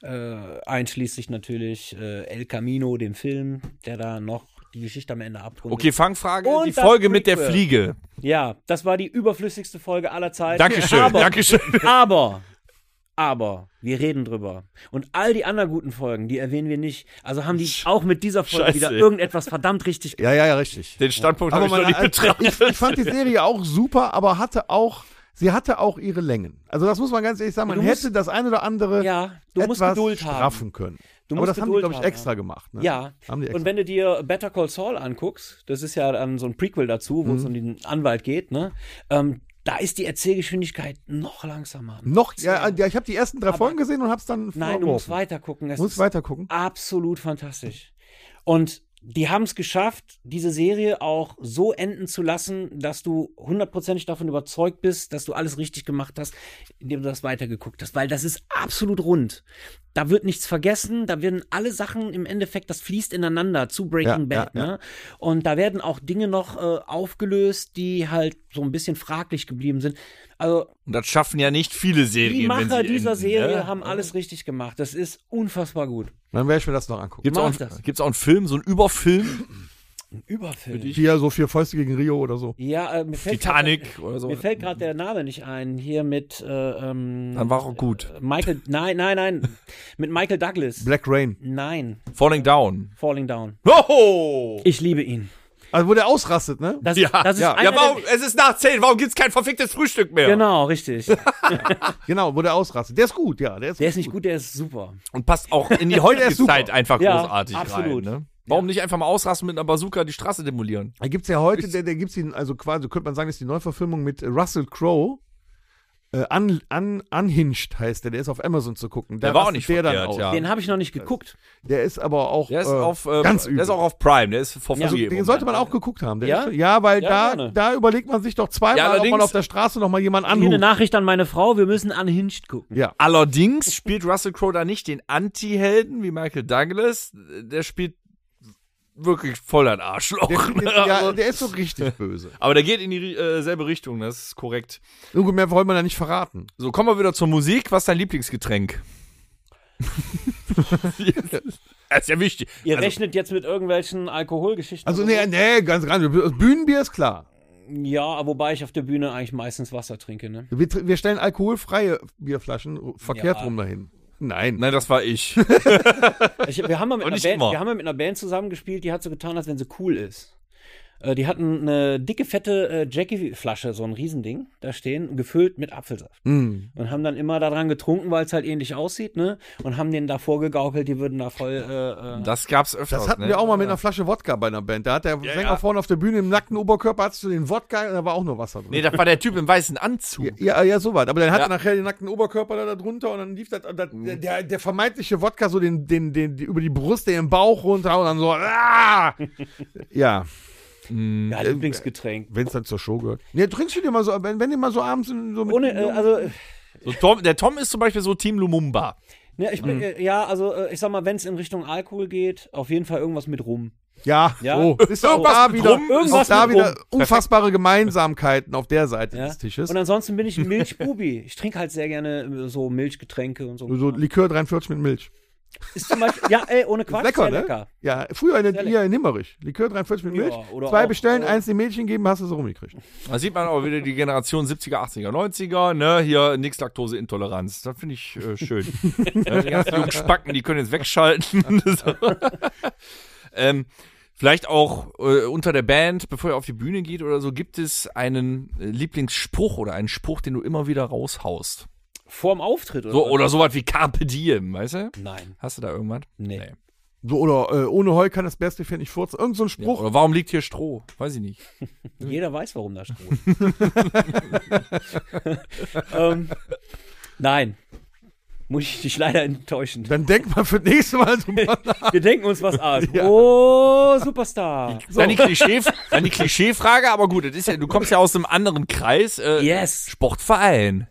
Äh, einschließlich natürlich äh, El Camino, den Film, der da noch die Geschichte am Ende abrundet.
Okay, Fangfrage,
Und
die
das
Folge mit der
Prequel.
Fliege.
Ja, das war die überflüssigste Folge aller Zeiten.
Dankeschön,
aber,
Dankeschön.
Aber, aber, wir reden drüber. Und all die anderen guten Folgen, die erwähnen wir nicht. Also haben die auch mit dieser Folge
Scheiße.
wieder irgendetwas verdammt richtig
Ja, ja, ja, richtig.
Den Standpunkt habe ich noch nicht betrachtet.
ich, ich fand die Serie auch super, aber hatte auch, sie hatte auch ihre Längen. Also das muss man ganz ehrlich sagen, man
Du musst-
hätte das ein oder andere
Ja, du musst
etwas
Geduld haben.
straffen können.
Du
aber
musst
das haben die,
Geduld
glaube ich,
haben,
extra gemacht. Ne?
Ja,
Haben die extra.
und wenn du dir Better Call Saul anguckst, das ist ja dann so ein Prequel dazu, wo
Mhm.
es um den Anwalt geht, ne? Ähm, da ist die Erzählgeschwindigkeit noch langsamer.
noch, ja, ja, ich habe die ersten drei Folgen gesehen und habe es dann
Nein, um du musst
verworfen.
weitergucken. Es
Muss
ist
weitergucken.
absolut fantastisch. Und die haben es geschafft, diese Serie auch so enden zu lassen, dass du hundertprozentig davon überzeugt bist, dass du alles richtig gemacht hast, indem du das weitergeguckt hast, weil das ist absolut rund. Da wird nichts vergessen, da werden alle Sachen im Endeffekt, das fließt ineinander zu Breaking
Ja, ja,
Bad.
ja.
Ne? Und da werden auch Dinge noch äh, aufgelöst, die halt so ein bisschen fraglich geblieben sind. Also
Und das schaffen ja nicht viele Serien.
die
wenn
Macher
sie
dieser
enden,
Serie
ne?
haben alles richtig gemacht. Das ist unfassbar gut.
Dann werde ich mir das noch angucken.
Gibt's auch,
Mach das.
einen, gibt's auch einen Film, so einen Überfilm?
Ein Überfilm.
Hier so vier Fäuste gegen Rio oder so.
Ja, äh, mir fällt
Titanic
grad,
oder so.
Mir fällt gerade der Name nicht ein. Hier mit äh, ähm,
Dann war auch gut.
Michael. Nein, nein, nein. mit Michael Douglas.
Black Rain.
nein,
Falling Down.
Falling Down.
Oh!
Ich liebe ihn.
Also wo der ausrastet, ne?
Das,
Ja,
das ist
ja.
einer
Ja, warum?
der,
Es ist nach 10. Warum gibt's kein verficktes Frühstück mehr?
Genau, richtig. Der
Genau, wo der ausrastet. Der ist gut, ja. Der ist,
ist nicht gut, der ist super.
Und passt auch in die heutige
super.
Zeit einfach
Ja,
großartig
absolut.
rein. Ne? Warum nicht einfach mal ausrasten mit einer Bazooka die Straße demolieren?
Da gibt es ja heute, da, da gibt es ihn, also quasi könnte man sagen, das ist die Neuverfilmung mit Russell Crowe. Äh, un, un, unhinged heißt der, der ist auf Amazon zu gucken.
Der
Da
war auch
rastet
nicht
der dann
verkehrt,
auch.
ja.
Den habe ich noch nicht geguckt.
Der ist aber auch
Der ist,
äh,
auf, äh,
ganz übel.
der ist auch auf Prime, der ist vor
Ja.
also,
vergeben.
den sollte man auch geguckt haben. Der
Ja?
ist- ja, weil
Ja,
da,
gerne.
da überlegt man sich doch zweimal,
Ja,
ob man
allerdings-
auf der Straße nochmal jemanden
Hier eine
anruft.
Nachricht an meine Frau, wir müssen unhinged gucken.
Ja.
Allerdings spielt Russell Crowe da nicht den Anti-Helden wie Michael Douglas. Der spielt wirklich voll ein Arschloch.
Der, spielt- ja,
Also-
der ist so richtig böse.
aber der geht in die äh, selbe Richtung, das ist korrekt.
Nur mehr wollen wir da nicht verraten.
So, kommen wir wieder zur Musik. Was ist dein Lieblingsgetränk? das ist ja wichtig.
Ihr
Also-
rechnet jetzt mit irgendwelchen Alkoholgeschichten.
Also,
oder
nee, nee, ganz ganz. Bühnenbier ist klar.
so? Ja, wobei ich auf der Bühne eigentlich meistens Wasser trinke, ne?
Wir, tr- wir stellen alkoholfreie Bierflaschen verkehrt
Ja.
rum dahin. Nein.
Nein, das war ich.
Ich, wir, haben mal mit
Und
einer
nicht
Band,
immer.
wir haben mal mit einer Band zusammengespielt, die hat so getan, als wenn sie cool ist. Äh, Die hatten eine dicke, fette äh, Jackie-Flasche, so ein Riesending, da stehen, gefüllt mit Apfelsaft.
Hm.
Und haben dann immer daran getrunken, weil es halt ähnlich aussieht, ne? Und haben denen da vorgegaukelt, die würden da voll. Äh, äh,
Das gab's öfters.
Das hatten
ne?
wir auch mal mit einer Flasche Wodka bei einer Band. Da hat der Sänger
ja.
vorne auf der Bühne im nackten Oberkörper hast du den Wodka und da war auch nur Wasser drin.
Nee, das war der Typ im weißen Anzug.
Ja, ja, so weit. Aber dann hat
Ja. Mhm.
er nachher den nackten Oberkörper da, da drunter und dann lief das, das, der, der vermeintliche Wodka so den, den, den, die- über die Brust, den Bauch runter und dann so. Ah! ja, Mm.
ja,
Äh,
Lieblingsgetränk.
wenn es dann zur Show gehört. Ja, trinkst du dir mal so, wenn, wenn dir mal so abends in- so mit.
Ohne, äh, also, äh,
So, Tom, der Tom ist zum Beispiel so Team Lumumba.
ne, ich
Mm.
bin, äh, ja, also, äh, ich sag mal, wenn es in Richtung Alkohol geht, auf jeden Fall irgendwas mit rum.
ja,
Ja.
Oh, ist auch
Irgendwas
da
mit
wieder,
rum,
auch
irgendwas
da
mit
wieder
rum.
unfassbare Gemeinsamkeiten auf der Seite
Ja?
des Tisches.
Und ansonsten bin ich ein Milchbubi. Ich trinke halt sehr gerne äh, so Milchgetränke und so.
So Also Likör 43 mit Milch.
Ist zum Beispiel, ja, ey, ohne Quatsch,
lecker,
sehr
ne?
lecker.
Ja, früher in, der,
Sehr
hier in Himmerich. Likör 43 mit
Ja,
Milch.
oder
Zwei
auch-
bestellen,
oh.
eins den Mädchen geben, hast du so rumgekriegt.
Da sieht man aber wieder die Generation 70er, 80er, 90er, ne? Hier nix Laktoseintoleranz. Das finde ich äh, schön. ja, die ganzen jungen Spacken, die können jetzt wegschalten. So. ähm, vielleicht auch äh, unter der Band, bevor ihr auf die Bühne geht oder so, gibt es einen äh, Lieblingsspruch oder einen Spruch, den du immer wieder raushaust.
Vorm Auftritt oder
So,
was?
oder sowas wie Carpe Diem, weißt du?
Nein.
Hast du da irgendwas?
Nee.
So, oder äh, ohne Heu kann das beste Pferd nicht furzen. Irgend so ein
Ja,
Spruch.
oder warum liegt hier Stroh? Weiß ich nicht.
Jeder weiß, warum da Stroh. ähm, nein. Muss ich dich leider enttäuschen.
Dann denk mal für das nächste Mal drüber nach.
Wir denken uns was aus. Oh, Superstar.
Dann, die Klischee, dann die Klischeefrage, aber gut, das ist ja, du kommst ja aus einem anderen Kreis. Äh,
Yes.
Sportverein.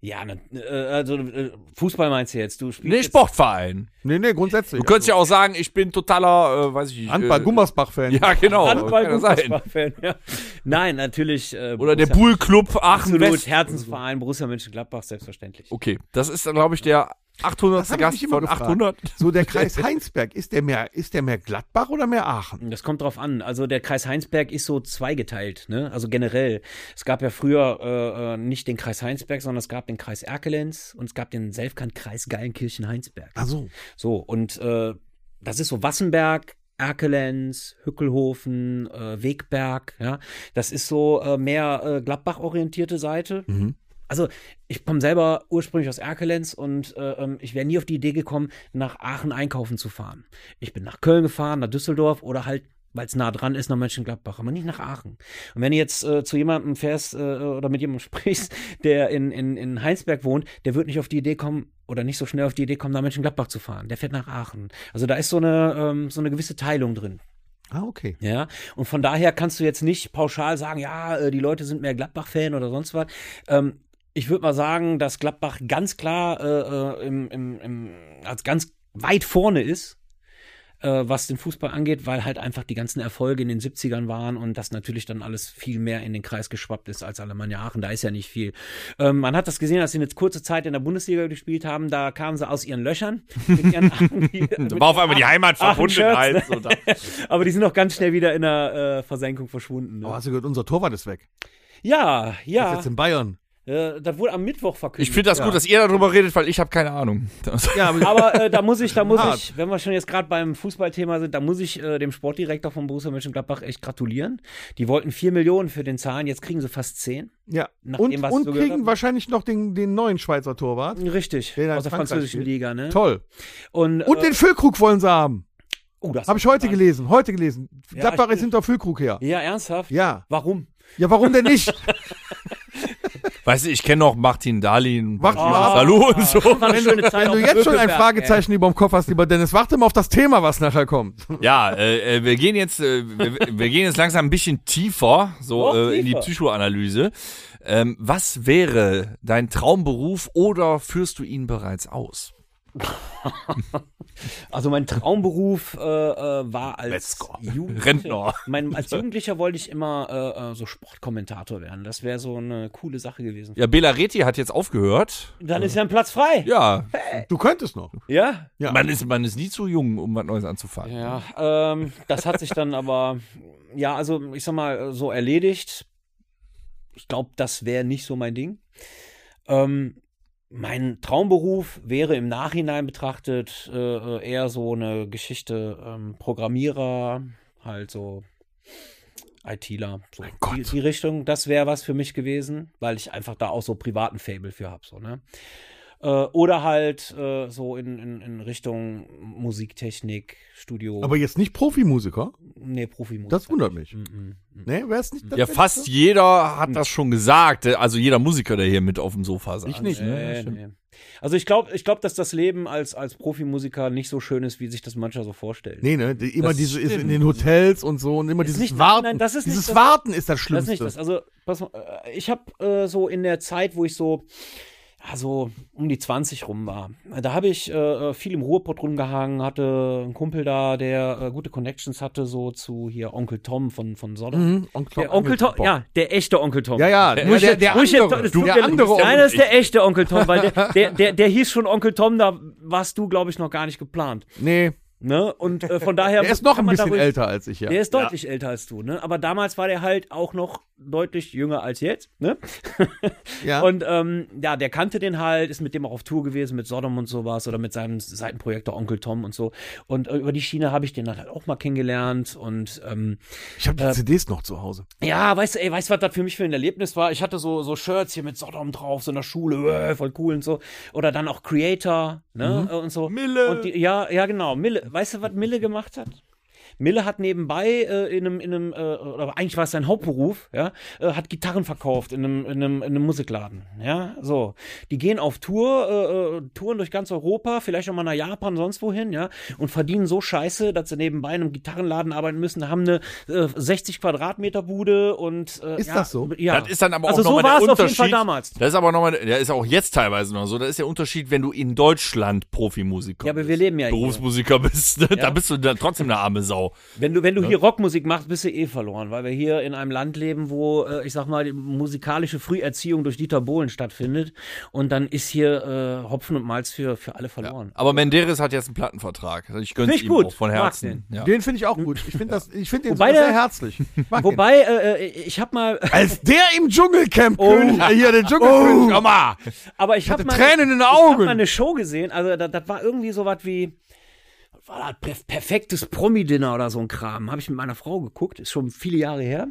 Ja, ne, äh, also äh, Fußball meinst du jetzt? Du spielst
Nee,
jetzt-
Sportverein.
Nee, nee, grundsätzlich.
Du könntest ja auch sagen, ich bin totaler, äh, weiß ich nicht.
Handball,
äh,
Gummersbach-Fan.
Ja, genau.
Handball,
kann ja sein.
Fußballfan. Ja. Nein, natürlich. Äh,
Oder der
Borussia-
Poolclub Aachen
Absolut,
West. Also.
Herzensverein, Borussia Mönchengladbach, selbstverständlich.
Okay, das ist dann, glaube ich, der 800.
Das hab ich
Gast
mich immer
von
gefragt.
800.
So, der Kreis Heinsberg, ist der, mehr, ist der mehr Gladbach oder mehr Aachen?
Das kommt drauf an. Also der Kreis Heinsberg ist so zweigeteilt, ne? Also generell. Es gab ja früher äh, äh, nicht den Kreis Heinsberg, sondern es gab den Kreis Erkelenz und es gab den Selfkant-Kreis Geilenkirchen-Heinsberg.
Ach Ah, so.
So, und äh, das ist so Wassenberg, Erkelenz, Hückelhofen, äh, Wegberg, ja. Das ist so äh, mehr äh, Gladbach-orientierte Seite.
Mhm.
Also, ich komme selber ursprünglich aus Erkelenz und äh, ähm, ich wäre nie auf die Idee gekommen, nach Aachen einkaufen zu fahren. Ich bin nach Köln gefahren, nach Düsseldorf oder halt, weil es nah dran ist, nach Mönchengladbach, aber nicht nach Aachen. Und wenn du jetzt äh, zu jemandem fährst äh, oder mit jemandem sprichst, der in, in, in Heinsberg wohnt, der wird nicht auf die Idee kommen oder nicht so schnell auf die Idee kommen, nach Mönchengladbach zu fahren. Der fährt nach Aachen. Also da ist so eine, ähm, so eine gewisse Teilung drin.
Ah, okay.
Ja, und von daher kannst du jetzt nicht pauschal sagen, ja, äh, die Leute sind mehr Gladbach-Fan oder sonst was. Ähm, ich würde mal sagen, dass Gladbach ganz klar äh, äh, im, im, im, als ganz weit vorne ist, äh, was den Fußball angeht, weil halt einfach die ganzen Erfolge in den 70ern waren und das natürlich dann alles viel mehr in den Kreis geschwappt ist als Alemannia Aachen. Da ist ja nicht viel. Ähm, man hat das gesehen, als sie eine kurze Zeit in der Bundesliga gespielt haben, da kamen sie aus ihren Löchern. Mit ihren Aachen,
Da war auf einmal die Heimatverbundenheit. So da.
aber die sind auch ganz schnell wieder in der äh, Versenkung verschwunden.
Aber
Ne?
Oh, hast du gehört, unser Torwart ist weg.
Ja,
Ist
ja.
jetzt in Bayern.
Äh, das wurde am Mittwoch
Ich
verkündet.
finde das gut, dass ihr darüber redet, weil ich habe keine Ahnung. Das-
Ja,
aber äh, da muss ich, da muss
Ah.
Hart.
ich, wenn wir schon jetzt gerade beim Fußballthema sind, da muss ich äh, dem Sportdirektor von Borussia Mönchengladbach echt gratulieren. Die wollten 4 Millionen für den Zahlen, jetzt kriegen sie fast 10.
ja.
Nach
Und,
dem, was
und
du gehört
kriegen
hast.
wahrscheinlich noch den, den neuen Schweizer Torwart.
Richtig,
Der da in
aus der
Frankreich
französischen
spielt.
Liga, ne?
Toll.
Und,
Und
äh,
den Füllkrug wollen sie haben.
oh, das
Habe ich heute gelesen. Heute gelesen.
Ja,
Gladbach ist
stimmt.
hinter Füllkrug her.
Ja, ernsthaft?
Ja.
Warum?
Ja, warum denn nicht?
Weißt du, ich kenne noch Martin Dahlin,
Warte mal ab.
Salou und so.
War eine schöne Zeit
Wenn
auf
du
dem
jetzt schon ein
Möbelberg,
Fragezeichen über dem Kopf hast, lieber Dennis, warte mal auf das Thema, was nachher kommt.
Ja, äh, äh, wir gehen jetzt, äh, wir, wir gehen jetzt langsam ein bisschen tiefer, so
Noch
äh, in die
tiefer.
Psychoanalyse. Ähm, was wäre dein Traumberuf oder führst du ihn bereits aus?
ey. Also mein Traumberuf äh, äh, war als Jugendlicher.
Rentner.
Mein, als Jugendlicher wollte ich immer äh, äh, so Sportkommentator werden. Das wäre so eine coole Sache gewesen.
Ja, Bela Reti hat jetzt aufgehört.
Dann ist ja ein Platz frei.
Ja,
Äh.
Du könntest noch.
Ja.
Ja.
man ist, man ist nie zu jung, um was Neues anzufangen.
Ja, ähm, das hat sich dann aber, ja, also ich sag mal, so erledigt. Ich glaube, das wäre nicht so mein Ding. Ähm, mein Traumberuf wäre im Nachhinein betrachtet äh, äh, eher so eine Geschichte ähm, Programmierer, halt so ITler, so die, die Richtung. Das wäre was für mich gewesen, weil ich einfach da auch so privaten Fable für habe, so, ne? Äh, oder halt äh, so in, in, in Richtung Musiktechnik, Studio.
Aber jetzt nicht Profimusiker.
Nee, Profimusiker.
Das wundert mich.
Mm-mm.
Nee, wär's nicht.
Ja, fast jeder hat das schon gesagt. Also jeder Musiker, der hier mit auf dem Sofa saß. Äh,
Ich nicht.
Nee, nee. Also ich glaube, ich glaub, dass das Leben als, als Profimusiker nicht so schön ist, wie sich das mancher so vorstellt.
Nee, ne? Die, immer
Das
diese ist in
stimmt.
den Hotels und so und immer
Ist
dieses
nicht-
Warten.
nein, das ist nicht
dieses
das-
Warten ist das
das ist
Schlimmste.
nicht das. Also, pass mal, äh, ich habe äh, so in der Zeit, wo ich so, ja, so um die 20 rum war, da habe ich äh, viel im Ruhrpott rumgehangen, hatte einen Kumpel da, der äh, gute Connections hatte, so zu hier Onkel Tom von, von Sodom.
Mhm, Onkel,
Der Onkel Tom, ja, der echte Onkel Tom.
Ja, ja,
nur
der- der
ruhig
andere.
das tut
Der
mir-
andere Onkel.
Nein, das ist der echte Onkel Tom, weil der, der, der, der hieß schon Onkel Tom, da warst du, glaube ich, noch gar nicht geplant.
Nee,
Ne? Und äh, von daher.
der ist noch
kann
ein
man da
bisschen
ruhig-
älter als ich, ja.
Der ist deutlich älter als du, ne? Aber damals war der halt auch noch deutlich jünger als jetzt, ne?
ja.
Und ähm, ja, der kannte den halt, ist mit dem auch auf Tour gewesen, mit Sodom und sowas oder mit seinem Seitenprojektor Onkel Tom und so. Und äh, über die Schiene habe ich den dann halt auch mal kennengelernt und ähm,
ich habe die CDs noch zu Hause.
ja, weißt du, ey, weißt du, was das für mich für ein Erlebnis war? Ich hatte so, so Shirts hier mit Sodom drauf, so in der Schule, äh, voll cool und so. Oder dann auch Creator, ne,
Mhm.
äh, und so.
Mille.
Und die, ja, ja, genau, Mille. Weißt du, was Mille gemacht hat? Mille hat nebenbei äh, in einem, in einem äh, oder eigentlich war es sein Hauptberuf, ja, äh, hat Gitarren verkauft in einem, in, einem, in einem Musikladen, ja, so. Die gehen auf Tour, äh, äh, Touren durch ganz Europa, vielleicht auch mal nach Japan, sonst wohin, ja, und verdienen so scheiße, dass sie nebenbei in einem Gitarrenladen arbeiten müssen, haben eine äh, 60 Quadratmeter Bude und äh,
Ist
ja,
das so?
Ja.
Das ist dann aber auch
also so
nochmal
war
der
es auf
Unterschied.
jeden Fall damals.
Das ist aber nochmal, der ist auch jetzt teilweise noch so. Das ist der Unterschied, wenn du in Deutschland Profimusiker
Ja, aber
bist.
wir leben ja hier.
Berufsmusiker bist. Ne? Da bist du dann trotzdem eine arme Sau.
Wenn du, wenn du hier Rockmusik machst, bist du eh verloren, weil wir hier in einem Land leben, wo, äh, ich sag mal, die musikalische Früherziehung durch Dieter Bohlen stattfindet. Und dann ist hier äh, Hopfen und Malz für, für alle verloren.
Aber Menderes hat jetzt einen Plattenvertrag. Ich gönn's
Finde ich
ihm
gut.
auch von
Mag
Herzen. Ja.
Den finde ich auch gut. Ich finde das, ich finde den
Wobei
sehr
der-
herzlich. Mag den.
Wobei, äh, äh, ich habe mal,
Als der im Dschungelcamp
Oh.
König, äh, hier den Dschungelkönig, komm mal.
aber ich habe
hatte
mal,
Tränen in den
ich hab
Augen.
mal eine Show gesehen. Also das, das war irgendwie so was wie was war das Perf- perfektes Promi-Dinner oder so ein Kram. Habe ich mit meiner Frau geguckt, ist schon viele Jahre her.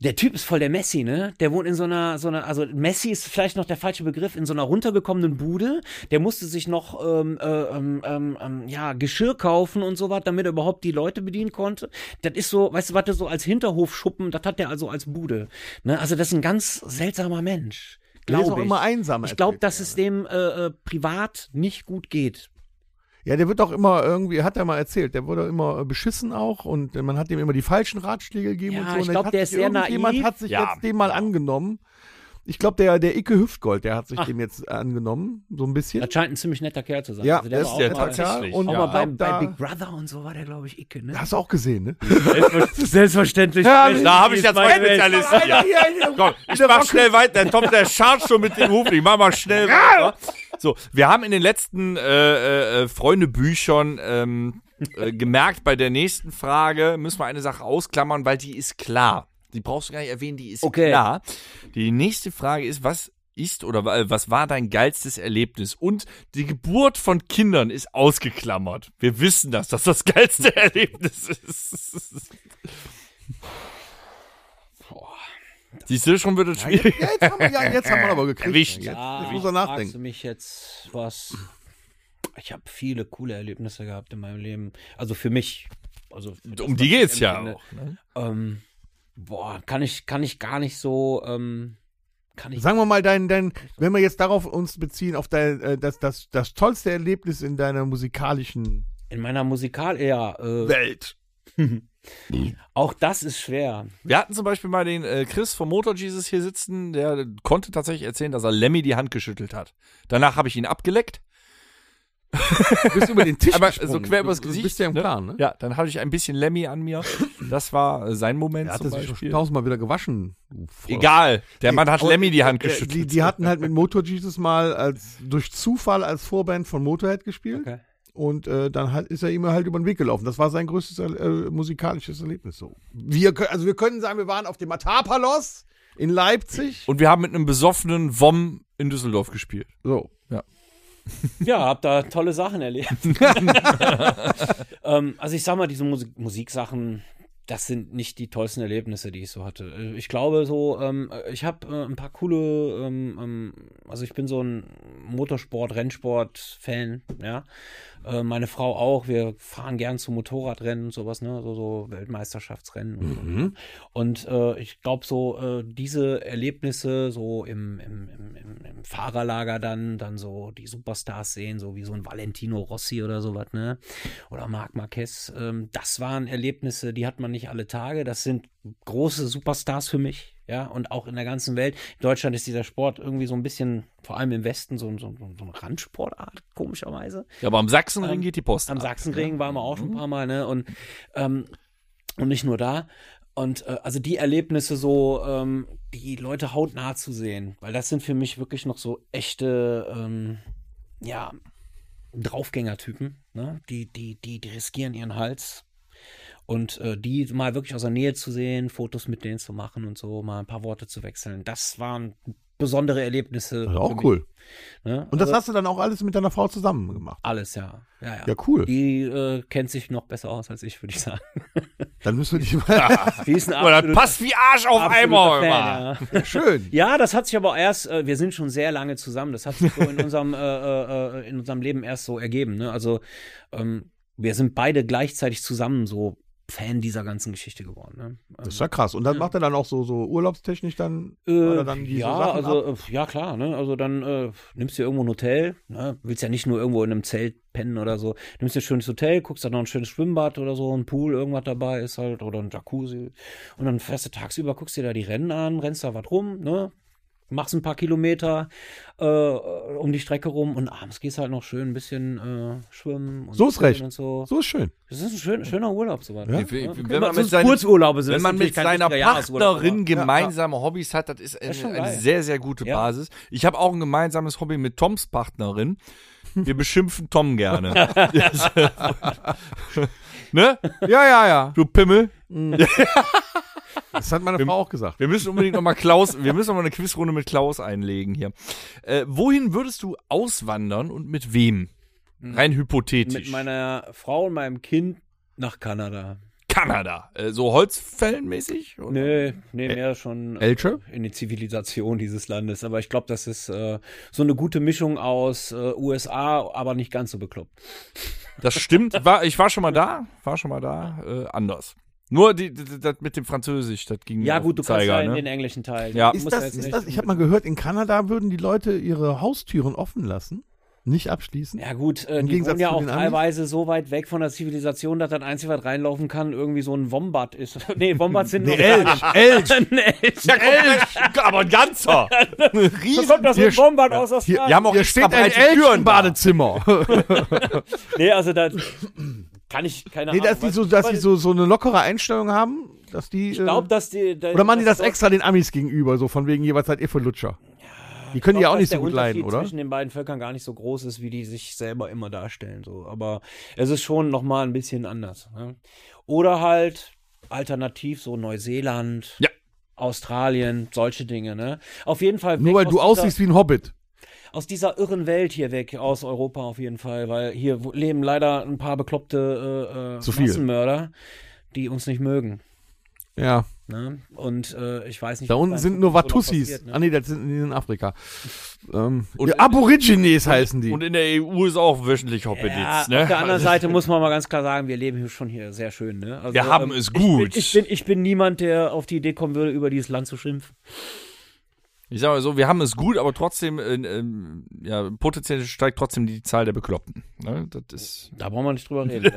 Der Typ ist voll der Messi, ne? Der wohnt in so einer, so einer, also Messi ist vielleicht noch der falsche Begriff, in so einer runtergekommenen Bude. Der musste sich noch, ähm, äh, ähm, ähm, ähm, ja, Geschirr kaufen und so was, damit er überhaupt die Leute bedienen konnte. Das ist so, weißt du, was der so als Hinterhofschuppen, das hat der also als Bude. Ne? Also das ist ein ganz seltsamer Mensch.
Der ist
Glaube
auch
ich.
immer einsam,
Ich glaube,
erzählt
dass es dem äh, äh, privat nicht gut geht.
Ja, der wird auch immer irgendwie, hat er mal erzählt, der wurde immer äh, beschissen auch und äh, man hat ihm immer die falschen Ratschläge gegeben
Ja,
und so.
ich
und dann
glaub,
hat
der
sich
ist sehr
irgendjemand
naiv.
hat sich
Ja.
jetzt den mal angenommen. Ich glaube, der, der Icke Hüftgold, der hat sich dem jetzt äh, angenommen, so ein bisschen.
Das scheint ein ziemlich netter Kerl zu sein.
Ja,
also der
das ist
war auch
der
mal,
Tatsache.
tatsächlich,
Und
auch
ja.
mal
ich
bei,
glaub,
bei
da-
Big Brother und so war der, glaube ich, Icke, ne?
Hast du auch gesehen, ne?
Selbstverständlich.
Da habe ich jetzt meinen Spezialisten. Ja. Komm, ich mach schnell weiter. Dann kommt der Charge schon mit den Hufen. Ich mach mal schnell weiter. So, wir haben in den letzten äh, äh, äh, Freundebüchern ähm, äh, gemerkt, bei der nächsten Frage müssen wir eine Sache ausklammern, weil die ist klar. Die brauchst du gar nicht erwähnen, die ist
Okay.
klar. Die nächste Frage ist, was ist oder wa- äh, was war dein geilstes Erlebnis? Und die Geburt von Kindern ist ausgeklammert. Wir wissen das, dass das geilste Erlebnis ist. Siehst du, schon wird es schwierig.
Ja, jetzt haben wir, ja, jetzt haben wir aber gekriegt.
Erwischt.
Jetzt,
Ah,
jetzt muss er
Fragst du
nachdenken.
mich jetzt was? Ich habe viele coole Erlebnisse gehabt in meinem Leben. Also für mich. Also für das,
Um die
was ich
geht's ja
empfinde.
auch. Ne?
Ähm, boah, kann ich, kann ich gar nicht so ähm, Kann ich.
Sagen wir mal, dein, dein, wenn wir jetzt darauf uns beziehen, auf dein, äh, das, das, das tollste Erlebnis in deiner musikalischen
In meiner Musikal, ja, äh,
Welt.
auch das ist schwer.
Wir hatten zum Beispiel mal den äh, Chris vom Motor Jesus hier sitzen, der konnte tatsächlich erzählen, dass er Lemmy die Hand geschüttelt hat. Danach habe ich ihn abgeleckt.
Du bist über den Tisch
Aber
gesprungen.
so quer übers
Du- Du
Gesicht,
bist ja im
ne?
Klaren, ne?
Ja, dann hatte ich ein bisschen Lemmy an mir. Das war äh, sein Moment
Er hat
zum
das schon
Beispiel.
tausendmal wieder gewaschen. du Voll-
Egal, der Mann hat
Aber,
Lemmy die Hand
äh,
geschüttelt.
Die, die hatten halt mit Motor Jesus mal als, durch Zufall als Vorband von Motorhead gespielt.
Okay.
Und äh, dann halt, ist er ihm halt über den Weg gelaufen. Das war sein größtes äh, musikalisches Erlebnis. So. Wir, kö- also wir können sagen, wir waren auf dem Matar-Palos in Leipzig.
Und wir haben mit einem besoffenen Wom in Düsseldorf gespielt.
So.
Ja, hab da tolle Sachen erlebt. ähm, also ich sag mal, diese Musik Musiksachen, das sind nicht die tollsten Erlebnisse, die ich so hatte. Äh, Ich glaube so, ähm, äh, ich habe äh, ein paar coole, ähm, ähm, also ich bin so ein Motorsport, Rennsport-Fan, ja. Äh, meine Frau auch, wir fahren gern zu Motorradrennen und sowas, ne, so, so Weltmeisterschaftsrennen und so. Und äh, ich glaube, so äh, diese Erlebnisse, so im, im, im, im, im Fahrerlager dann, dann so die Superstars sehen, so wie so ein Valentino Rossi oder sowas, ne? Oder Marc Marquez, ähm, das waren Erlebnisse, die hat man nicht alle Tage. Das sind große Superstars für mich, ja, und auch in der ganzen Welt. In Deutschland ist dieser Sport irgendwie so ein bisschen, vor allem im Westen, so, ein- so, ein- so eine Randsportart, komischerweise.
Ja, aber am Sachsenring
Ähm,
geht die Post.
Am
ab.
Sachsenring waren wir auch
Mhm.
schon ein paar Mal, ne? Und, ähm, und nicht nur da. Und äh, also die Erlebnisse so, ähm, die Leute hautnah zu sehen, weil das sind für mich wirklich noch so echte, ähm, ja, Draufgänger-Typen, ne? Die, die, die, die riskieren ihren Hals. Und äh, die mal wirklich aus der Nähe zu sehen, Fotos mit denen zu machen und so, mal ein paar Worte zu wechseln, das waren besondere Erlebnisse.
Das war
für
auch
mich,
cool.
Ne?
Und das
Also
hast du dann auch alles mit deiner Frau zusammen gemacht.
alles, ja. Ja, ja.
Ja, cool.
Die äh, kennt sich noch besser aus als ich, würde ich sagen.
Dann müssen wir dich mal.
Die ist ein
Aber das passt wie Arsch auf einmal.
ja.
Schön.
ja, das hat sich aber erst, äh, wir sind schon sehr lange zusammen, das hat sich so in unserem, äh, äh, äh, in unserem Leben erst so ergeben. Ne? Also ähm, wir sind beide gleichzeitig zusammen so Fan dieser ganzen Geschichte geworden. Ne?
Das ist ja krass. Und dann macht er dann auch so, so urlaubstechnisch dann,
Äh,
oder dann diese
ja,
Sachen ab.
also äh, ja klar, ne? Also dann äh, nimmst du irgendwo ein Hotel, ne? Willst ja nicht nur irgendwo in einem Zelt pennen oder so. Nimmst dir ein schönes Hotel, guckst dann noch ein schönes Schwimmbad oder so, ein Pool, irgendwas dabei ist halt oder ein Jacuzzi und dann fährst du tagsüber, guckst dir da die Rennen an, rennst da was rum, ne? Machst ein paar Kilometer äh, um die Strecke rum und abends gehst halt noch schön ein bisschen äh, schwimmen und
So ist
segeln
recht.
und so.
So ist schön.
Das ist ein schön, schöner Urlaub sowas. ne?
Ja.
Ja.
Wenn
Wenn
man
man
mit seinen-
Kurzurlaube sind,
Wenn
Also das
man
ist
mit
natürlich kein
seiner
richtiger Jahresurlaub, aber-
Partnerin gemeinsame Hobbys hat, das ist eine,
schon
eine
geil.
sehr, sehr gute
Ja.
Basis. Ich habe auch ein gemeinsames Hobby mit Toms Partnerin. Wir beschimpfen Tom gerne. ne?
Ja, ja, ja.
Du Pimmel.
Das hat meine Frau auch gesagt.
Wir müssen unbedingt nochmal Klaus, wir müssen nochmal eine Quizrunde mit Klaus einlegen hier. Äh, wohin würdest du auswandern und mit wem? Rein hypothetisch.
Hm. mit meiner Frau und meinem Kind nach Kanada.
Kanada. Äh, so Holzfällenmäßig? oder?
Nee, nee, mehr schon äh,
Elche?
in die Zivilisation dieses Landes. Aber ich glaube, das ist äh, so eine gute Mischung aus äh, USA, aber nicht ganz so bekloppt.
Das stimmt. War, ich war schon mal da, war schon mal da, äh, anders. Nur die, die, die, das mit dem Französisch, das ging mir
Ja,
auf
gut, du
den Zeiger,
kannst ja in den
ne?
englischen Teil.
Ja.
Du
Ist
musst ja
das,
jetzt
ist
nicht-
das, ich habe mal gehört, in Kanada würden die Leute ihre Haustüren offen lassen, nicht abschließen.
ja gut, äh,
Im
die
Gegensatz
wohnen ja
zu
auch
den Amis?
teilweise so weit weg von der Zivilisation, dass das Einzige, was reinlaufen kann, irgendwie so ein Wombat ist. nee, Wombats sind nur Elch.
Elch,
Elch.
ja, Elch, aber ein ganzer.
Wo kommt das mit Wombat aus
Hier,
Australien?
Wir haben auch
Hier
extra
steht ein
breite
Elch
Türen
im
da.
Badezimmer.
Nee, also da kann ich keine
nee,
Ahnung.
dass die
was-
so, dass die so, so eine lockere Einstellung haben, dass die. äh,
Ich glaube, dass die. da-
oder machen die das
dass-
extra den Amis gegenüber, so von wegen jeweils halt ihr für Lutscher. Die können die ja auch
dass
nicht so
der
gut
Unterschied
leiden, oder?
zwischen den beiden Völkern gar nicht so groß ist, wie die sich selber immer darstellen. So. Aber es ist schon nochmal ein bisschen anders. Ne? Oder halt alternativ so Neuseeland,
Ja.
Australien, solche Dinge. Ne? Auf jeden Fall.
Nur
weg
weil du
aus dieser-
aussiehst wie ein Hobbit.
aus dieser irren Welt hier weg, aus Europa auf jeden Fall, weil hier wo- leben leider ein paar bekloppte äh, äh,
Zu viel.
Massenmörder, die uns nicht mögen.
Ja.
Ne? Und äh, ich weiß nicht.
Da
was
unten
in
sind
Zukunft
nur
so noch
Watussis.
passiert, ne?
Ah nee, das sind die sind in Afrika. Ähm,
Und-
ja, Aborigines heißen die.
Und in der EU ist auch wöchentlich Hoppeditz,
Ja,
ne?
Auf der anderen Seite muss man mal ganz klar sagen, wir leben hier schon hier sehr schön. Ne? Also,
Wir haben es gut.
Ich bin, ich bin niemand, der auf die Idee kommen würde, über dieses Land zu schimpfen.
Ich sage mal so, wir haben es gut, aber trotzdem, äh, ähm, ja, potenziell steigt trotzdem die Zahl der Bekloppten. Ne? Das ist
Da brauchen wir nicht drüber reden.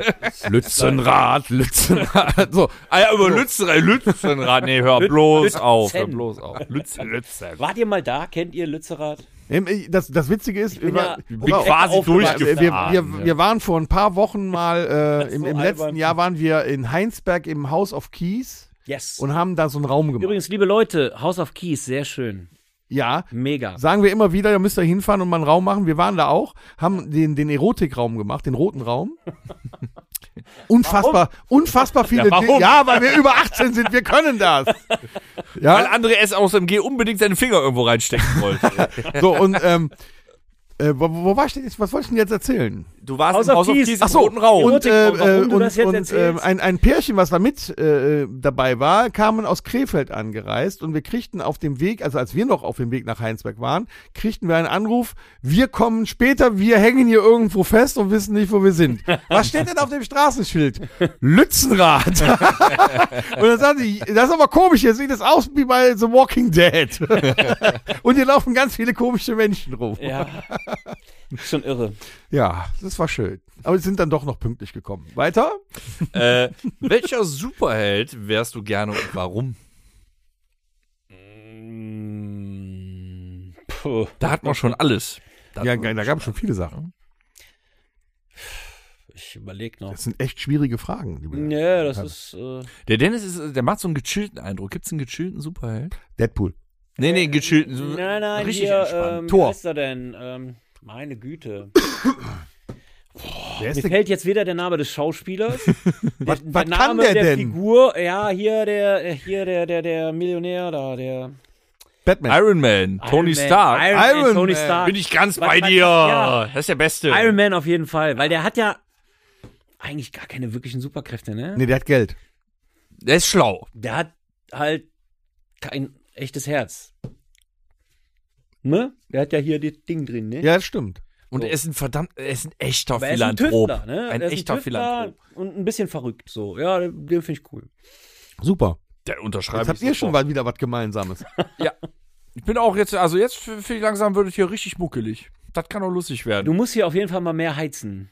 Lützenrad, Lützenrad. So, ah, ja, über Lützenrad, Lützenrad. Nee, hör bloß auf, hör bloß auf. Lützen, Lützen.
Wart ihr mal da? Kennt ihr Lützerath?
Ähm, äh, Das, das Witzige ist,
bin
über-
ja-
Ich bin
Pass auf.
quasi
wir,
aufgewachsen.
wir,
durchgefahren.
wir, wir waren vor ein paar Wochen mal, äh, im,
so
im letzten
albern.
Jahr waren wir in Heinsberg im House of Keys
Yes.
und haben da so einen Raum gemacht.
Übrigens, liebe Leute, House of Keys, sehr schön.
Ja,
Mega.
sagen wir immer wieder, da müsst ihr hinfahren und mal einen Raum machen. Wir waren da auch, haben den, den Erotikraum gemacht, den roten Raum. Unfassbar, unfassbar viele
warum?
Dinge. Ja, weil wir über 18 sind, wir können das.
Weil
Ja,
André S. aus dem G unbedingt seinen Finger irgendwo reinstecken wollte.
so und ähm, äh, wo, wo war ich denn jetzt? Was wollte ich denn jetzt erzählen?
Du warst
House
im
of
House of
Keys.
Keys im
Ach so.
roten Raum.
Und-
Und, äh,
Erotik, warum
äh,
du das
und,
jetzt
und ähm,
erzählst?
ein, ein Pärchen, was da mit äh, dabei war, kamen aus Krefeld angereist und wir kriegten auf dem Weg, also als wir noch auf dem Weg nach Heinsberg waren, kriegten wir einen Anruf, wir kommen später, wir hängen hier irgendwo fest und wissen nicht, wo wir sind. Was steht denn auf dem Straßenschild? Lützenrad. und dann sagte ich, das ist aber komisch, hier sieht es aus wie bei The Walking Dead. und hier laufen ganz viele komische Menschen rum.
Ja. Schon irre.
Ja, das war schön. Aber sie sind dann doch noch pünktlich gekommen. Weiter?
äh, welcher Superheld wärst du gerne und warum?
Mm, Puh.
Da hat man schon alles. Da
Ja,
hat man
da gab es schon viele Sachen.
Ich überlege noch.
Das sind echt schwierige Fragen. Liebe Leute.
Ja, das ist. Äh,
Der Dennis ist, der macht so einen gechillten Eindruck. Gibt's einen gechillten Superheld?
Deadpool.
Nee, nee, gechillten. so
Äh, nein, nein,
richtig
hier.
entspannt.
Ähm,
Tor.
Tor. Ist er denn? Ähm, meine Güte.
Wer
Mir
ist der?
fällt jetzt weder der Name des Schauspielers, der,
Was, was
der
kann
Name
der,
der
denn?
Figur, ja, hier der, äh, hier der, der, der Millionär da, der
Batman.
Iron Man, Tony
ähm, Iron Man,
Stark.
Iron, Man,
Iron
Tony
Man.
Stark.
Bin ich ganz
Was-
bei
was-
dir.
ja.
Das ist der Beste.
Iron Man auf jeden Fall, weil der hat ja eigentlich gar keine wirklichen Superkräfte, ne?
Nee, der hat Geld.
Der ist schlau.
Der hat halt kein echtes Herz. Ne? Der hat ja hier das Ding drin, ne?
Ja, das stimmt.
Und
So.
er ist ein verdammt, er ist ein echter
Aber er ist ein
Philanthrop.
Tüftler, ne?
Ein
er ist
echter
ein Tüftler
Philanthrop.
Und ein bisschen verrückt, so. Ja, den den finde ich cool.
Super.
Der
Jetzt
unterschreibt.
habt ihr schon mal wieder was Gemeinsames.
Ich bin auch jetzt, also jetzt f- finde ich langsam wird es hier richtig muckelig. Das kann auch lustig
Du
werden.
musst hier auf jeden Fall mal mehr heizen.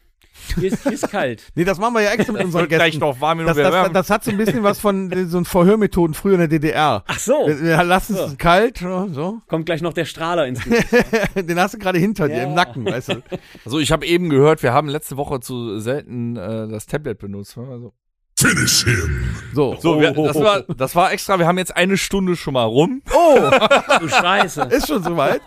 Hier ist, hier ist kalt.
Nee, das machen wir ja extra mit unseren Gästen.
noch warm
Das, das, das hat so ein bisschen was von äh, so ein Verhörmethoden früher in der DDR.
Ach so,
Wir, wir lassen Äh, es
So.
kalt, ne, so.
kommt gleich noch der Strahler ins Gesicht.
Den hast du gerade hinter dir
Ja.
im Nacken, weißt du.
Also ich habe eben gehört, wir haben letzte Woche zu selten äh, das Tablet benutzt. ne? Also,
Finish him.
So.
so, wir, das, war, das war extra. Wir haben jetzt eine Stunde schon mal rum.
Oh,
Du Scheiße.
ist schon soweit.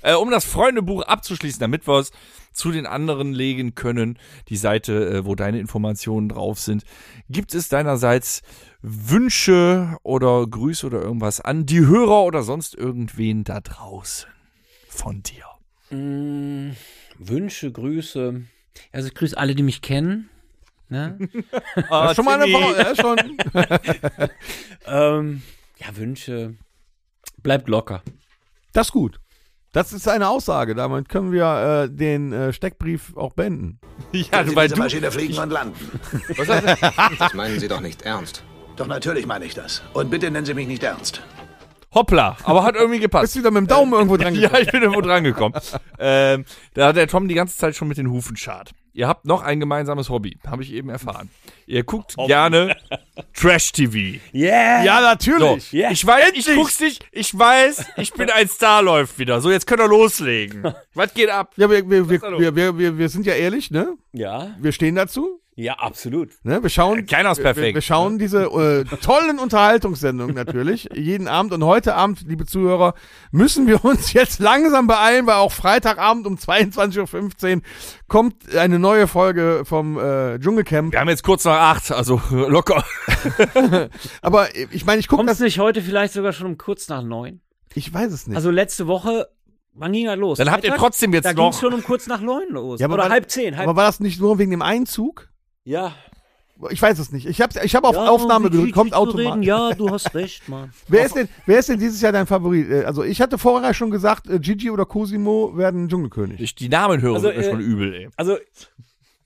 Äh, um das Freundebuch abzuschließen, damit wir es zu den anderen legen können, die Seite, äh, wo deine Informationen drauf sind, gibt es deinerseits Wünsche oder Grüße oder irgendwas an die Hörer oder sonst irgendwen da draußen von dir?
Mm, Wünsche, Grüße. Also ich grüße alle, die mich kennen. Ne?
Das ist schon mal eine Woche. Ah, Ja, schon.
ähm, ja, Wünsche. Bleibt locker.
Das ist gut. Das ist eine Aussage. Damit können wir äh, den äh, Steckbrief auch beenden.
Ja,
Sie
Also weil
mit
du,
der Maschine fliegen und landen. Das meinen Sie doch nicht ernst. Doch natürlich meine ich das. Und bitte nennen Sie mich nicht ernst.
hoppla, aber hat irgendwie gepasst.
Bist wieder mit dem
Äh,
Daumen irgendwo dran gekommen.
Ja, ich bin irgendwo dran gekommen. ähm, da hat der Tom die ganze Zeit schon mit den Hufen schart. Ihr habt noch ein gemeinsames Hobby, habe ich eben erfahren. Ihr guckt gerne Trash-TV.
Yeah!
Ja,
So,
natürlich.
Ja.
ich weiß, ich guck's nicht, ich weiß, ich bin ein Star läuft wieder. So, jetzt könnt ihr loslegen. Was geht ab?
Ja, wir, wir, wir,
da los?
wir, wir, wir, wir sind ja ehrlich, ne?
Ja,
Wir stehen dazu.
ja, absolut.
Ne? Wir schauen,
Keiner ist
wir, wir
perfekt.
ne?
schauen diese äh, tollen Unterhaltungssendungen natürlich jeden Abend. Und heute Abend, liebe Zuhörer, müssen wir uns jetzt langsam beeilen, weil auch Freitagabend um 22.15 Uhr kommt eine neue Folge vom äh, Dschungelcamp.
Wir haben jetzt kurz nach acht, also locker.
Aber äh, ich meine, ich gucke
Kommt es
das.
nicht heute vielleicht sogar schon um kurz nach neun?
Ich weiß es nicht.
Also letzte Woche, wann ging das los?
Dann habt ihr
Freitag?
trotzdem jetzt
Da ging es
noch.
schon um kurz nach neun los.
Ja, aber
Oder
wann-
halb zehn. Halb,
aber war das nicht nur wegen dem Einzug?
ja.
Ich weiß es nicht. Ich habe ich hab auf
Ja,
Aufnahme
wie- wie-
gedrückt, kommt
wie zu reden.
automatisch.
Ja, du hast recht, Mann.
Wer ist, denn, wer ist denn dieses Jahr dein Favorit? Äh, Also ich hatte vorher schon gesagt, äh, Gigi oder Cosimo werden Dschungelkönig.
Ich, die Namen hören
Also,
sind mir
äh,
schon übel, ey.
Also,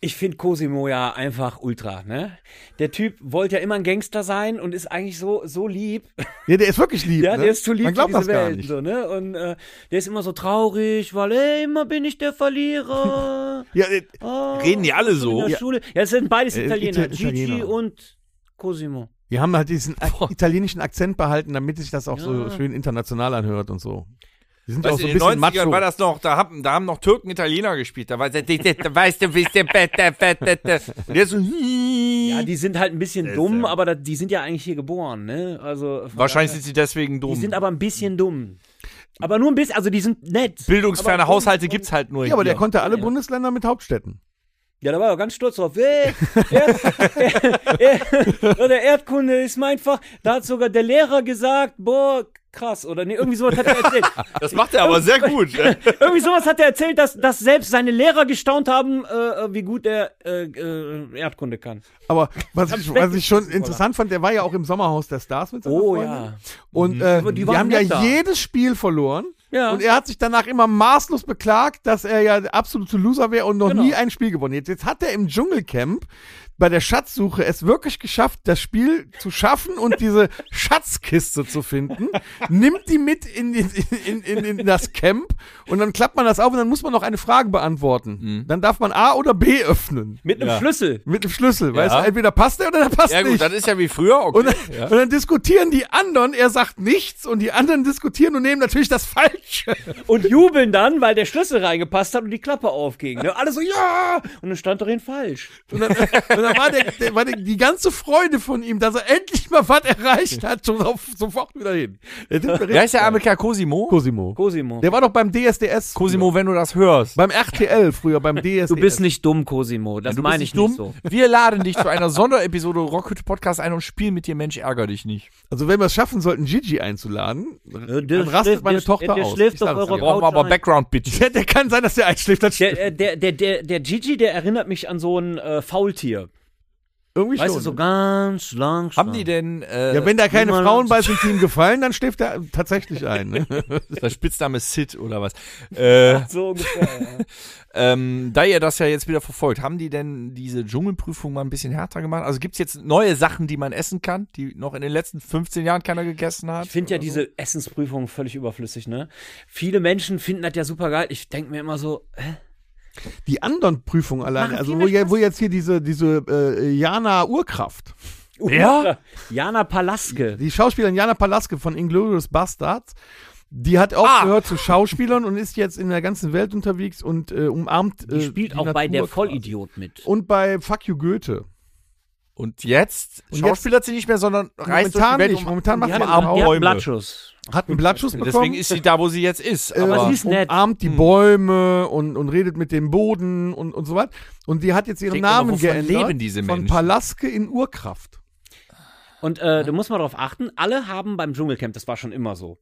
Ich finde Cosimo ja einfach ultra, ne? Der Typ wollte ja immer ein Gangster sein und ist eigentlich so, so lieb.
Ja, der ist wirklich lieb.
Ja,
ne?
der ist zu lieb
Man glaubt
für
das
diese
gar
Welt,
nicht.
so, ne? Und äh, der ist immer so traurig, weil ey, immer bin ich der Verlierer.
Ja, äh,
Oh,
Reden die alle so?
in der Schule. Ja, es sind beides
Äh,
Italiener,
Ita-
Gigi
Italiener.
und Cosimo.
die haben halt diesen ak- italienischen Akzent behalten, damit sich das auch so
Ja.
schön international anhört und so. Die sind
Weißt
auch so
du,
ein
in den
bisschen
90ern
macho.
war das noch, da haben, da haben noch Türken Italiener gespielt. Da war das, das, das, da weißt du, wie ist der Bette, Bette, Bette. Und jetzt so,
Ja, die sind halt ein bisschen
Äh,
dumm,
sehr-
aber da, die sind ja eigentlich hier geboren, ne? Also von
Wahrscheinlich
daher-
sind sie deswegen dumm.
die sind aber ein bisschen dumm.
Äh.
Aber nur ein bisschen, also die sind nett.
Bildungsferne
aber dumm
Haushalte
und-
gibt's halt nur
ja, aber der
hier.
konnte alle Bundesländer mit Hauptstädten.
Ja, da war er ganz stolz drauf. Hey, er, er, er, der Erdkunde ist mein Fach. Da hat sogar der Lehrer gesagt, boah, krass, oder nee, irgendwie sowas hat er erzählt.
Das macht er aber sehr gut. ne?
irgendwie sowas hat er erzählt, dass, dass selbst seine Lehrer gestaunt haben, äh, äh, wie gut er äh, äh, Erdkunde kann.
Aber was ich, was ich schon interessant fand, der war ja auch im Sommerhaus der Stars mit seiner
Oh
Freundin.
ja.
Und äh, die,
waren
haben ja
nett da.
jedes Spiel verloren.
Ja.
Und er hat sich danach immer maßlos beklagt, dass er ja der absolute Loser wäre und noch
Genau.
nie ein Spiel gewonnen. Jetzt, jetzt hat er im Dschungelcamp bei der Schatzsuche es wirklich geschafft, das Spiel zu schaffen und diese Schatzkiste zu finden. Nimmt die mit in, in, in, in, in das Camp und dann klappt man das auf und dann muss man noch eine Frage beantworten.
Mhm.
Dann darf man A oder B öffnen.
Mit einem
Ja.
Schlüssel.
Mit dem Schlüssel, weißt du,
Ja.
entweder passt der oder der passt
Ja
nicht.
gut, das ist ja wie früher.
Und
Okay.
dann, und dann diskutieren die anderen, er sagt nichts und die anderen diskutieren und nehmen natürlich das Falsche.
Und jubeln dann, weil der Schlüssel reingepasst hat und die Klappe aufging. Ne? Alle so, ja! Und dann stand doch ihn falsch.
Und dann, und dann war, der, der, war der, die ganze Freude von ihm, dass er endlich mal was erreicht hat, schon auf, sofort wieder hin. Der Typ war
Wie
richtig
heißt der arme Kerl Cosimo?
Cosimo.
Cosimo.
Der war doch beim DSDS.
Cosimo, wenn du das hörst.
Beim RTL früher, beim DSDS.
Du bist nicht dumm, Cosimo. Das
Du
meine ich
bist nicht dumm.
nicht so.
Wir laden dich zu einer Sonderepisode Rockhütte Podcast ein und spielen mit dir Mensch, ärger dich nicht.
Also wenn wir es schaffen sollten, Gigi einzuladen,
Äh,
dann
der
rastet
schläft-
meine
der-
Tochter
der
aus.
schläft
Ich
auf
sag's
eurer
dir.
Couch.
Brauchen wir aber
rein.
Background-Bitch.
der, der kann sein, dass der einschläft. Das stimmt.
Der, äh, der, der, der, der Gigi, der erinnert mich an so ein äh, Faultier.
Irgendwie
Weißt du,
schon.
so ganz langsam.
Haben die denn, äh,
ja, Also, wenn da keine
Niemand-
Frauen bei dem Team gefallen, dann schläft er tatsächlich ein. Ne?
der Spitzname ist Sid oder was? Äh,
so ungefähr. ja.
ähm, da ihr das ja jetzt wieder verfolgt, haben die denn diese Dschungelprüfung mal ein bisschen härter gemacht? Also gibt's jetzt neue Sachen, die man essen kann, die noch in den letzten 15 Jahren keiner gegessen hat?
Ich finde ja diese Essensprüfung völlig überflüssig, ne? Viele Menschen finden das ja super geil. Ich denke mir immer so, äh, hä?
Die anderen Prüfungen alleine,
Machen
also
viel
wo,
mehr
je- wo
Spaß.
jetzt hier diese, diese äh, Jana Urkraft,
Wer?
Jana Palaske.
die Schauspielerin Jana Palaske von Inglourious Bastards, die hat auch gehört zu Schauspielern und ist jetzt in der ganzen Welt unterwegs und äh, umarmt. Äh,
Die spielt auch bei der Vollidiot mit.
Und bei Fuck You Goethe.
Und jetzt
Und
schauspielert sie nicht mehr, sondern reist durch die
momentan
Welt
nicht.
um-
Momentan
Die
macht
hat,
sie
die
Arm,
hat
Bäume.
einen Blattschuss.
hat einen Blattschuss bekommen.
Deswegen ist sie da, wo sie jetzt ist.
Aber
um
sie ist nett.
umarmt die
Hm.
Bäume und, und redet mit dem Boden und, und so weiter. Und die hat jetzt ihren
Denk doch mal,
Namen
wovon
geändert.
leben diese
von
Menschen?
Palaske in Urkraft.
Und äh, da muss man darauf achten, alle haben beim Dschungelcamp, das war schon immer so,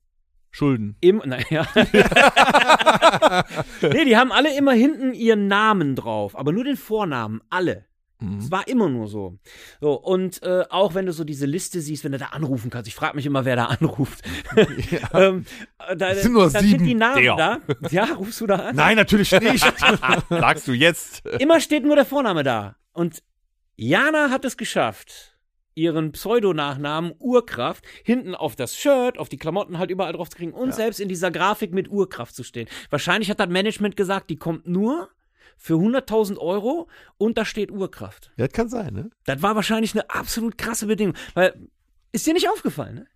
Schulden.
Im, naja. nee, die haben alle immer hinten ihren Namen drauf, aber nur den Vornamen, alle.
Mhm.
Es war immer nur so. so und äh, auch wenn du so diese Liste siehst, wenn du da anrufen kannst, ich frage mich immer, wer da anruft. ähm, äh, da,
Es sind nur
da
sieben.
Sind die Namen
Der.
da? Ja, rufst du da an?
Nein, natürlich nicht.
Sagst du jetzt?
Immer steht nur der Vorname da. Und Jana hat es geschafft, ihren Pseudonachnamen Urkraft hinten auf das Shirt, auf die Klamotten halt überall drauf zu kriegen und selbst in dieser Grafik mit Urkraft zu stehen. Wahrscheinlich hat das Management gesagt, die kommt nur für 100.000 Euro und da steht Urkraft.
ja, das kann sein, ne?
Das war wahrscheinlich eine absolut krasse Bedingung. Weil, ist dir nicht aufgefallen, ne?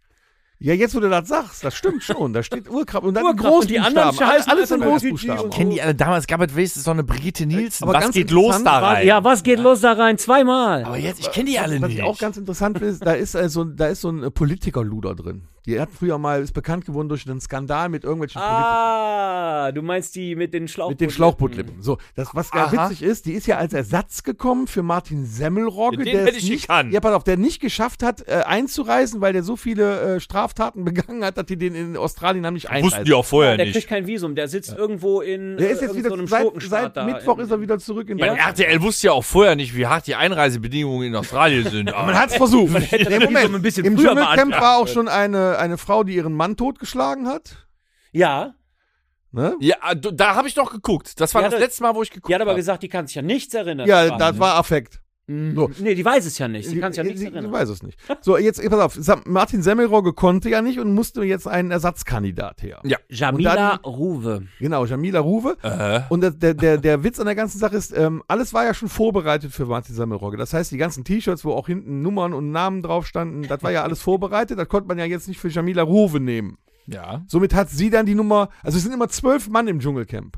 Ja, jetzt wo du das sagst, das stimmt schon. Da steht Urkraft und dann
Urkraft
in
und die
Großbuchstaben.
anderen
alles,
heißen
alles in
einfach nur Gigi
Großbuchstaben.
und
auch.
so.
Kennen die alle damals? Gab es wenigstens so eine Brigitte Nielsen.
Aber
was
ganz
geht los
interessant
da
war-
rein?
Ja, was geht los da rein? Zweimal.
aber jetzt, ich kenne die alle
Was
nicht.
ich auch ganz interessant finde, da ist also, da ist so ein Politikerluder drin. Die hat früher mal ist bekannt geworden durch einen Skandal mit irgendwelchen Politikern.
Ah, du meinst die mit den Schlauch
Mit den Schlauchbootlippen. So, das, was ja
Aha.
witzig ist, die ist ja als Ersatz gekommen für Martin Semmelrogge,
Den
der
hätte
es
ich
nicht,
gekannt.
ja, pass auf, der nicht geschafft hat, äh, einzureisen, weil der so viele äh, Straftaten begangen hat, dass die den in Australien haben nicht einreisen.
Wussten die auch vorher
Der
Äh, nicht.
kriegt kein Visum, der sitzt irgendwo in
Der ist
äh,
jetzt
irgend
wieder
so einem
seit,
Schurkenstaat
seit
da
Mittwoch
in-
ist er wieder zurück in
Bei RTL wusste ja auch vorher nicht, wie hart die Einreisebedingungen in Australien sind.
Man hat's versucht.
hätte
Nee,
das
Moment.
Visum ein bisschen
Im
früher
Dschungelcamp
beantragt.
war auch schon eine, eine Frau, die ihren Mann totgeschlagen hat.
Ja,
Ne?
Ja, du- da habe ich doch geguckt. Das war
Ja,
das
da-
letzte Mal, wo ich geguckt
Die hat aber
habe.
gesagt, die kann sich ja nichts erinnern.
Ja, das war Affekt. So.
Nee, die weiß es ja nicht. Die kann sich ja nichts
Sie- Sie
erinnern.
weiß es nicht. So, jetzt, pass auf, Sam- Martin Semmelrogge konnte ja nicht und musste jetzt einen Ersatzkandidat her.
Ja.
Jamila
Und
Ruwe.
Genau, Jamila Ruwe.
Äh,
Und der, der, der, der Witz an der ganzen Sache ist, ähm, alles war ja schon vorbereitet für Martin Semmelrogge. Das heißt, die ganzen T-Shirts, wo auch hinten Nummern und Namen drauf standen, das war ja alles vorbereitet. Das konnte man ja jetzt nicht für Jamila Ruwe nehmen.
ja.
Somit hat sie dann die Nummer, also es sind immer zwölf Mann im Dschungelcamp.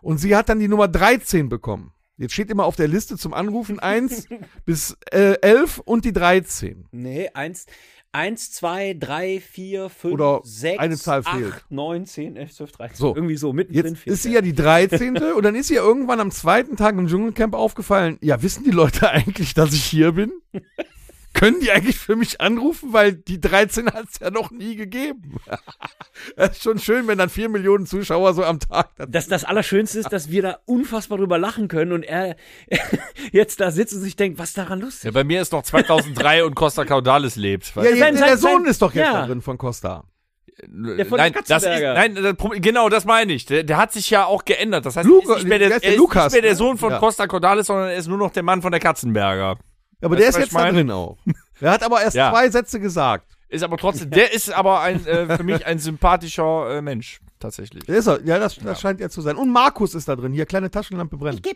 Und sie hat dann die Nummer 13 bekommen. Jetzt steht immer auf der Liste zum Anrufen 1 bis äh, 11 und die 13.
Nee, eins, eins, zwei, drei, vier, fünf,
Oder
sechs,
eine Zahl
acht,
fehlt.
neun, zehn, elf, zwölf, dreizehn.
So.
Irgendwie so mittendrin
Jetzt ist sie ja die 13. und dann ist ihr irgendwann am zweiten Tag im Dschungelcamp aufgefallen, ja, wissen die Leute eigentlich, dass ich hier bin? Können die eigentlich für mich anrufen, weil die 13 hat es ja noch nie gegeben. das ist schon schön, wenn dann 4 Millionen Zuschauer so am Tag da
das, das Allerschönste ist, dass wir da unfassbar drüber lachen können und er jetzt da sitzt und sich denkt, was ist daran lustig?
ja. Bei mir ist noch 2003 und Costa Caudalis lebt.
Ja,
Sein-
der,
sein-
der Sohn
sein-
ist doch jetzt
ja.
da drin von Costa.
der
von
nein, das ist,
Katzenberger.
nein, das Problem- genau, das meine ich. Der, der hat sich ja auch geändert. Das heißt,
Luca-
er ist nicht mehr der,
der ist der
er ist
Lukas,
nicht mehr der
ne?
Sohn von
Ja.
Costa Cordalis, sondern er ist nur noch der Mann von der Katzenberger.
Aber
Weißt
der
du,
ist
was
jetzt
ich meine?
da drin auch. Er hat aber erst
Ja.
zwei Sätze gesagt.
Ist aber trotzdem, der ist aber ein, äh, für mich ein sympathischer äh, Mensch, tatsächlich.
Der ist er. Ja, das, das scheint er zu sein. Und Markus ist da drin. Hier, kleine Taschenlampe brennt.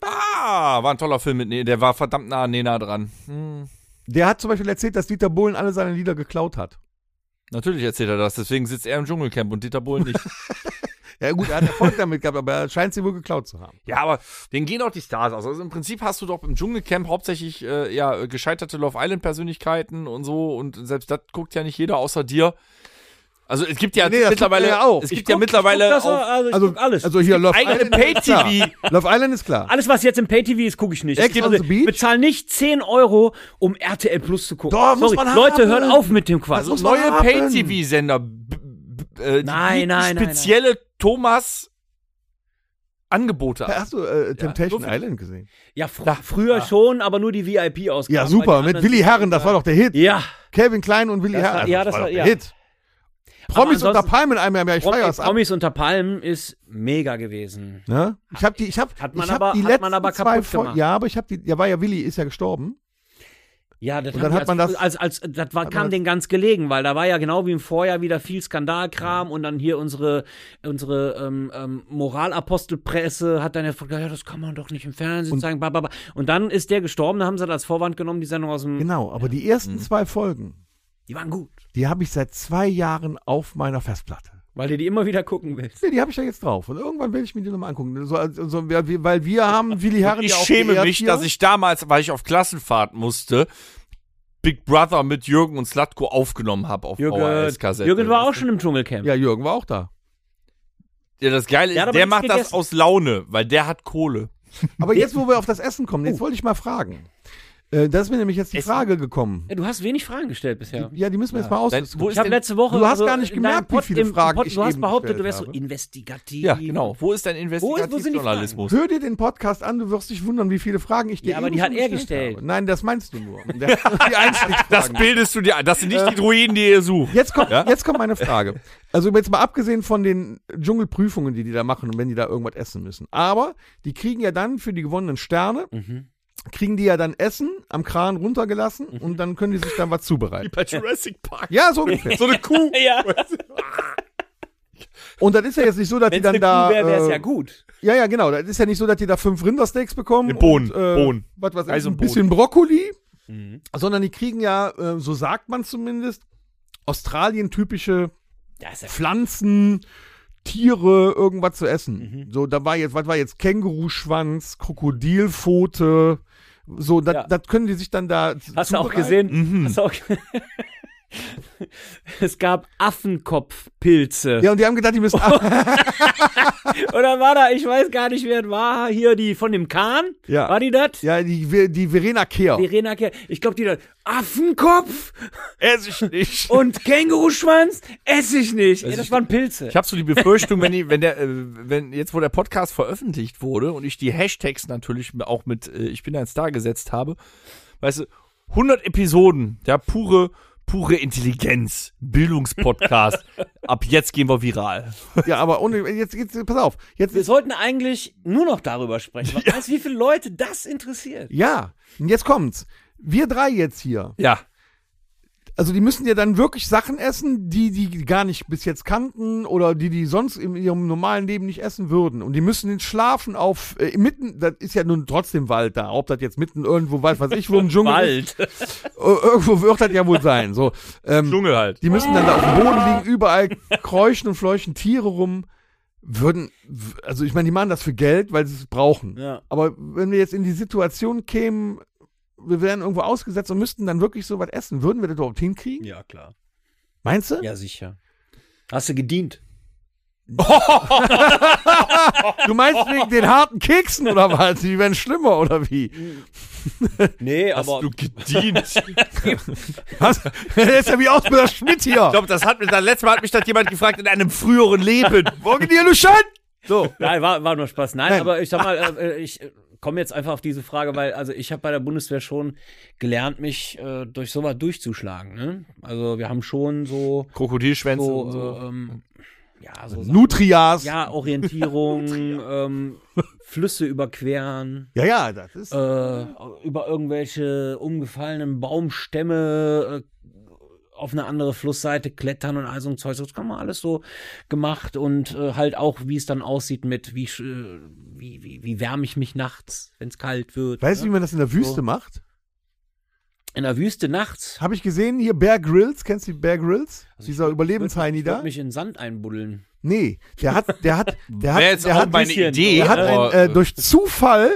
Ah, war ein toller Film mit, nee, der war verdammt nah an Nena dran. Hm.
Der hat zum Beispiel erzählt, dass Dieter Bohlen alle seine Lieder geklaut hat.
Natürlich erzählt er das, deswegen sitzt er im Dschungelcamp und Dieter Bohlen nicht.
Ja gut, er hat Erfolg damit gehabt, aber er scheint sie wohl geklaut zu haben.
Ja, aber denen gehen auch die Stars aus. Also im Prinzip hast du doch im Dschungelcamp hauptsächlich äh, ja, gescheiterte Love Island-Persönlichkeiten und so. Und selbst das guckt ja nicht jeder außer dir. Also es gibt ja
Nee, das
mittlerweile
guckt er ja auch.
Es
Ich
gibt ja mittlerweile
das,
auf
also, ich
Also
guck alles.
Also hier Love
eigene
Island. ist
Pay-TV.
klar. Love Island ist klar.
alles, was jetzt im Pay-TV ist, gucke ich nicht.
Ex
Ich
on the Beach?
bezahle nicht 10 Euro, um RTL Plus zu gucken.
Doch, muss
Sorry,
man
Leute,
haben.
hört auf mit dem Quatsch.
Das muss man
neue
haben.
Pay-TV-Sender. b- b- äh, die
Nein,
bieten
nein, nein,
Spezielle Thomas Angebote. an.
Hast du äh, Temptation
so viel.
Island gesehen?
Ja, fr früher schon, aber nur die VIP-Ausgabe.
Ah. Ja, super. Mit Willi Herren, das war doch der Hit.
Ja,
Kevin Klein und Willi
Das war-
Herren.
ja, das war-
doch der
ja.
Hit. Promis unter
ansonsten-
Palmen in einem Jahr. Ich feiere
Promis,
es ab.
Promis unter Palmen ist mega gewesen.
Ne? Ich habe die, ich habe,
Hat man
ich hab
aber-
die
hat
letzten
man aber
zwei
kaputt
Folgen.
gemacht.
Ja, aber ich habe die. Ja, war ja Willi, ist ja gestorben.
Ja, das
Und dann
haben die
hat man
als,
das-
als, als, das war,
man
kam
das-
den ganz gelegen, weil da war ja genau wie im Vorjahr wieder viel Skandalkram und dann hier unsere, unsere ähm, ähm, Moralapostelpresse hat dann ja gesagt, ja, das kann man doch nicht im Fernsehen zeigen, bla, bla, bla. Und dann ist der gestorben, da haben sie das als Vorwand genommen, die Sendung aus dem.
Genau. Aber die ersten
Mhm.
zwei Folgen,
Die waren gut,
die habe ich seit zwei Jahren auf meiner Festplatte.
weil du die immer wieder gucken willst.
Nee, die habe ich ja jetzt drauf. Und irgendwann werde ich mir die nochmal angucken. So, also, so, wir- wir- weil wir haben Willi Herren
ich
ja auch
schäme
geehrt
mich,
hier.
dass ich damals, weil ich auf Klassenfahrt musste, Big Brother mit Jürgen und Slatko aufgenommen habe auf
Jürgen,
VHS-Kassette.
Jürgen war auch schon im Dschungelcamp.
Ja, Jürgen war auch da.
Ja, das Geile
Der
ist,
hat
der,
aber nichts
macht das
gegessen.
aus Laune, weil der hat Kohle.
Aber jetzt, wo wir auf das Essen kommen,
Oh.
jetzt wollte ich mal fragen. Äh, das ist mir nämlich jetzt die
Essen.
Frage gekommen.
Ja, Du hast wenig Fragen gestellt bisher.
Ja, die müssen wir jetzt mal
Dein-
ausdiskutieren.
wo
Ich
ist
habe
denn,
letzte Woche. also
du hast gar nicht
in deinem
gemerkt, wie viele
im- im
Fragen
Pod,
ich
Du hast
eben
behauptet, du
gestellt
wärst so
habe.
investigativ.
ja, genau. Wo ist dein
sind die
Investigativjournalismus?
Hör dir den Podcast an, du wirst dich wundern, wie viele Fragen ich dir
Ja, aber
eben
die hat
schon
er gestellt.
Habe. Nein, das meinst du nur. Der hat die Einstiegsfragen.
Das bildest du dir ein. Das sind nicht die Druiden, die ihr sucht.
Jetzt kommt,
Ja?
jetzt kommt meine Frage. Also jetzt mal abgesehen von den Dschungelprüfungen, die die da machen und wenn die da irgendwas essen müssen. Aber die kriegen ja dann für die gewonnenen Sterne,
Mhm.
kriegen die ja dann Essen am Kran runtergelassen und dann können die sich dann was zubereiten.
Bei Jurassic Park.
Ja, so ungefähr.
So eine Kuh.
Ja,
Und das ist ja jetzt nicht so, dass die
wenn es
dann da.
eine Kuh wäre, wäre es
äh,
ja gut.
ja, ja, genau. Das ist ja nicht so, dass die da fünf Rindersteaks bekommen.
Mit Bohnen,
Und, äh,
Bohnen.
Was, was,
Reis
also
und
ein bisschen Brokkoli.
Mhm.
Sondern die kriegen ja, äh, so sagt man zumindest, Australien-typische
Ja, ist ja
Pflanzen, Tiere, irgendwas zu
Mhm.
essen. So, da war jetzt, was war jetzt? Känguruschwanz, Krokodilpfote. So, das
Ja.
das können die sich dann da.
Hast du auch
zubereiten.
gesehen? Hast du auch es gab Affenkopfpilze.
Ja, und die haben gedacht, die müssen. ab-
Oder war da, ich weiß gar nicht, wer es war, hier die von dem Kahn?
Ja.
War die das?
ja, die, die Verena Kehr.
Verena Kehr. Ich glaube, die da Affenkopf
Ess ich nicht.
und Känguruschwanz esse ich nicht. Ey, das waren Pilze.
Ich habe so die Befürchtung, wenn, die, wenn der, äh, wenn jetzt wo der Podcast veröffentlicht wurde und ich die Hashtags natürlich auch mit äh, ich bin ein Star gesetzt habe, weißt du, 100 Episoden, ja pure Pure Intelligenz, Bildungspodcast. Ab jetzt gehen wir viral.
Ja, aber ohne, jetzt, jetzt, pass auf. Jetzt
Wir sollten eigentlich nur noch darüber sprechen. weil Weißt du, wie viele Leute das interessiert?
Ja, und jetzt kommt's. Wir drei jetzt hier.
Ja.
Also die müssen ja dann wirklich Sachen essen, die die gar nicht bis jetzt kannten oder die die sonst in ihrem normalen Leben nicht essen würden. Und die müssen den Schlafen auf äh, mitten. Das ist ja nun trotzdem Wald da. Ob das jetzt mitten irgendwo weiß, was ich wo im Dschungel. ist.
Bald.
Äh, Irgendwo wird das ja wohl sein. So. Ähm,
Dschungel halt.
Die müssen dann da auf dem Boden liegen, überall kräuschen und fleuchen Tiere rum. Würden, w- also ich meine, die machen das für Geld, weil sie es brauchen.
Ja.
Aber wenn wir jetzt in die Situation kämen, wir wären irgendwo ausgesetzt und müssten dann wirklich so was essen, würden wir das überhaupt hinkriegen?
ja, klar.
Meinst du?
Ja, sicher. Hast du gedient?
Du meinst wegen den harten Keksen oder was? Die werden schlimmer oder wie?
Nee,
Hast
aber.
du gedient?
Was? Das ist ja wie aus mit der Schmidt hier.
Ich glaube, das hat mir das letzte Mal hat mich das jemand gefragt in einem früheren Leben.
Morgen dir, Luschan! So.
Nein, war, war nur Spaß. Nein,
Nein.
aber ich sag mal, äh, ich komme jetzt einfach auf diese Frage, weil also ich habe bei der Bundeswehr schon gelernt, mich äh, durch sowas durchzuschlagen. Ne? Also wir haben schon so,
Krokodilschwänze
so,
und so.
Ähm, ja,
Äh,
äh,
so Sachen.
Nutrias. Ja.
ja, Orientierung, ähm, Flüsse überqueren,
ja, ja, das ist.
äh, über irgendwelche umgefallenen Baumstämme äh, auf eine andere Flussseite klettern und all so ein Zeug. Das haben wir alles so gemacht und äh, halt auch, wie es dann aussieht mit, wie, sch- äh, wie, wie, wie wärme ich mich nachts, wenn es kalt wird.
weißt du, wie
ne?
man das in der Wüste
So.
macht?
In der Wüste nachts
Habe ich gesehen, hier Bear Grylls, kennst du Bear Grylls?
Also
Dieser Überlebensheini
wird
da?
mich in Sand einbuddeln.
Nee, der hat, der hat, der hat,
Wäre jetzt
der
auch E
hat,
meine
bisschen-
Idee. oh,
der hat
aber,
ein, äh, durch Zufall,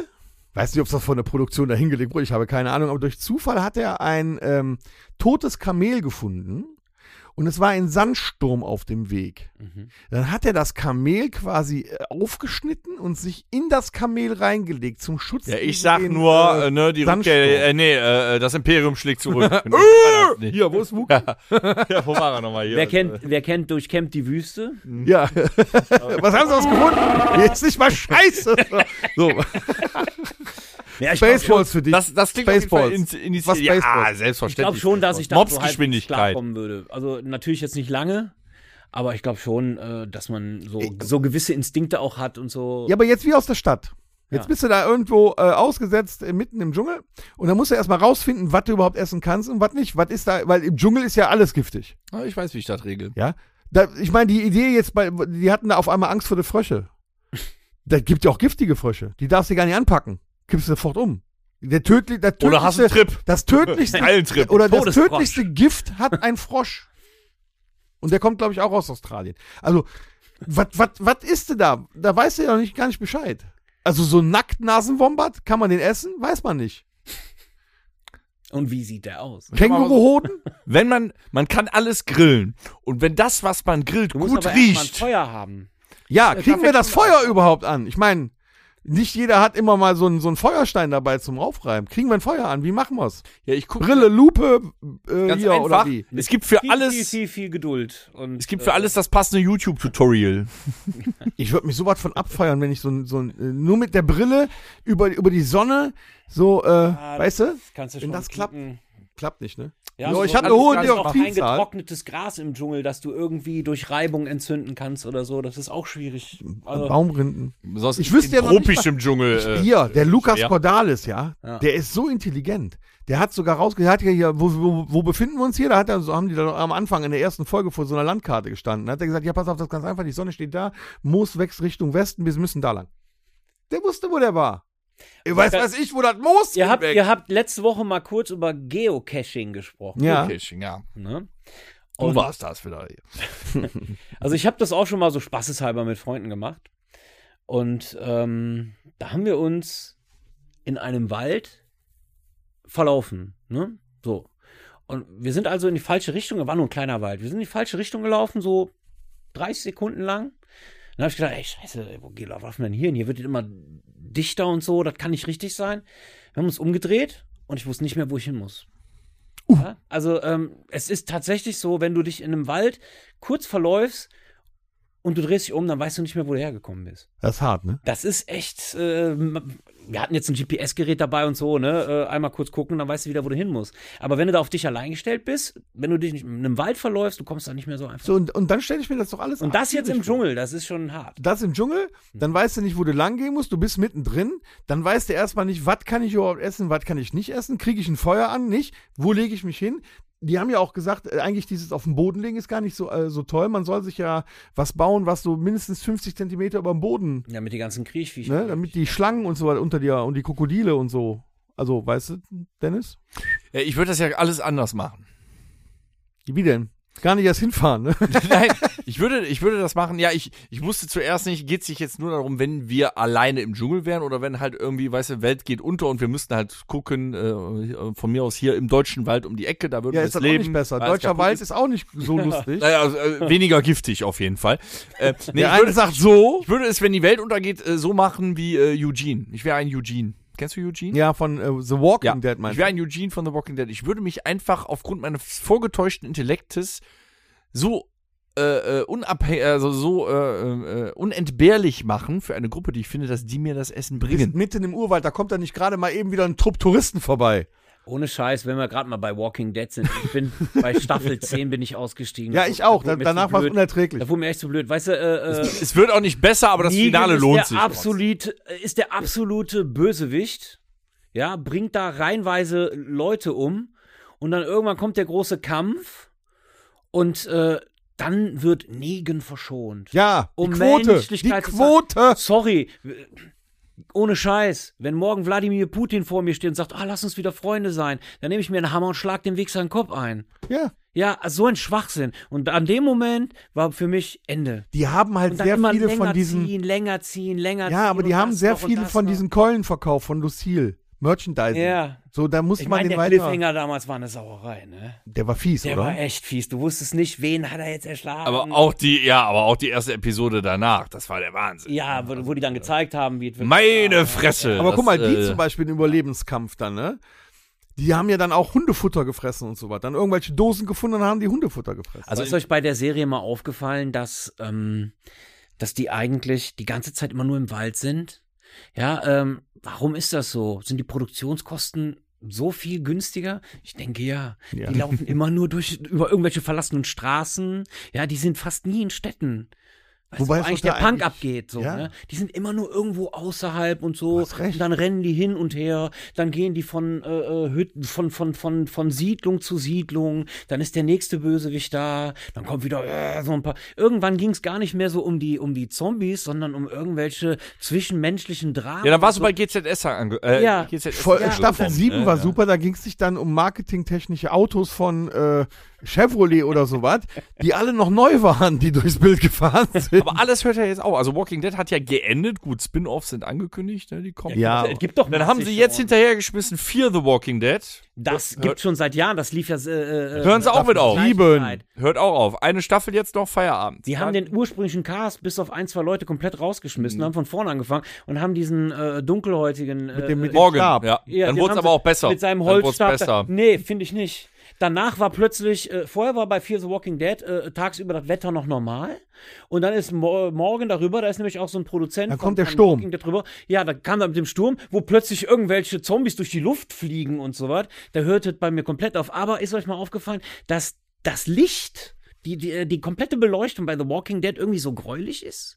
weiß nicht, ob das von der Produktion dahingelegt wurde, ich habe keine Ahnung, aber durch Zufall hat er ein ähm, totes Kamel gefunden und es war ein Sandsturm auf dem Weg.
Mhm.
Dann hat er das Kamel quasi äh, aufgeschnitten und sich in das Kamel reingelegt zum Schutz.
ja, ich
gegen
sag
den,
nur,
äh,
äh, ne, die
Sandsturm.
Rückkehr, äh, nee, äh, das Imperium schlägt zurück. Hier,
ja, Äh, wo ist Wookie? Äh,
ja, ja, wo war er nochmal hier?
Wer kennt, wer kennt, durchkämmt die Wüste?
Ja. Was haben sie uns gefunden? Jetzt nicht mal scheiße. So,
Ja, ich glaub
Baseballs für dich.
Das, das klingt auf jeden Fall
Spaceballs.
in, in
Was
Ja,
Spaceballs?
Ich glaube
selbstverständlich.
schon, dass ich da so halbwegs
Mobsgeschwindigkeit.
klarkommen würde. Also natürlich jetzt nicht lange, aber ich glaube schon, äh, dass man so, so gewisse Instinkte auch hat und so.
Ja, aber jetzt wie aus der Stadt. Jetzt
Ja.
bist du da irgendwo äh, ausgesetzt, äh, mitten im Dschungel. Und dann musst du erstmal rausfinden, was du überhaupt essen kannst und was nicht. Was ist da, weil im Dschungel ist ja alles giftig.
Ah, ich weiß, wie ich das regel.
Ja. Da, ich meine, die Idee jetzt bei, die hatten da auf einmal Angst vor den Frösche. Da gibt ja auch giftige Frösche. Die darfst du gar nicht anpacken. Kippst du sofort um. Der tödli, der tödlichste,
Oder hast einen Trip.
das tödlichste,
Einen Trip.
oder das
Todesfrosch.
tödlichste Gift hat ein Frosch. Und der kommt, glaube ich, auch aus Australien. Also, was ist denn da? Da weißt du ja noch nicht, gar nicht Bescheid. Also, so ein Nacktnasenwombat, kann man den essen? Weiß man nicht.
Und wie sieht der aus?
Känguruhoden?
Wenn man, man kann alles grillen. Und wenn das, was man grillt,
Du musst
gut
aber erstmal ein
riecht.
Feuer haben.
Ja, kriegen wir
fängt
das Feuer überhaupt an? Ich meine, nicht jeder hat immer mal so einen, so einen Feuerstein dabei zum Aufreiben. Kriegen wir ein Feuer an? Wie machen wir's?
Ja, ich gucke
Brille, Lupe, äh,
ganz
hier
einfach.
oder wie?
Es gibt für
Viel, viel,
alles,
viel, viel Geduld. Und,
es gibt für alles das passende YouTube-Tutorial.
Ich würde mich so was von abfeuern, wenn ich so ein, so ein, äh, nur mit der Brille über, über die Sonne, so, äh, weißt du?
das äh, kannst du
wenn
schon
das klappt.
knicken.
Klappt nicht, ne?
Ja,
Ja,
so-
ich hab
also
eine hohe
da ist auch kein
Dioptrienzahl.
getrocknetes Gras im Dschungel, das du irgendwie durch Reibung entzünden kannst oder so. Das ist auch schwierig. Also,
Baumrinden.
Sonst
Ich wüsste ja noch nicht,
tropisch im Dschungel. äh,
Hier, der Lukas
schwer.
Cordalis, ja,
Ja.
der ist so intelligent. Der hat sogar rausge... der hat ja hier, wo, wo, wo befinden wir uns hier? Da hat er, so haben die da am Anfang in der ersten Folge vor so einer Landkarte gestanden. Da hat er gesagt, ja, pass auf, das ist ganz einfach, die Sonne steht da, Moos wächst Richtung Westen, wir müssen da lang. Der wusste, wo der war. Ich weiß, weiß ich, wo das Moos
ihr, habt,
hinwächst.
ihr habt letzte Woche mal kurz über Geocaching gesprochen.
Ja.
Geocaching, ja.
Ne?
Du warst das wieder.
Also ich habe das auch schon mal so spaßeshalber mit Freunden gemacht. Und ähm, da haben wir uns in einem Wald verlaufen. Ne? So. Und wir sind also in die falsche Richtung, da war nur ein kleiner Wald. Wir sind in die falsche Richtung gelaufen, so 30 Sekunden lang. Dann habe ich gedacht, ey, scheiße, ey, wo geht was laufen wir denn hier? Und hier wird es immer dichter und so, das kann nicht richtig sein. Wir haben uns umgedreht und ich wusste nicht mehr, wo ich hin muss. Ja? Also ähm, es ist tatsächlich so, wenn du dich in einem Wald kurz verläufst und du drehst dich um, dann weißt du nicht mehr, wo du hergekommen bist.
Das ist hart, ne?
Das ist echt. Äh, wir hatten jetzt ein GPS-Gerät dabei und so, ne? Äh, einmal kurz gucken, dann weißt du wieder, wo du hin musst. Aber wenn du da auf dich allein gestellt bist, wenn du dich nicht in einem Wald verläufst, du kommst da nicht mehr so einfach.
So, und, und dann stelle ich mir das doch alles
und das jetzt im Dschungel, das ist schon hart.
Das im Dschungel,
Hm.
dann weißt du nicht, wo du lang gehen musst, du bist mittendrin, dann weißt du erstmal nicht, was kann ich überhaupt essen, was kann ich nicht essen, kriege ich ein Feuer an, nicht, wo lege ich mich hin? Die haben ja auch gesagt, äh, eigentlich dieses auf dem Boden legen ist gar nicht so, äh, so toll. Man soll sich ja was bauen, was so mindestens 50 Zentimeter über dem Boden,
Damit die ganzen Kriechviecher.
ne? damit die Schlangen und so weiter unter dir und die Krokodile und so. Also, weißt du, Dennis?
Ja, ich würde das ja alles anders machen.
Wie denn? Gar nicht erst hinfahren, ne?
Nein, ich würde, ich würde das machen. Ja, ich, ich wusste zuerst nicht, geht es sich jetzt nur darum, wenn wir alleine im Dschungel wären oder wenn halt irgendwie, weißt du, Welt geht unter und wir müssten halt gucken, äh, von mir aus hier im deutschen Wald um die Ecke, da würden
Ja,
wir
ist das
leben.
auch nicht besser.
weil es
Deutscher
kaputt
Wald ist auch nicht so lustig.
Naja, also, äh, weniger giftig auf jeden Fall. Äh, nee,
Der
ich,
eine
würde,
sagt so.
ich würde es, wenn die Welt untergeht, äh, so machen wie äh, Eugene. Ich wäre ein Eugene. Kennst du Eugene?
Ja, von äh, The Walking Dead
ich
meinst
wäre
du?
ein Eugene von The Walking Dead. Ich würde mich einfach aufgrund meines vorgetäuschten Intellektes so äh, äh, unabhängig, also so äh, äh, unentbehrlich machen für eine Gruppe, die ich finde, dass die mir das Essen
Bist
bringen.
mitten im Urwald, da kommt dann nicht gerade mal eben wieder ein Trupp Touristen vorbei.
Ohne Scheiß, wenn wir gerade mal bei Walking Dead sind. Ich bin bei Staffel 10 bin ich ausgestiegen.
Ja,
Das
ich
wurde-
auch.
das wurde
Da,
mir
danach
zu
war es
blöd.
unerträglich.
Das wurde mir echt zu blöd. Weißt du, äh, äh,
Es wird auch nicht besser, aber das
Negan
Finale
ist
lohnt
der
sich.
Absolut, ist der absolute Bösewicht. Ja, bringt da reihenweise Leute um. Und dann irgendwann kommt der große Kampf. Und äh, dann wird Negan verschont.
Ja, die
Um
Quote. Die
Menschlichkeit zu sagen-
Quote.
Sorry, w- ohne Scheiß, wenn morgen Wladimir Putin vor mir steht und sagt, ah, lass uns wieder Freunde sein, dann nehme ich mir einen Hammer und schlag dem Weg seinen Kopf ein.
Ja.
Ja, also so ein Schwachsinn. Und an dem Moment war für mich Ende.
Die haben halt
Und dann
sehr
immer
viele
länger
von diesen.
ziehen, länger ziehen, länger ziehen.
Ja, aber die
und
haben
das
sehr
noch und
viele
das
von
noch.
diesen Keulen verkauft von Lucille. Merchandising.
Ja.
So, da muss
Ich
man den
meine, der
weiter.
Cliffhanger damals war eine Sauerei, ne?
Der war fies,
Der
oder?
war echt fies. Du wusstest nicht, wen hat er jetzt erschlagen.
Aber auch die, ja, aber auch die erste Episode danach, das war der Wahnsinn.
ja, wo, wo die dann gezeigt haben, wie es wirklich
Meine Fresse.
aber
das,
guck mal, die
äh,
zum Beispiel im Überlebenskampf dann, ne? Die haben ja dann auch Hundefutter gefressen und so was. Dann irgendwelche Dosen gefunden und haben die Hundefutter gefressen.
Also ist euch bei der Serie mal aufgefallen, dass, ähm, dass die eigentlich die ganze Zeit immer nur im Wald sind? Ja, ähm, warum ist das so? Sind die Produktionskosten so viel günstiger? Ich denke ja.
Ja.
Die laufen immer nur durch über irgendwelche verlassenen Straßen. Ja, die sind fast nie in Städten. Weißt
Wobei
du,
es
wo eigentlich
doch
der
da
Punk
eigentlich-
abgeht, so,
ja.
ne? Die sind immer nur irgendwo außerhalb und
Du
so.
hast recht.
Und dann rennen die hin und her, dann gehen die von, äh, äh, Hütten, von, von, von, von Siedlung zu Siedlung, dann ist der nächste Bösewicht da, dann kommt wieder äh, so ein paar. Irgendwann ging es gar nicht mehr so um die, um die Zombies, sondern um irgendwelche zwischenmenschlichen Dramen.
ja, dann warst du
so.
bei GZS ange äh,
Ja.
GZS
Voll,
Ja,
Staffel
angekommen.
7
Ja,
war
ja.
super, da ging es sich dann um marketingtechnische Autos von äh, Chevrolet oder sowas, die alle noch neu waren, die durchs Bild gefahren sind.
Aber alles hört ja jetzt auf. Also Walking Dead hat ja geendet. Gut, Spin-offs sind angekündigt, ne, die kommen.
Ja.
Es gibt doch
Dann haben sie
massig
jetzt Äh,
schon.
hinterhergeschmissen Fear the Walking Dead.
Das gibt schon seit Jahren, das lief ja. Äh, äh,
Hören sie auch mit auf.
Sieben.
Hört auch auf. Eine Staffel jetzt noch Feierabend.
Die haben den ursprünglichen Cast bis auf ein, zwei Leute komplett rausgeschmissen,
Mhm.
haben von vorne angefangen und haben diesen äh, dunkelhäutigen. Äh,
dem- mit dem-
Morgen.
Stab.
Ja.
Ja,
Dann
den
wurde es
haben
aber
sie
auch besser.
Mit seinem
Dann wurd's
Holzstab.
besser.
Nee, finde ich nicht. Danach war plötzlich, äh, vorher war bei Fear the Walking Dead äh, tagsüber das Wetter noch normal. Und dann ist mo morgen darüber, da ist nämlich auch so ein Produzent.
Dann
von-
kommt der
von
Sturm.
Walking Dead drüber. Ja, da kam dann mit dem Sturm, wo plötzlich irgendwelche Zombies durch die Luft fliegen und so was. Da hört es bei mir komplett auf. Aber ist euch mal aufgefallen, dass das Licht, die, die, die komplette Beleuchtung bei The Walking Dead irgendwie so gräulich ist?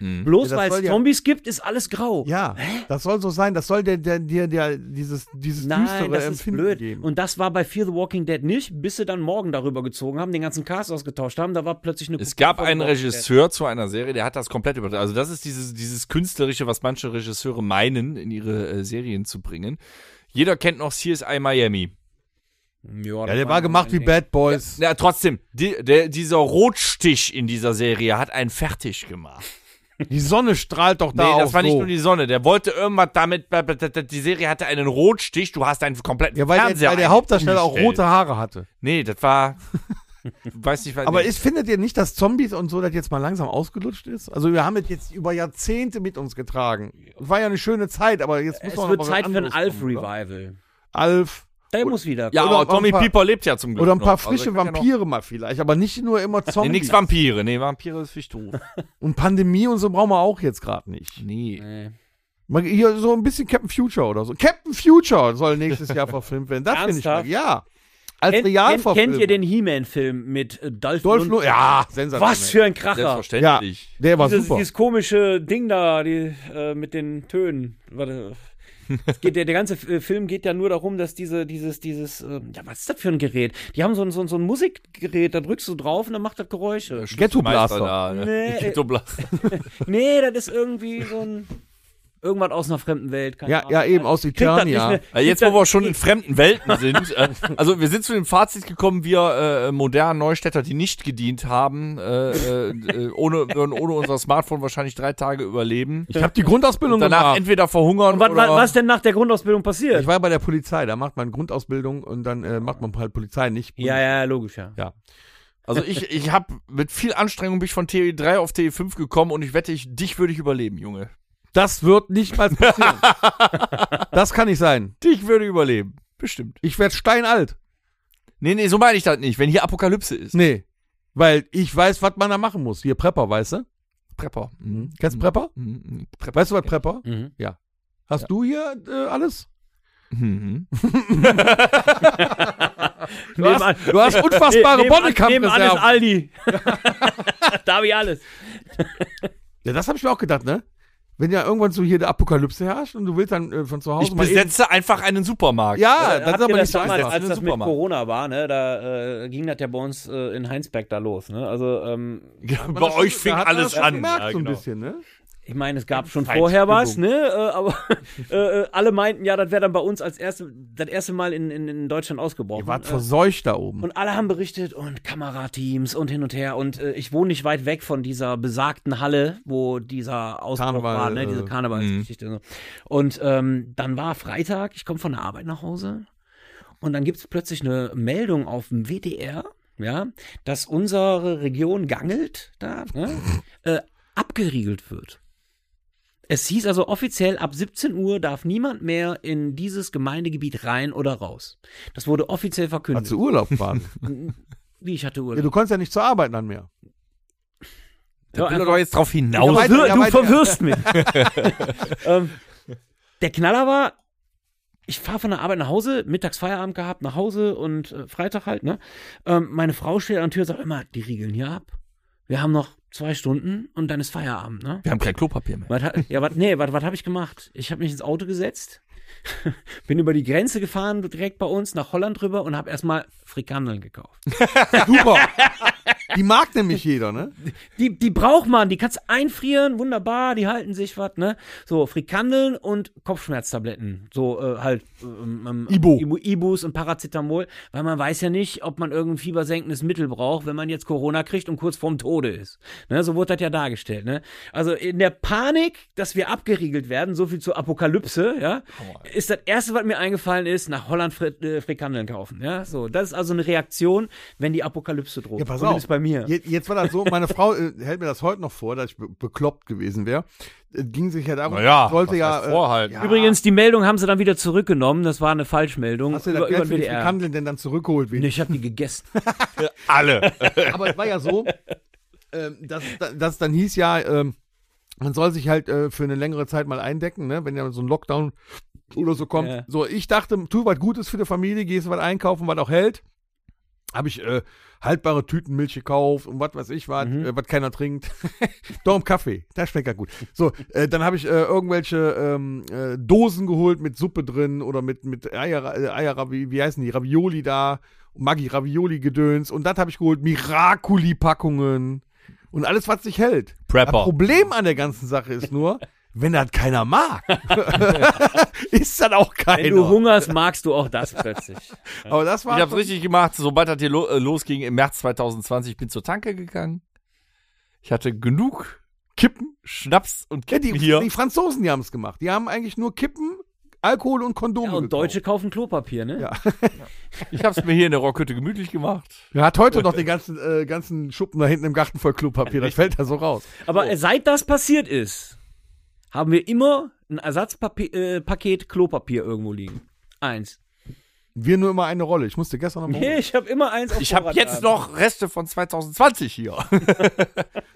Mhm.
Bloß
Ja, das
weil es
soll ja-
Zombies gibt, ist alles grau.
Ja, das soll so sein, das soll dir der, der, der, dieses, dieses düstere
Nein, das ist
Empfinden
blöd.
geben.
Und das war bei Fear the Walking Dead nicht, bis sie dann morgen darüber gezogen haben, den ganzen Cast ausgetauscht haben. Da war plötzlich eine.
Es
Kopie
gab
von
einen
The Walking
Regisseur zu einer Serie, der hat das komplett übertragen. Also das ist dieses, dieses künstlerische, was manche Regisseure meinen, in ihre äh, Serien zu bringen. Jeder kennt noch CSI Miami.
Dead.
ja, der war gemacht wie Bad Boys.
Ja, trotzdem, die, der, dieser Rotstich in dieser Serie hat einen fertig gemacht.
Die Sonne strahlt doch da
nee,
auch
das war nicht
so.
nur die Sonne. Der wollte irgendwas damit. Die Serie hatte einen Rotstich. Du hast einen kompletten
ja, weil der,
Fernseher
weil der Hauptdarsteller auch
umgestellt.
rote Haare hatte.
Nee, das war. weiß nicht, was.
Aber
nee.
ist, findet ihr nicht, dass Zombies und so das jetzt mal langsam ausgelutscht ist? Also wir haben es jetzt über Jahrzehnte mit uns getragen. War ja eine schöne Zeit, aber jetzt muss
Es
man
wird
noch mal was
Zeit für ein
anderes kommen, oder?
Alf-Revival.
Alf.
Der muss wieder.
Ja,
Oder
aber Tommy
ein paar-
Pieper lebt ja zum Glück.
Oder ein
genau.
paar
noch. Also,
frische
der kann ja noch-
Vampire mal vielleicht, aber nicht nur immer
Nee,
Zombies.
nix Vampire. Nee, Vampire ist viel doof.
Und Pandemie und so brauchen wir auch jetzt gerade nicht.
Nee.
Nee.
Mal hier so ein bisschen Captain Future oder so. Captain Future soll nächstes Jahr verfilmt werden. Das finde ich stark.
Ernsthaft?
Ja. Als
Kennt, kennt,
Realverfilmung.
kennt ihr den He-Man-Film mit äh, Dolph,
Dolph
Lund-
Lund- Ja, sensationell.
Was für ein Kracher.
Ja,
Selbstverständlich.
der war
dieses,
super.
dieses komische Ding da, die, äh, mit den Tönen. Warte. Es geht, der, der ganze F- äh, Film geht ja nur darum, dass diese, dieses, dieses, äh, ja, was ist das für ein Gerät? Die haben so ein, so ein, so ein Musikgerät, da drückst du drauf und dann macht das Geräusche.
Ghetto
Meister
Blaster.
Da, ne?
Nee.
Ghetto Blaster.
Nee, das ist irgendwie so ein, irgendwas aus einer fremden Welt. Keine
Ja,
Ahnung.
ja, eben aus
Kriegt das nicht
Eternia.
mehr-
Äh, Jetzt, wo
kriegt
wir
das-
schon in fremden Welten sind, äh, also wir sind zu dem Fazit gekommen, wir äh, modernen Neustädter, die nicht gedient haben, äh, äh, äh, ohne, würden ohne unser Smartphone wahrscheinlich drei Tage überleben.
Ich habe die Grundausbildung
Und danach
gemacht.
entweder verhungern
was, was,
oder...
was denn nach der Grundausbildung
Ich
passiert?
war bei der Polizei, da macht man Grundausbildung und dann äh, macht man halt Polizei nicht.
Ja, ja, logisch, ja.
Also ich, ich habe mit viel Anstrengung bin ich von TE3 auf TE5 gekommen und ich wette, ich, dich würde ich überleben, Junge.
Das wird nicht mal passieren. das kann nicht sein.
Dich würde ich überleben. Bestimmt.
Ich werde steinalt.
Nee, nee, so meine ich das nicht. Wenn hier Apokalypse ist.
Nee. Weil ich weiß, was man da machen muss. Hier Prepper, weißt du?
Prepper. Mhm.
Kennst du Prepper?
Mhm. Prepper.
Weißt du, was Prepper?
Mhm.
Hast du hier äh, alles?
Mhm.
Du hast, du hast unfassbare
Nebenan ist
Bonnekamp-Reserven.
Aldi. da habe ich alles.
Ja, das habe ich mir auch gedacht, ne? Wenn ja irgendwann so hier der Apokalypse herrscht und du willst dann äh, von zu Hause
Ich besetze einfach einen Supermarkt.
eben, Ja, das
Äh, Habt
ist aber
ihr
nicht
das Also,
so
damals,
einfach.
als
Eine
das mit
Supermarkt.
Corona war, ne, da äh, ging das ja bei uns äh, in Heinsberg da los, ne? Also ähm,
Man
Bei
hat
euch
schon-
fing
da hat man das
alles
schon
an.
Gemerkt,
Ja,
so ein
genau.
bisschen, ne?
ich meine, es gab schon
Feindsprüfung.
vorher was, ne? Äh, aber äh, äh, alle meinten ja, das wäre dann bei uns als erste, das erste Mal in, in, in Deutschland ausgebrochen.
Ihr wart
äh,
verseucht da oben.
und alle haben berichtet und Kamerateams und hin und her. Und äh, ich wohne nicht weit weg von dieser besagten Halle, wo dieser Ausbruch
Karneval,
war, ne?
äh,
diese Karnevalsgeschichte. so. Und ähm, dann war Freitag, ich komme von der Arbeit nach Hause und dann gibt es plötzlich eine Meldung auf dem WDR, ja, dass unsere Region Gangelt da ne, äh, abgeriegelt wird. Es hieß also offiziell, ab 17 Uhr darf niemand mehr in dieses Gemeindegebiet rein oder raus. Das wurde offiziell verkündet.
Als du Urlaub waren.
Wie ich hatte
ja,
Urlaub.
du konntest ja nicht zur Arbeit dann mehr.
Da will er doch jetzt drauf
Ja,
hinaus.
weiter,
Verwir-
ja,
du
weiter.
verwirrst mich. ähm, der Knaller war, ich fahre von der Arbeit nach Hause, mittags Feierabend gehabt, nach Hause und äh, Freitag halt, ne? Ähm, meine Frau steht an der Tür und sagt immer, die riegeln hier ab. Wir haben noch zwei Stunden und dann ist Feierabend, ne?
Wir haben kein Klopapier mehr.
Was, ha- ja, was, nee, was, was habe ich gemacht? Ich habe mich ins Auto gesetzt, bin über die Grenze gefahren, direkt bei uns, nach Holland rüber und habe erstmal Frikandeln gekauft.
Super. Die mag nämlich jeder, ne?
Die, die braucht man, die kannst einfrieren, wunderbar, die halten sich was, ne? So, Frikandeln und Kopfschmerztabletten. So, äh, halt, ähm, ähm,
Ibo.
Ibu, Ibus und Paracetamol, weil man weiß ja nicht, ob man irgendein fiebersenkendes Mittel braucht, wenn man jetzt Corona kriegt und kurz vorm Tode ist. Ne? So wurde das ja dargestellt, ne? Also in der Panik, dass wir abgeriegelt werden, so viel zur Apokalypse, ja, ist das erste, was mir eingefallen ist, nach Holland Fri äh, Frikandeln kaufen, ja? So, das ist also eine Reaktion, wenn die Apokalypse droht.
Ja, pass
So
auf.
ist bei mir.
Genau. Je- Jetzt war das so, meine Frau äh, hält mir das heute noch vor, dass ich be bekloppt gewesen wäre. Es ging sich ja darum,
Naja,
sollte
was
ja. äh,
heißt vorhalten?
ja
Übrigens, die Meldung haben sie dann wieder zurückgenommen. Das war eine Falschmeldung.
Hast du das Geld
den
für die
WDR.
Kandeln denn dann zurückgeholt?
Nee, ich habe die gegessen.
Alle.
Aber es war ja so, ähm, dass, dass es dann hieß ja, ähm, man soll sich halt äh, für eine längere Zeit mal eindecken, ne? wenn ja so ein Lockdown oder so kommt.
Ja.
So, ich dachte, tu was Gutes für die Familie, gehst was einkaufen, was auch hält. Habe ich äh, haltbare Tüten Milch gekauft und was weiß ich, was, äh, was keiner trinkt. Darum Kaffee, das schmeckt ja gut. So, äh, dann habe ich äh, irgendwelche ähm, äh, Dosen geholt mit Suppe drin oder mit, mit Eier, äh, Eier, wie, wie heißen die, Ravioli da, Maggi Ravioli Gedöns und das habe ich geholt, Miraculi Packungen und alles, was sich hält. Das
Prepper.
Problem an der ganzen Sache ist nur, wenn das keiner mag, ist das auch
Wenn du
keiner.
hungerst, magst du auch das plötzlich.
Aber das war
Ich hab's richtig gemacht, sobald das hier lo äh, losging im März 2020, bin zur Tanke gegangen. Ich hatte genug Kippen, Schnaps und
Ja,
Kippen
die,
hier.
die Franzosen, die haben es gemacht. Die haben eigentlich nur Kippen, Alkohol und Kondome.
Ja, und
gekauft.
Deutsche kaufen Klopapier, ne?
Ja.
Ich hab's mir hier in der Rockhütte gemütlich gemacht.
Er hat heute noch den ganzen, äh, ganzen Schuppen da hinten im Garten voll Klopapier. Das fällt da so raus.
Aber äh, seit das passiert ist, haben wir immer ein Ersatzpaket äh, Paket Klopapier irgendwo liegen. Eins.
Wir nur immer eine Rolle. Ich musste gestern noch mal.
Nee, ich habe immer eins auf
Ich habe
Vorrat
jetzt
haben.
noch Reste von 2020 hier.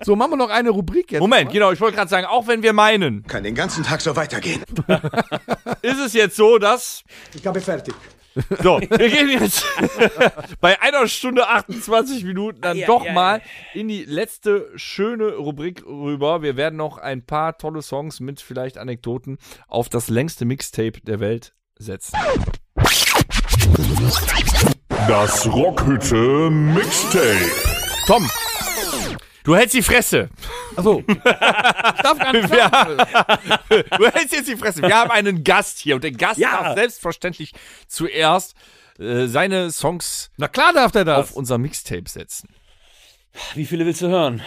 so, machen wir noch eine Rubrik jetzt.
Moment, genau, ich wollte gerade sagen, auch wenn wir meinen,
Kann den ganzen Tag so weitergehen.
ist es jetzt so, dass.
Ich habe fertig.
So, wir gehen jetzt bei einer Stunde 28 Minuten dann
Ei, ei,
doch
ei.
mal in die letzte schöne Rubrik rüber. Wir werden noch ein paar tolle Songs mit vielleicht Anekdoten auf das längste Mixtape der Welt setzen.
Das Rockhütte Mixtape.
Tom! Du hältst die Fresse.
Achso. darf gar nicht.
Wir haben, du hältst jetzt die Fresse. Wir haben einen Gast hier und der Gast
Ja.
darf selbstverständlich zuerst äh, seine Songs
Na klar darf der das.
auf unser Mixtape setzen.
Wie viele willst du hören?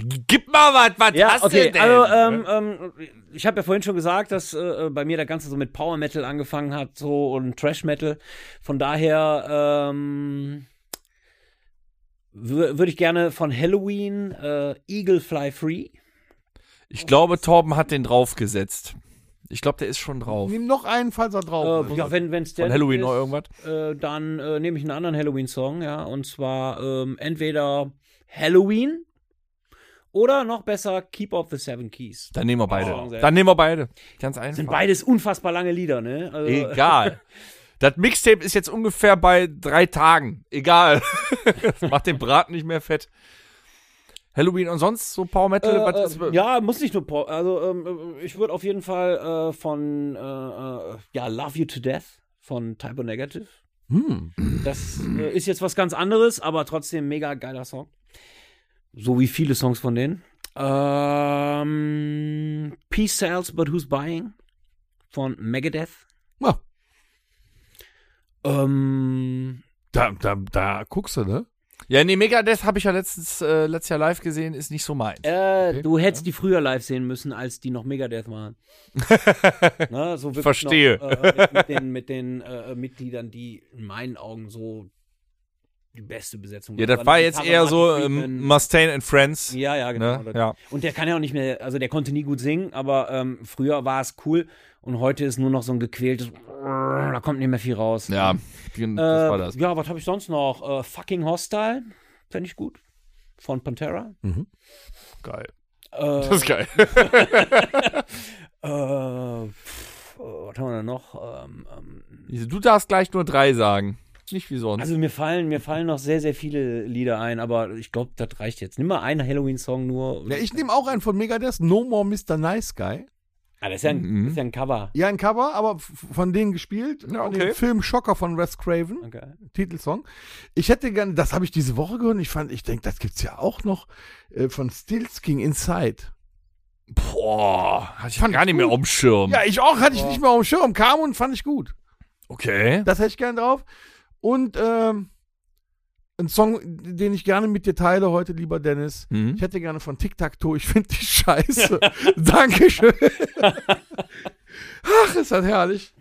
Gib mal was, was hast du denn?
Also, ähm, ähm, ich habe ja vorhin schon gesagt, dass äh, bei mir der Ganze so mit Power Metal angefangen hat, so und Trash Metal. Von daher ähm, wür- würde ich gerne von Halloween äh, Eagle Fly Free.
ich glaube, Torben hat den draufgesetzt. Ich glaube, der ist schon drauf.
Nimm noch einen, falls er drauf
Äh,
ist.
ja, wenn wenn's der
Von Halloween
ist,
noch irgendwas?
Äh, dann äh, nehme ich einen anderen Halloween-Song, ja, und zwar ähm, entweder Halloween oder noch besser Keep Up the Seven Keys.
Dann nehmen wir
Song
beide.
selbst.
Dann nehmen wir beide. Ganz einfach.
Sind beides unfassbar lange Lieder, ne? Also,
E- Egal. Das Mixtape ist jetzt ungefähr bei drei Tagen. Egal. das macht den Braten nicht mehr fett. Halloween und sonst so Power Metal?
Äh,
was ist,
äh, ja, muss nicht nur Pop. Also ähm, äh, ich würde auf jeden Fall äh, von äh, äh, ja Love You to Death von Typo Negative.
Hm.
Das äh, ist jetzt was ganz anderes, aber trotzdem mega geiler Song. So wie viele Songs von denen. Ähm, Peace sells, but who's buying? Von Megadeth.
Ja.
Ähm,
Da, da, da guckst du, ne?
Ja, nee, Megadeth habe ich ja letztens, äh, letztes Jahr live gesehen, ist nicht so meins.
äh, du hättest die früher live sehen müssen, als die noch Megadeth waren. Ne, so wirklich
Verstehe.
Noch, äh, mit, mit den, mit den äh, Mitgliedern, die in meinen Augen so die beste Besetzung
ja,
waren.
das war
Mit
jetzt
Gitarre
eher so
Martin
ähm,
Friedman.
Mustaine and Friends.
Ja, ja, genau.
ne? ja.
Und der kann ja auch nicht mehr, also der konnte nie gut singen, aber ähm, früher war es cool und heute ist nur noch so ein gequältes, da kommt nicht mehr viel raus.
Ja,
äh,
das war das.
Ja, was habe ich sonst noch? Äh, fucking Hostile, fände ich gut. Von Pantera.
Geil.
Äh,
Das ist geil.
äh, pff, äh, was haben wir denn noch? Ähm, ähm,
Du darfst gleich nur drei sagen. Nicht wie sonst.
Also mir fallen, mir fallen noch sehr, sehr viele Lieder ein, aber ich glaube, das reicht jetzt. Nimm mal einen Halloween-Song nur.
Ja, ich nehme auch einen von Megadeth, No More Mr. Nice Guy.
ah, das ist ja ein,
Mhm.
das ist ja ein Cover.
Ja, ein Cover, aber f- von denen gespielt.
Ja,
Von
okay.
dem Film Schocker von Wes Craven.
Okay.
Titelsong. Ich hätte gerne, das habe ich diese Woche gehört und ich fand, ich denke, das gibt's ja auch noch äh, von Stills King Inside.
Also,
boah, hatte ich gar nicht mehr auf dem Schirm.
Ja, ich auch, hatte ich nicht mal auf dem Schirm, kam und fand ich gut.
Okay.
Das hätte ich gerne drauf. Und ähm, ein Song, den ich gerne mit dir teile heute, lieber Dennis.
Mhm.
Ich hätte gerne von Tic Tac Toe, ich finde die scheiße. Dankeschön. Ach, ist das herrlich.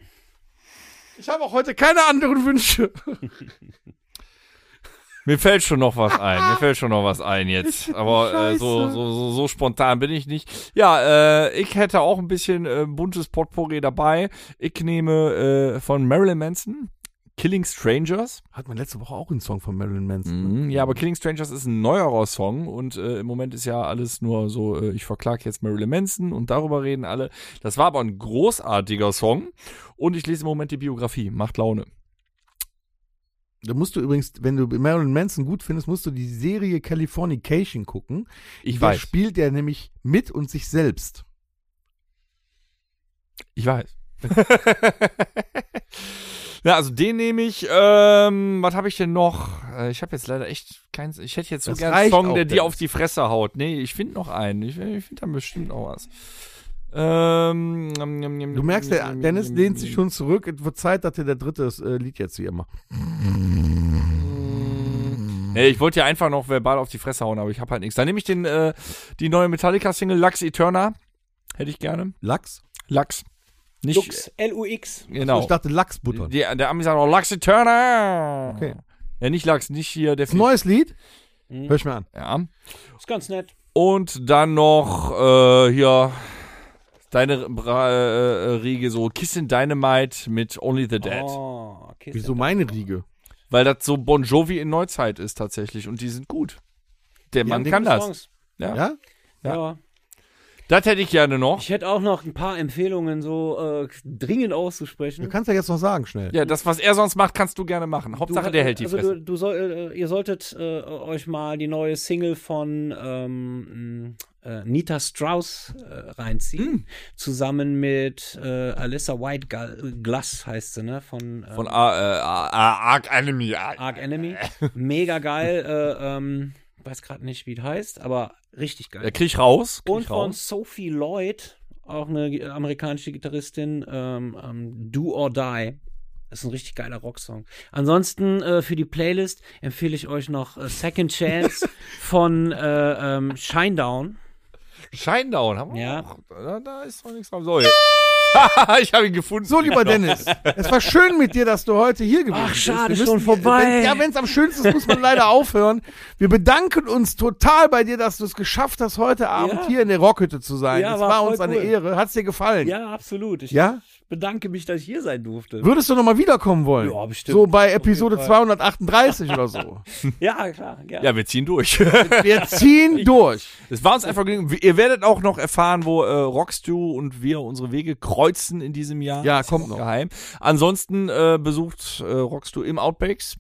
Ich habe auch heute keine anderen Wünsche.
Mir fällt schon noch was ein. Mir fällt schon noch was ein jetzt. Aber äh, so,
Scheiße.
so, so, so spontan bin ich nicht. Ja, äh, ich hätte auch ein bisschen äh, buntes Potpourri dabei. Ich nehme äh, von Marilyn Manson Killing Strangers.
Hat man letzte Woche auch einen Song von Marilyn Manson. ne?
Mhm, ja, aber Killing Strangers ist ein neuerer Song und äh, im Moment ist ja alles nur so, äh, ich verklag jetzt Marilyn Manson und darüber reden alle. Das war aber ein großartiger Song und ich lese im Moment die Biografie. Macht Laune.
Da musst du übrigens, wenn du Marilyn Manson gut findest, musst du die Serie Californication gucken.
Ich
da
weiß.
spielt er nämlich mit und sich selbst.
Ich weiß. ja, also den nehme ich. Ähm, was habe ich denn noch? Äh, ich habe jetzt leider echt keins. Ich hätte jetzt so
Das
gerne einen
reicht
Song,
auch,
der dir
Dennis.
auf die Fresse haut. Nee, ich finde noch einen. Ich, ich finde da bestimmt noch was. Ähm,
Du merkst, der Dennis lehnt sich schon zurück. Es wird Zeit, dass dir der dritte das, äh, Lied jetzt hier macht.
Nee, ich wollte ja einfach noch verbal auf die Fresse hauen, aber ich habe halt nichts. Dann nehme ich den, äh, die neue Metallica-Single Lux Eterna. Hätte ich gerne.
Lachs?
Lux. Nicht.
Lux, L-U-X.
Genau.
Ich dachte Lachsbutter.
Die, der Ami sagt auch Lux Eterna.
Okay.
Ja, nicht Lachs, nicht hier der
Das ist ein neues Lied? Hör ich mir an.
Ja.
Ist ganz nett.
Und dann noch äh, hier deine Bra äh, äh, Riege so Kissin' Dynamite mit Only the Dead.
Oh, okay.
Wieso meine Riege?
Weil das so Bon Jovi in Neuzeit ist tatsächlich und die sind gut. Der Mann
Dicke
kann das.
Songs.
Ja.
Ja?
Ja.
Das hätte ich gerne noch.
Ich hätte auch noch ein paar Empfehlungen so äh, dringend
Du
auszusprechen.
kannst ja jetzt noch sagen, schnell.
Ja, das, was er sonst macht, kannst du gerne machen. Hauptsache,
Du-
der hält die
also
Fresse.
Du, du soll, äh, ihr solltet äh, euch mal die neue Single von ähm, mh, äh, Nita Strauss äh, reinziehen.
Hm.
Zusammen mit äh, Alyssa White Gal- Glass heißt sie, ne? Von, ähm,
Von Ar- äh, Ar- Ar- Arc Enemy. Ar-
Arc Enemy. Mega geil. Äh, ähm, weiß gerade nicht, wie es heißt, aber richtig geil.
Äh, Krieg ich raus. Krieg
Und
ich
von
raus.
Sophie Lloyd, auch eine gi- amerikanische Gitarristin, ähm, ähm, Do or Die. Das ist ein richtig geiler Rocksong. Ansonsten äh, für die Playlist empfehle ich euch noch äh, Second Chance von äh, ähm, Shinedown.
Shinedown haben wir
Ja.
auch. Da, da ist noch nichts drauf. So, ja. ich habe ihn gefunden.
So, lieber Dennis, es war schön mit dir, dass du heute hier gewesen
Ach,
bist.
schade,
Wir
schon
müssen-
vorbei.
Wenn, ja, wenn es am schönsten ist, muss man leider aufhören. Wir bedanken uns total bei dir, dass du es geschafft hast, heute Abend
Ja.
hier in der Rockhütte zu sein.
Ja,
es
war
war,
voll
uns eine
cool.
Ehre. Hat's dir gefallen?
Ja, absolut. Ich
Ja?
bedanke mich, dass ich hier sein durfte.
Würdest du nochmal wiederkommen wollen?
Ja, bestimmt.
So
Auf
bei
jeden
Episode
Fall.
238 oder so.
Ja, klar. Ja.
Ja, wir ziehen durch.
Wir ziehen durch.
Es war uns einfach gelungen. Ihr werdet auch noch erfahren, wo äh, Rockstew und wir unsere Wege kreuzen in diesem Jahr.
Ja,
Ist
kommt
auch
noch.
Geheim. Ansonsten äh, besucht äh, Rockstew im Outbacks.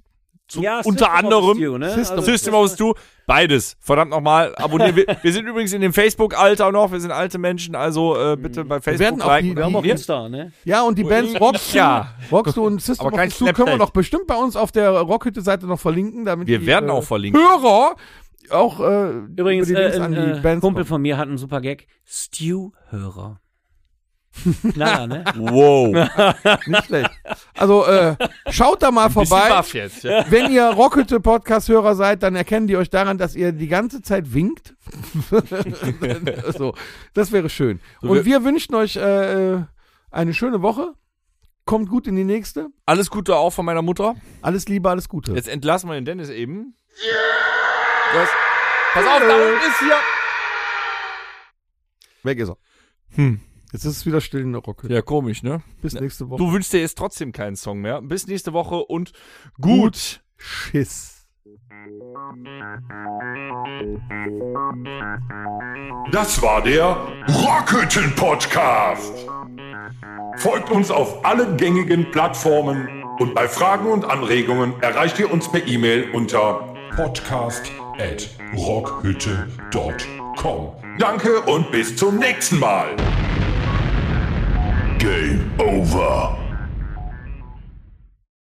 Zu,
Ja, System
unter
of a
anderem
Stew, ne?
System-
Also,
System of a Stew. Beides. Verdammt nochmal. Abonnieren wir. Wir sind übrigens in dem Facebook-Alter noch. Wir sind alte Menschen. Also äh, bitte bei Facebook
werden auch
liken.
die- wir
Wir
Wir haben auch
wir,
Insta, ne?
Ja, und die Bands Rockst
Ja.
Rockst und System
Aber
of
kein
a Stu können wir
Snapchat.
noch bestimmt bei uns auf der Rockhütte-Seite noch verlinken, damit
wir
die,
werden
äh,
auch verlinken.
Hörer auch äh,
Übrigens,
über die
äh,
Links an
ein
die
äh,
Bands
Kumpel
kommen.
von mir hat einen super Gag. Stew-Hörer. Knaller, ne?
Wow.
Nicht schlecht. Also äh, schaut da mal
Bisschen
vorbei.
baff jetzt. Ja.
Wenn ihr Rockhütte Podcast Hörer seid, dann erkennen die euch daran, dass ihr die ganze Zeit winkt. so, das wäre schön.
So,
Und
wir-
wir wünschen euch äh, eine schöne Woche. Kommt gut in die nächste.
Alles Gute auch von meiner Mutter.
Alles Liebe, alles Gute.
Jetzt entlassen wir den Dennis eben. Das, pass auf, da unten ist hier.
Weg ist er.
Hm.
Jetzt ist es wieder still in der Rockhütte.
Ja, komisch, ne?
Bis nächste Woche.
Du wünschst dir jetzt trotzdem keinen Song mehr. Bis nächste Woche und gut.
Schiss.
Das war der Rockhütten Podcast. Folgt uns auf allen gängigen Plattformen und bei Fragen und Anregungen erreicht ihr uns per E-Mail unter podcast@rockhütte.com. Danke und bis zum nächsten Mal. Game over.